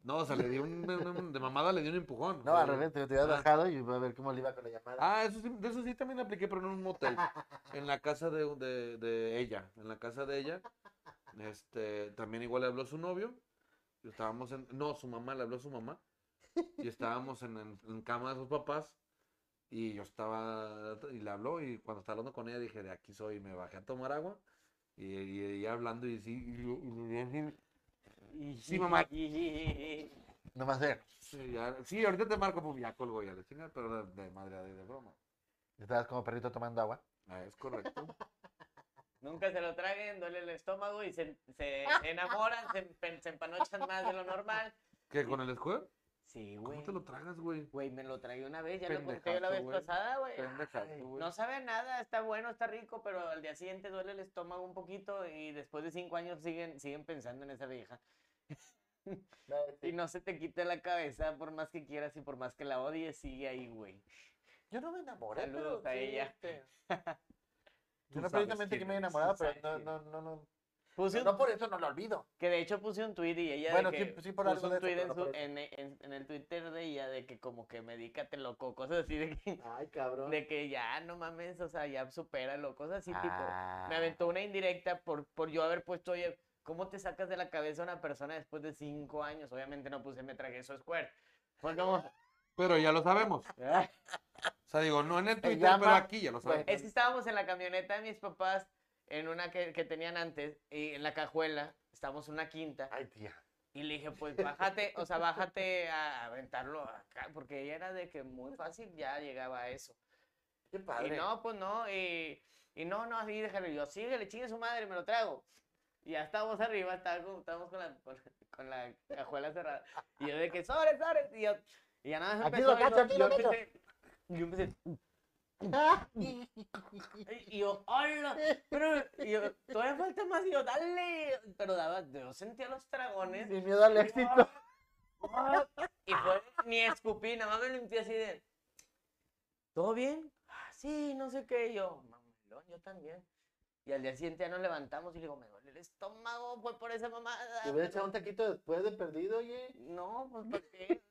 Speaker 4: No, o sea, le di un. un- un- de mamada le di un empujón. o
Speaker 2: No,
Speaker 4: sea,
Speaker 2: al revés, te, te hubieras
Speaker 4: ah.
Speaker 2: bajado y a ver cómo le iba con la llamada.
Speaker 4: Ah, eso sí, de eso sí también apliqué, pero en un motel. En la casa de, un- de, de ella. En la casa de ella. Este, también igual le habló su novio. y estábamos en. No, su mamá, le habló su mamá. Y estábamos en, en- en cama de sus papás. Y yo estaba. Y le habló. Y cuando estaba hablando con ella dije, de aquí soy. Y me bajé a tomar agua. Y, y ella hablando y sí. y yo- y- Sí, mamá.
Speaker 2: Nomás ver,
Speaker 4: sí, ya- sí, ahorita te marco, pues ya colgó ya la chingada, pero de, de madre de, de broma.
Speaker 2: estabas como perrito tomando agua.
Speaker 4: Ah, es correcto.
Speaker 3: Nunca se lo traguen, duele el estómago y se, se enamoran, se, empe- se empanochan más de lo normal.
Speaker 4: ¿Qué? ¿Con el escudo?
Speaker 3: Sí,
Speaker 4: ¿Cómo
Speaker 3: güey.
Speaker 4: te lo tragas, güey?
Speaker 3: Güey, me lo tragué una vez, ya lo conté yo la
Speaker 4: Pendejazo,
Speaker 3: vez
Speaker 4: güey.
Speaker 3: pasada, güey.
Speaker 4: Pendejazo,
Speaker 3: Ay,
Speaker 4: güey.
Speaker 3: No sabe a nada, está bueno, está rico, pero al día siguiente duele el estómago un poquito y después de cinco años siguen, siguen pensando en esa vieja. Y no se te quita la cabeza por más que quieras y por más que la odies, sigue ahí, güey.
Speaker 2: Yo no me enamoré,
Speaker 3: Saludos
Speaker 2: pero
Speaker 3: a
Speaker 2: sí,
Speaker 3: ella.
Speaker 2: este,
Speaker 4: Tú
Speaker 2: Yo no
Speaker 4: sabes
Speaker 2: precisamente que
Speaker 4: quién
Speaker 2: me he
Speaker 4: eres,
Speaker 2: enamorado,
Speaker 4: tú
Speaker 2: pero
Speaker 4: sabes
Speaker 2: no,
Speaker 4: quién
Speaker 2: no, no, no.
Speaker 3: Puse
Speaker 2: Pero
Speaker 3: un-
Speaker 2: no por eso no lo olvido.
Speaker 3: que de hecho puse un tweet y ella
Speaker 2: Bueno,
Speaker 3: de
Speaker 2: sí,
Speaker 3: que
Speaker 2: pues sí, por
Speaker 3: puso
Speaker 2: algo
Speaker 3: un
Speaker 2: de eso,
Speaker 3: tweet en,
Speaker 2: pero no
Speaker 3: su-
Speaker 2: por
Speaker 3: en- en- en el Twitter de ella de que como que medícate loco, cosas así de que,
Speaker 2: Ay, cabrón.
Speaker 3: de que ya no mames, o sea, ya supéralo, cosas así tipo. Me
Speaker 2: Ah.
Speaker 3: aventó una indirecta por, por yo haber puesto, oye, ¿cómo te sacas de la cabeza a una persona después de cinco años? Obviamente no puse, me tragué su square. Fue como,
Speaker 4: Pero ya lo sabemos.
Speaker 3: "Ah".
Speaker 4: O sea, digo, no en el Twitter,
Speaker 2: llama-
Speaker 4: pero aquí ya lo sabemos.
Speaker 3: es que estábamos en la camioneta de mis papás, en una que, que tenían antes, y en la cajuela, estábamos en una quinta,
Speaker 2: Ay, tía.
Speaker 3: y le dije, pues bájate, o sea, bájate a aventarlo acá, porque ella era de que muy fácil ya llegaba a eso.
Speaker 2: Qué padre.
Speaker 3: Y no, pues no, y, y no, no, así déjalo. Y yo, síguele, chingue su madre, me lo trago. Y ya estábamos arriba, estábamos, estábamos con, la, con, con la cajuela cerrada. Y yo de que, sobre, sobre. Y, yo- y ya nada más
Speaker 2: Aquí
Speaker 3: empezó.
Speaker 2: lo
Speaker 3: y yo-
Speaker 2: cacho, aquí
Speaker 3: yo,
Speaker 2: lo cacho.
Speaker 3: empecé, yo empecé,
Speaker 2: Ah,
Speaker 3: y yo, hola. Pero y yo, todavía falta más. Y yo, dale. Pero daba, yo sentía los tragones.
Speaker 2: Sin miedo al éxito.
Speaker 3: Y fue, ni escupí, nada más me limpié así de. ¿Todo bien? "Ah, Sí, no sé qué. Y yo, mamelón, yo también. Y al día siguiente ya nos levantamos y le digo, me duele el estómago, fue por esa mamada.
Speaker 2: Te hubiera echado un taquito después de perdido, oye.
Speaker 3: No, pues ¿para qué?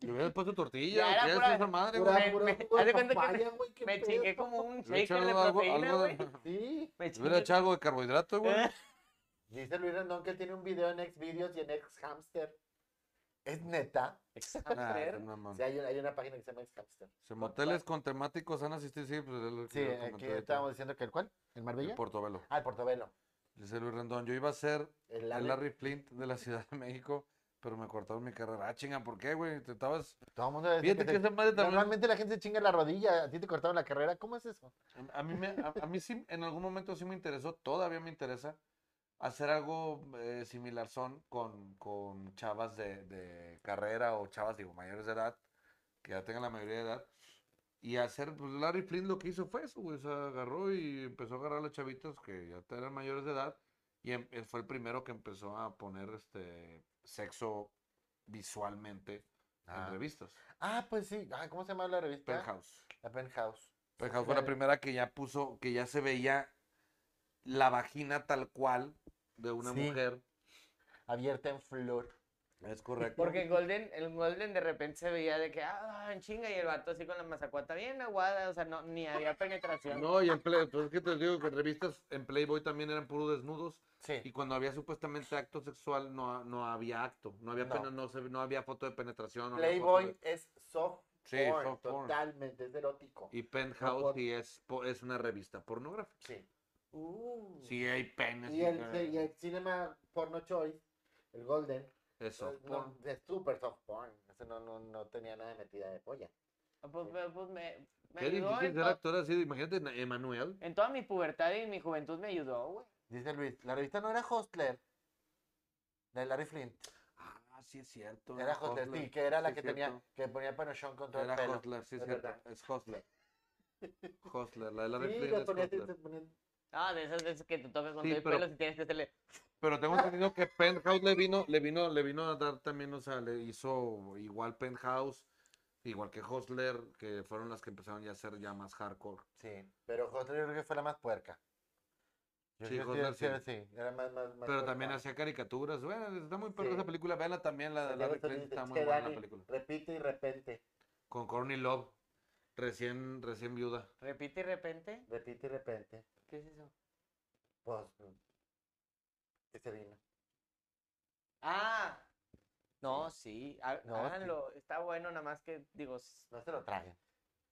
Speaker 4: Le hubieras puesto tortilla,
Speaker 3: Ya era
Speaker 4: ¿qué es
Speaker 3: pura-
Speaker 4: esa madre,
Speaker 2: Pura-
Speaker 4: güey?
Speaker 3: me-
Speaker 2: pura
Speaker 3: me-
Speaker 2: jugo de
Speaker 3: haz de cuenta que
Speaker 2: papaya, güey, qué
Speaker 3: Me
Speaker 2: pedo.
Speaker 3: chingué como un
Speaker 4: Le hubiera
Speaker 3: shaker de
Speaker 4: echado algo-
Speaker 3: proteína,
Speaker 4: algo de-
Speaker 3: güey.
Speaker 2: Sí.
Speaker 3: Me
Speaker 4: Le hubiera
Speaker 3: chingué-
Speaker 4: echado algo de carbohidrato, güey.
Speaker 2: Dice Luis Rendón que él tiene un video en Xvideos y en Xhamster. Es neta.
Speaker 4: Ah,
Speaker 3: Hamster.
Speaker 4: no, no.
Speaker 2: Sí, hay una, hay una página que se llama Xhamster.
Speaker 4: Si moteles con temáticos han asistido, sí, pues es lo que
Speaker 2: Sí,
Speaker 4: yo
Speaker 2: aquí
Speaker 4: comenté ahorita.
Speaker 2: estábamos diciendo que el cuál? ¿El Marbella?
Speaker 4: El Portobelo.
Speaker 2: Ah, el Portobelo.
Speaker 4: Dice Luis Rendón, yo iba a ser
Speaker 2: El
Speaker 4: el
Speaker 2: Ale-
Speaker 4: Larry Flint de la Ciudad de México, pero me cortaron mi carrera. Ah, chinga, ¿por qué, güey? Te estabas...
Speaker 2: Todo el mundo dice
Speaker 4: Fíjate
Speaker 2: que
Speaker 4: que
Speaker 2: se-
Speaker 4: esa madre también...
Speaker 2: Normalmente la gente se chinga la rodilla. A ti te cortaron la carrera. ¿Cómo es eso?
Speaker 4: A- A mí, me, a, a mí sí, en algún momento sí me interesó, todavía me interesa, hacer algo eh, similar son con, con chavas de, de carrera o chavas, digo, mayores de edad, que ya tengan la mayoría de edad. Y hacer, pues Larry Flint lo que hizo fue eso, güey, o sea, agarró y empezó a agarrar a los chavitos que ya te- eran mayores de edad. Y em- él fue el primero que empezó a poner este sexo visualmente
Speaker 2: Ah.
Speaker 4: en revistas.
Speaker 2: Ah, pues sí. Ah, ¿Cómo se llama la revista?
Speaker 4: Penthouse.
Speaker 2: La Penthouse.
Speaker 4: Penthouse fue la primera que ya puso, que ya se veía la vagina tal cual de una
Speaker 2: Sí.
Speaker 4: mujer.
Speaker 2: Abierta en flor.
Speaker 4: Es correcto.
Speaker 3: Porque el Golden, el Golden de repente se veía de que, ah, en chinga, y el vato así con la mazacuata bien aguada, o sea, no, ni había penetración.
Speaker 4: No, y en Play, pues es que te digo que en revistas en Playboy también eran puros desnudos. Y
Speaker 2: Sí.
Speaker 4: cuando había supuestamente acto sexual, no, no había acto. No había,
Speaker 2: No.
Speaker 4: pena- no se- no había foto de penetración. no había foto
Speaker 2: Playboy
Speaker 4: de-
Speaker 2: es soft
Speaker 4: Sí,
Speaker 2: porn,
Speaker 4: soft porn.
Speaker 2: Totalmente. Es erótico.
Speaker 4: Y Penthouse
Speaker 2: por-
Speaker 4: sí es, po- es una revista pornográfica.
Speaker 2: Sí. Uh.
Speaker 4: Sí, hay penes.
Speaker 2: Y el,
Speaker 4: que-
Speaker 2: y el cinema porno choice, el golden,
Speaker 4: es soft
Speaker 2: pues, no,
Speaker 4: porn.
Speaker 2: es súper soft porn. Ese no, no, no tenía nada de metida de polla.
Speaker 3: Pues, pues, pues, me, me
Speaker 4: Qué
Speaker 3: ayudó
Speaker 4: difícil
Speaker 3: en,
Speaker 4: ser
Speaker 3: to-
Speaker 4: actor así. Imagínate, Emanuel.
Speaker 3: en toda mi pubertad y mi juventud me ayudó, güey.
Speaker 2: Dice Luis, la revista no era Hostler. De Larry Flint.
Speaker 4: Ah, sí es cierto.
Speaker 2: Era Hostler, sí, que era la
Speaker 4: sí,
Speaker 2: que
Speaker 4: es
Speaker 2: tenía,
Speaker 4: cierto.
Speaker 2: que ponía panochón con todo
Speaker 4: Era
Speaker 2: el pelo.
Speaker 4: Hostler, sí, es
Speaker 2: es
Speaker 4: cierto.
Speaker 2: verdad.
Speaker 4: Es Hostler. Hostler, la de la
Speaker 2: Sí,
Speaker 4: Ripley
Speaker 2: los
Speaker 4: es
Speaker 2: ponía así,
Speaker 4: Hostler.
Speaker 2: se ponían-
Speaker 3: Ah, de esas veces que te toca con
Speaker 4: Sí,
Speaker 3: todo el
Speaker 4: pero-
Speaker 3: pelo y tienes que hacerle.
Speaker 4: Pero tengo entendido que Penthouse le vino, le vino, le vino a dar también, o sea, le hizo igual Penthouse, igual que Hostler, que fueron las que empezaron ya a ser ya más hardcore.
Speaker 2: Sí, pero Hotler yo creo que fue la más puerca. Yo
Speaker 4: Sí,
Speaker 2: creo que
Speaker 4: Hotler
Speaker 2: era-
Speaker 4: sí.
Speaker 2: era más, más, más
Speaker 4: Pero
Speaker 2: puerca.
Speaker 4: también hacía caricaturas. Bueno, está muy perra
Speaker 2: Sí.
Speaker 4: esa película. Véanla también, la de
Speaker 2: Santiago
Speaker 4: Larry
Speaker 2: Solís
Speaker 4: Clinton está
Speaker 2: dice,
Speaker 4: muy
Speaker 2: "Che,
Speaker 4: buena la
Speaker 2: Dani,
Speaker 4: película.
Speaker 2: Repite y repente.
Speaker 4: Con Courtney Love, recién, recién viuda.
Speaker 3: Repite y repente.
Speaker 2: Repite y repente.
Speaker 3: ¿Qué es eso?
Speaker 2: Pues. ¿Qué se vino?
Speaker 3: Ah. No, sí. ha-
Speaker 2: No, sí.
Speaker 3: háganlo. Está bueno, nada más que digo. s-
Speaker 2: No se lo traje.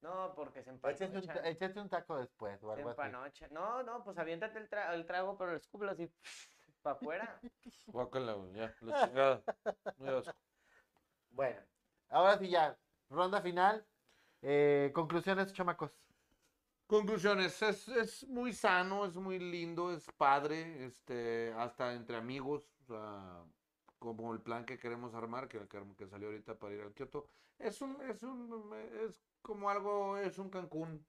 Speaker 3: No, porque se
Speaker 2: Échate un,
Speaker 3: empanocha.
Speaker 2: échate un taco después o
Speaker 3: Se
Speaker 2: algo así.
Speaker 3: empanocha. No, no, pues aviéntate el, tra- el trago, pero escúpelo así para afuera.
Speaker 4: Guácala, güey, ya, la chingada. Muy asco.
Speaker 2: Bueno, ahora sí ya. Ronda final. Eh, conclusiones, chamacos.
Speaker 4: Conclusiones, es, es muy sano, es muy lindo, es padre, este, hasta entre amigos, o sea, como el plan que queremos armar, que, que, que salió ahorita para ir al Kioto, es un, es un, es como algo, es un Cancún,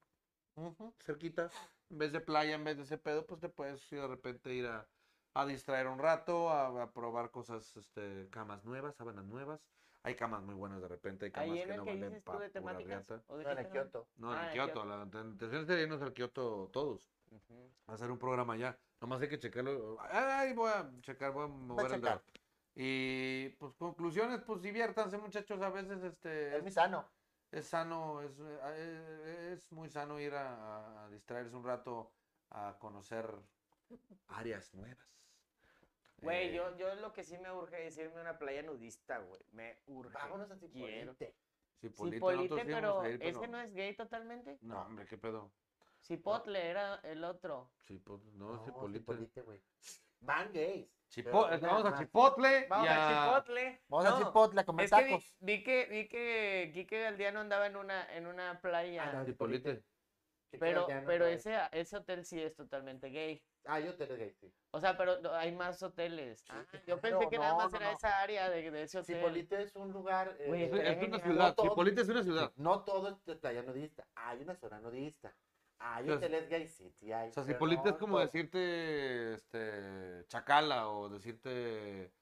Speaker 4: cerquita, en vez de playa, en vez de ese pedo, pues te puedes ir de repente ir a, a distraer un rato, a, a probar cosas, este, camas nuevas, sábanas nuevas, hay camas muy buenas de repente, hay camas
Speaker 3: Ahí en
Speaker 4: que
Speaker 3: el
Speaker 4: no
Speaker 3: que
Speaker 4: valen
Speaker 3: dices tú
Speaker 4: pa'
Speaker 3: de
Speaker 4: pura
Speaker 3: temáticas.
Speaker 4: riata.
Speaker 3: ¿o de
Speaker 2: No,
Speaker 3: qué
Speaker 2: en el
Speaker 3: te hablan?
Speaker 2: Kioto.
Speaker 4: No,
Speaker 3: Ah,
Speaker 4: en
Speaker 3: en
Speaker 4: Kioto,
Speaker 3: Kioto.
Speaker 4: la intención sería irnos al Kioto todos
Speaker 3: Ujú.
Speaker 4: hacer un programa ya. Nomás hay que checarlo. Ay, voy a checar, voy a mover el
Speaker 2: checar.
Speaker 4: dedo. Y pues conclusiones, pues diviértanse muchachos, a veces este
Speaker 2: Es
Speaker 4: es,
Speaker 2: mi sano.
Speaker 4: es sano, es, eh, es muy sano ir a, a distraerse un rato, a conocer áreas nuevas.
Speaker 3: Güey,
Speaker 4: Eh,
Speaker 3: yo, yo lo que sí me urge es irme a una playa nudista, güey. Me urge.
Speaker 2: Vámonos a
Speaker 3: quiero.
Speaker 2: Cipolite.
Speaker 4: Cipolite,
Speaker 3: Cipolite,
Speaker 4: nosotros íbamos
Speaker 3: pero
Speaker 4: a ir,
Speaker 3: ese
Speaker 4: pero-
Speaker 3: no es gay totalmente.
Speaker 4: No, hombre, qué pedo.
Speaker 3: Cipotle era el otro.
Speaker 4: Cipo- no,
Speaker 2: No,
Speaker 4: Cipolite.
Speaker 2: Cipolite, güey. Van gays.
Speaker 4: Chipo- eh,
Speaker 2: Pero-
Speaker 4: vamos a
Speaker 2: Vamos
Speaker 4: Chipotle.
Speaker 3: Vamos
Speaker 4: y
Speaker 3: a
Speaker 4: a-
Speaker 3: Ah, Chipotle.
Speaker 2: Vamos
Speaker 3: No,
Speaker 2: a Cipotle a comer
Speaker 3: Es que vi,
Speaker 2: tacos.
Speaker 3: vi que vi que Quique Galdiano andaba en una en una playa.
Speaker 2: Ah, no,
Speaker 4: Cipolite.
Speaker 3: pero
Speaker 2: Ya no
Speaker 3: pero
Speaker 2: sabes.
Speaker 3: ese ese hotel sí es totalmente gay.
Speaker 2: Ah, yo te lo dije, sí.
Speaker 3: O sea, pero no- hay más hoteles. Ah, yo
Speaker 2: claro,
Speaker 3: pensé que nada
Speaker 2: no,
Speaker 3: más
Speaker 2: no,
Speaker 3: era
Speaker 2: no.
Speaker 3: esa área de, de ese hotel.
Speaker 2: Cipolite es un lugar. eh,
Speaker 3: Güey,
Speaker 4: Es,
Speaker 3: estaría
Speaker 4: es una
Speaker 3: genial.
Speaker 4: ciudad.
Speaker 2: No todo-
Speaker 4: Chipolite es una ciudad.
Speaker 2: No todo es de playa nudista. Hay una zona nudista. Hay
Speaker 4: Pero-
Speaker 2: hoteles gay, sí, sí hay.
Speaker 4: O sea,
Speaker 2: pero
Speaker 4: Cipolite
Speaker 2: no
Speaker 4: es como
Speaker 2: todo.
Speaker 3: pues
Speaker 4: decirte este, chacala o decirte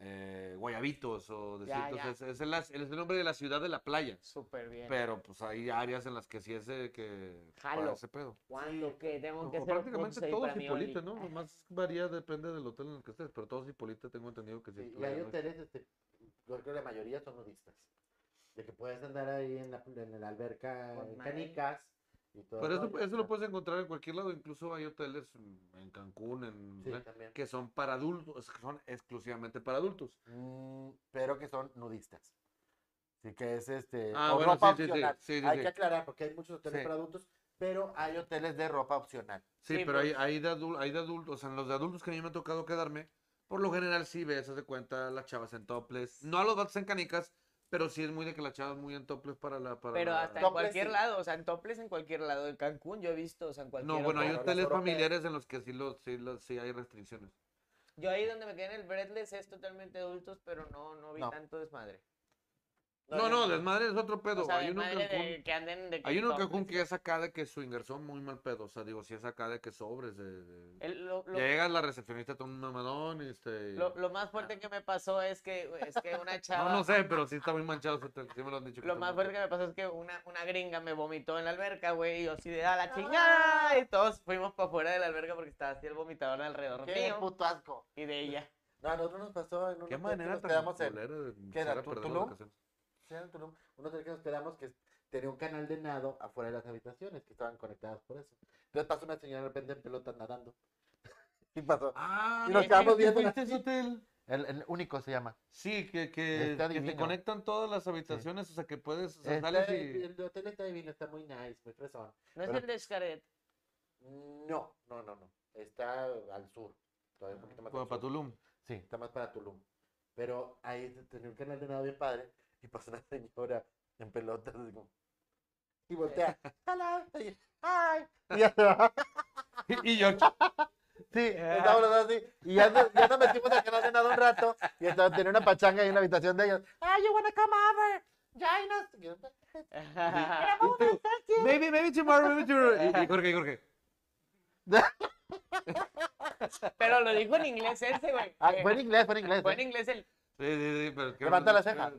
Speaker 4: eh, guayabitos o
Speaker 3: Ya,
Speaker 4: decirte, o sea,
Speaker 3: ya.
Speaker 4: es, es el, es el nombre de la ciudad de la playa.
Speaker 3: Súper bien.
Speaker 4: Pero pues hay áreas en las que sí es de que para
Speaker 3: Jalo.
Speaker 4: ese pedo.
Speaker 3: ¿Cuándo que tengo
Speaker 4: O-
Speaker 3: que
Speaker 4: o
Speaker 3: hacer un
Speaker 4: prácticamente
Speaker 3: punto ahí
Speaker 4: todo
Speaker 3: para mi
Speaker 4: Cipolite,
Speaker 3: Oli?
Speaker 4: ¿no? Nomás varía, depende del hotel en el que estés, pero todo Cipolite tengo entendido que
Speaker 2: Sí,
Speaker 4: sí. es
Speaker 2: y hay
Speaker 4: playa, ¿no?
Speaker 2: hoteles, este, yo creo que la mayoría son nudistas. De que puedes andar ahí en la, en la alberca
Speaker 3: Con
Speaker 2: en
Speaker 3: madre.
Speaker 2: canicas. Y todo
Speaker 4: Pero
Speaker 2: el
Speaker 4: eso,
Speaker 2: rollo,
Speaker 4: eso lo
Speaker 2: o sea,
Speaker 4: puedes encontrar en cualquier lado, incluso hay hoteles mm, en Cancún, en,
Speaker 2: Sí, también.
Speaker 4: que son para adultos, que son exclusivamente para adultos.
Speaker 2: Mm, pero que son nudistas. Así que es este.
Speaker 4: Ah,
Speaker 2: o
Speaker 4: bueno,
Speaker 2: ropa
Speaker 4: sí, sí, sí,
Speaker 2: opcional.
Speaker 4: sí, sí,
Speaker 2: hay
Speaker 4: sí.
Speaker 2: que aclarar porque hay muchos hoteles
Speaker 4: Sí.
Speaker 2: para adultos, pero hay hoteles de ropa opcional.
Speaker 4: Sí,
Speaker 3: Sí,
Speaker 4: pero hay,
Speaker 3: pues.
Speaker 4: hay de adultos, hay de adultos, o sea, en los de adultos que a mí me ha tocado quedarme, por lo general sí ves, haz de cuenta, las chavas en topless. No a los vatos en canicas, pero sí es muy de que las chavas muy en topless para la... Para
Speaker 3: Pero
Speaker 4: la-
Speaker 3: hasta en
Speaker 2: Topless,
Speaker 3: cualquier
Speaker 2: sí.
Speaker 3: lado, o sea, en Toples en cualquier lado, en Cancún yo he visto, o sea, en cualquier
Speaker 4: No, bueno, hay
Speaker 3: otro.
Speaker 2: las
Speaker 4: hoteles
Speaker 2: europeas.
Speaker 4: familiares en los que sí, los, sí, los- sí hay restricciones.
Speaker 3: Yo ahí donde me quedé en el Breathless es totalmente adultos, pero no, no vi
Speaker 2: No.
Speaker 3: tanto desmadre.
Speaker 4: No, no, desmadre es otro pedo.
Speaker 3: O sea,
Speaker 4: hay uno en
Speaker 3: desmadre de
Speaker 4: Cancún,
Speaker 3: que anden de que
Speaker 4: hay uno en
Speaker 3: topless.
Speaker 4: Cancún que es acá de que su ingreso muy mal pedo, o sea, digo, si es acá de que sobres, de... de-
Speaker 3: El- lo, lo-
Speaker 4: Llegas la recepcionista todo un mamadón, este... y-
Speaker 3: lo- lo más fuerte que me pasó es que, es que una chava...
Speaker 4: No, no sé, pero sí está muy manchado ese hotel, sí me lo han dicho. que
Speaker 3: Lo
Speaker 4: está
Speaker 3: más
Speaker 4: muy
Speaker 3: fuerte que me pasó es que una, una gringa me vomitó en la alberca, güey, y yo así de a la chingada, y todos fuimos para afuera de la alberca porque estaba así el vomitador alrededor
Speaker 2: Qué
Speaker 4: Pues,
Speaker 3: mío
Speaker 2: puto asco.
Speaker 3: y de ella.
Speaker 2: No, a nosotros nos pasó en un
Speaker 4: Qué
Speaker 2: hotel que
Speaker 4: manera
Speaker 2: nos
Speaker 4: tan
Speaker 2: quedamos en,
Speaker 4: culera de
Speaker 2: ¿qué era,
Speaker 4: echar a
Speaker 2: tu-
Speaker 4: perder las
Speaker 2: Tulum?
Speaker 4: vacaciones.
Speaker 2: sí, en Tulum, un hotel que nos quedamos que tenía un canal de nado afuera de las habitaciones que estaban conectadas por eso. Entonces pasó una señora de repente en pelotas nadando. y pasó.
Speaker 4: Ah,
Speaker 2: Y nos
Speaker 4: ¿sí
Speaker 2: quedamos
Speaker 4: que
Speaker 2: viendo
Speaker 4: fuiste
Speaker 2: así.
Speaker 4: ese hotel?
Speaker 2: El, el único se llama.
Speaker 4: Sí, que, que,
Speaker 2: Está
Speaker 4: que te
Speaker 2: divino.
Speaker 4: conectan todas las habitaciones, o sea que puedes, o sea,
Speaker 2: Está-
Speaker 4: sales
Speaker 2: Este, el,
Speaker 4: y...
Speaker 2: hotel está divino, está muy nice, muy fresón.
Speaker 3: ¿No es
Speaker 2: Pero-
Speaker 3: el de Xcaret?
Speaker 2: No, no, no, no. Está al sur. Todavía un poquito más.
Speaker 4: Como
Speaker 2: al sur.
Speaker 4: para Tulum.
Speaker 2: Sí, está más para Tulum. Pero ahí te- tenía un canal de nado bien padre y pasó una señora en pelotas así como, y voltea. Hola. Y, Hi. Y ya se va.
Speaker 4: Y, y yo,
Speaker 2: Sí, estábamos los dos así. Y ya, nos- ya nos metimos al canal de nado un rato y estaba, tenía una pachanga ahí en la habitación de ellos. Ah, you wanna come over. Join us. Y yo,
Speaker 4: y tú, maybe, maybe tomorrow, maybe tomorrow. Y, y Jorge, y Jorge.
Speaker 3: Pero lo dijo en inglés ese, güey.
Speaker 2: Ah, fue en inglés, fue en inglés.
Speaker 3: Fue en
Speaker 2: ¿eh?
Speaker 3: inglés el.
Speaker 4: Sí, sí, sí, pero que-
Speaker 2: Levanta la ceja.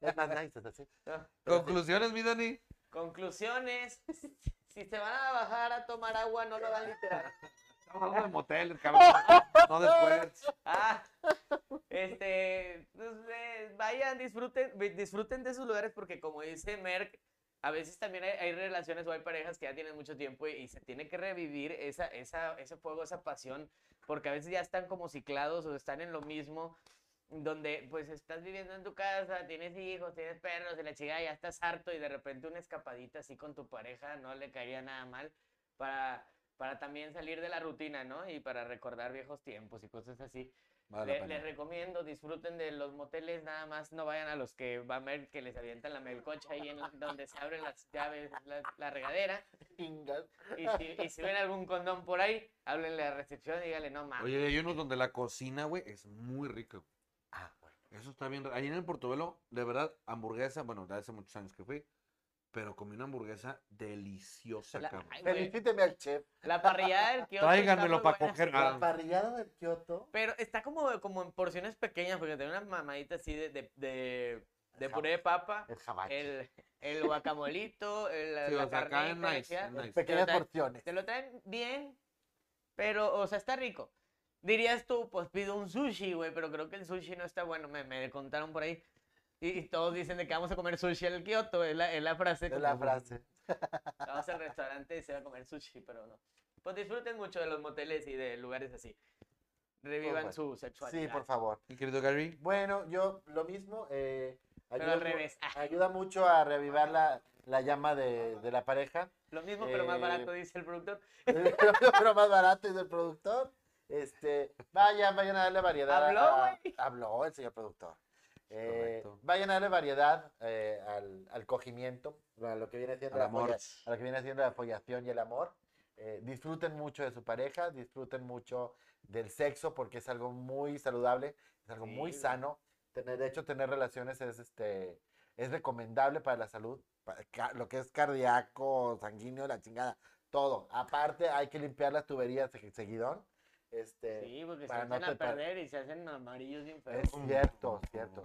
Speaker 2: Es más nice, es así.
Speaker 4: Conclusiones, mi Dani.
Speaker 3: Conclusiones. Si se van a bajar a tomar agua, no lo van literal.
Speaker 4: Estamos hablando de motel, cabrón. No después.
Speaker 3: Ah, este, pues, eh, vayan, disfruten, vi- disfruten de sus lugares porque como dice Merck, a veces también hay, hay relaciones o hay parejas que ya tienen mucho tiempo y, y se tiene que revivir esa, esa, ese fuego, esa pasión, porque a veces ya están como ciclados o están en lo mismo, donde pues estás viviendo en tu casa, tienes hijos, tienes perros y la chica ya estás harto y de repente una escapadita así con tu pareja no le caería nada mal para, para también salir de la rutina, ¿no? Y para recordar viejos tiempos y cosas así.
Speaker 4: Vale,
Speaker 3: Le-
Speaker 2: pues.
Speaker 4: la
Speaker 3: les
Speaker 4: pena.
Speaker 3: recomiendo, disfruten de los moteles, nada más no vayan a los que van a ver que les avientan la melcocha ahí en la- donde se abren las llaves, la, la regadera.
Speaker 2: Chingas.
Speaker 3: Y si, y si ven algún condón por ahí, háblenle a la recepción y díganle, no mames.
Speaker 4: Oye, hay unos donde la cocina, güey, es muy rica. güey.
Speaker 2: Ah, bueno.
Speaker 4: Eso está bien. ra- Ahí en el Portobelo, de verdad, hamburguesa, bueno, de hace muchos años que fui, pero comí una hamburguesa deliciosa,
Speaker 3: La-
Speaker 4: cabrón.
Speaker 3: ay, güey,
Speaker 2: Felicíteme al chef.
Speaker 3: la parrillada del kiosco. está
Speaker 4: Tráiganmelo
Speaker 3: muy
Speaker 4: para
Speaker 3: buena.
Speaker 4: coger.
Speaker 2: La
Speaker 4: Ah,
Speaker 2: parrillada del Kioto.
Speaker 3: Pero está como, como en porciones pequeñas, porque tiene una mamadita así de, de, de, de
Speaker 2: El
Speaker 3: puré de papa,
Speaker 2: El jabache.
Speaker 3: el, el guacamolito, el,
Speaker 4: Sí,
Speaker 3: la
Speaker 4: o sea, acá es
Speaker 3: carnita, la
Speaker 4: nice,
Speaker 3: chingada.
Speaker 4: es nice.
Speaker 2: Pequeñas
Speaker 3: Pero-
Speaker 2: porciones.
Speaker 3: Te lo traen bien, pero, o sea, está rico. Dirías tú, pues pido un sushi, güey, pero creo que el sushi no está bueno. Me, me contaron por ahí. Y, y todos dicen de que vamos a comer sushi en el Kioto. Es la, es la frase.
Speaker 2: Es la
Speaker 3: como,
Speaker 2: frase.
Speaker 3: Vamos al restaurante y se va a comer sushi, pero no. Pues disfruten mucho de los moteles y de lugares así. Revivan
Speaker 2: Pues,
Speaker 3: su
Speaker 2: Sí,
Speaker 3: sexualidad.
Speaker 2: por favor.
Speaker 4: Mi querido Gary,
Speaker 2: Bueno, yo lo mismo. Eh,
Speaker 3: Pero
Speaker 2: ayuda
Speaker 3: al
Speaker 2: mu-
Speaker 3: revés. Ah,
Speaker 2: Ayuda mucho a reavivar la, la llama de, de la pareja.
Speaker 3: lo mismo, pero más
Speaker 2: eh,
Speaker 3: barato, dice el productor.
Speaker 2: pero más barato y del productor. Este, vayan, vayan a darle variedad.
Speaker 3: Habló,
Speaker 2: a- habló el señor productor. Eh,
Speaker 4: Correcto.
Speaker 2: vayan a darle variedad eh, al, al cogimiento, a lo que viene siendo
Speaker 4: al
Speaker 2: la
Speaker 4: amor.
Speaker 2: folla- a lo que viene siendo la follación y el amor. Eh, disfruten mucho de su pareja, disfruten mucho del sexo porque es algo muy saludable, es algo muy
Speaker 3: Sí.
Speaker 2: sano. Tener, de hecho, tener relaciones es este es recomendable para la salud, para ca- lo que es cardíaco, sanguíneo, la chingada, todo. Aparte, hay que limpiar las tuberías se- seguidón. Este,
Speaker 3: Sí, porque se
Speaker 2: para no
Speaker 3: echan a
Speaker 2: te pa-
Speaker 3: perder y se hacen amarillos bien feos.
Speaker 2: Es cierto, cierto.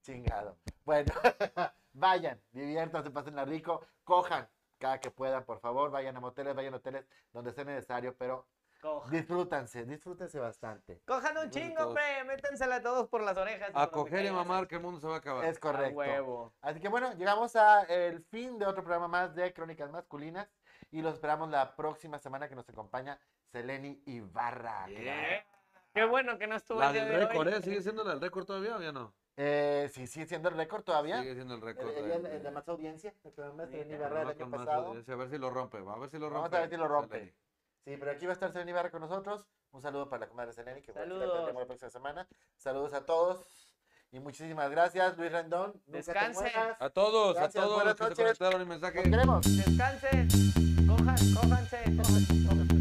Speaker 2: Chingado. Bueno, vayan, diviértanse, pásenla rico, cojan cada que puedan, por favor, vayan a moteles, vayan a hoteles, donde sea necesario, pero
Speaker 3: Cojan.
Speaker 2: disfrútanse, disfrútense bastante.
Speaker 3: Cojan un
Speaker 4: Disfruten
Speaker 3: chingo,
Speaker 4: todos.
Speaker 3: hombre. Métansela todos por las orejas.
Speaker 4: A
Speaker 3: por donde
Speaker 4: coger y a
Speaker 3: caiga.
Speaker 4: mamar, que el mundo se va Pues, a acabar.
Speaker 2: Es
Speaker 3: A
Speaker 2: correcto.
Speaker 3: huevo.
Speaker 2: Así que bueno, llegamos al fin de otro programa más de Crónicas Masculinas y los esperamos la próxima semana que nos acompaña Seleni Ibarra.
Speaker 4: Yeah.
Speaker 3: Qué bueno que no estuvo
Speaker 4: La
Speaker 3: el día
Speaker 4: del
Speaker 3: de hoy.
Speaker 4: récord, ¿eh? ¿Sigue siendo la del récord todavía o ya no?
Speaker 2: Eh, sí, sigue siendo el récord todavía.
Speaker 4: Sigue siendo el
Speaker 2: Eh,
Speaker 4: récord.
Speaker 2: eh,
Speaker 4: eh,
Speaker 2: eh, de más audiencia, el programa de
Speaker 3: Sí,
Speaker 2: Seleni
Speaker 3: ya,
Speaker 2: Ibarra del
Speaker 4: no,
Speaker 2: año
Speaker 4: con más
Speaker 2: pasado.
Speaker 4: audiencia, A ver si lo rompe, va, a ver si lo rompe.
Speaker 2: Vamos a ver si lo rompe.
Speaker 4: Ándale.
Speaker 2: Sí, pero aquí va a estar Seleni Ibarra con nosotros. Un saludo para la comadre Seleni, que bueno,
Speaker 3: Saludos.
Speaker 2: la tendremos la próxima semana. Saludos a todos y muchísimas gracias, Luis Rendón. Nunca te
Speaker 3: Descansen.
Speaker 2: mueras.
Speaker 4: A todos,
Speaker 2: Gracias,
Speaker 4: a todos los
Speaker 2: buenas
Speaker 4: que se
Speaker 2: noches.
Speaker 4: conectaron y mensaje.
Speaker 2: Los queremos.
Speaker 3: Descansen. Cojan, cójanse. cojan, cojan.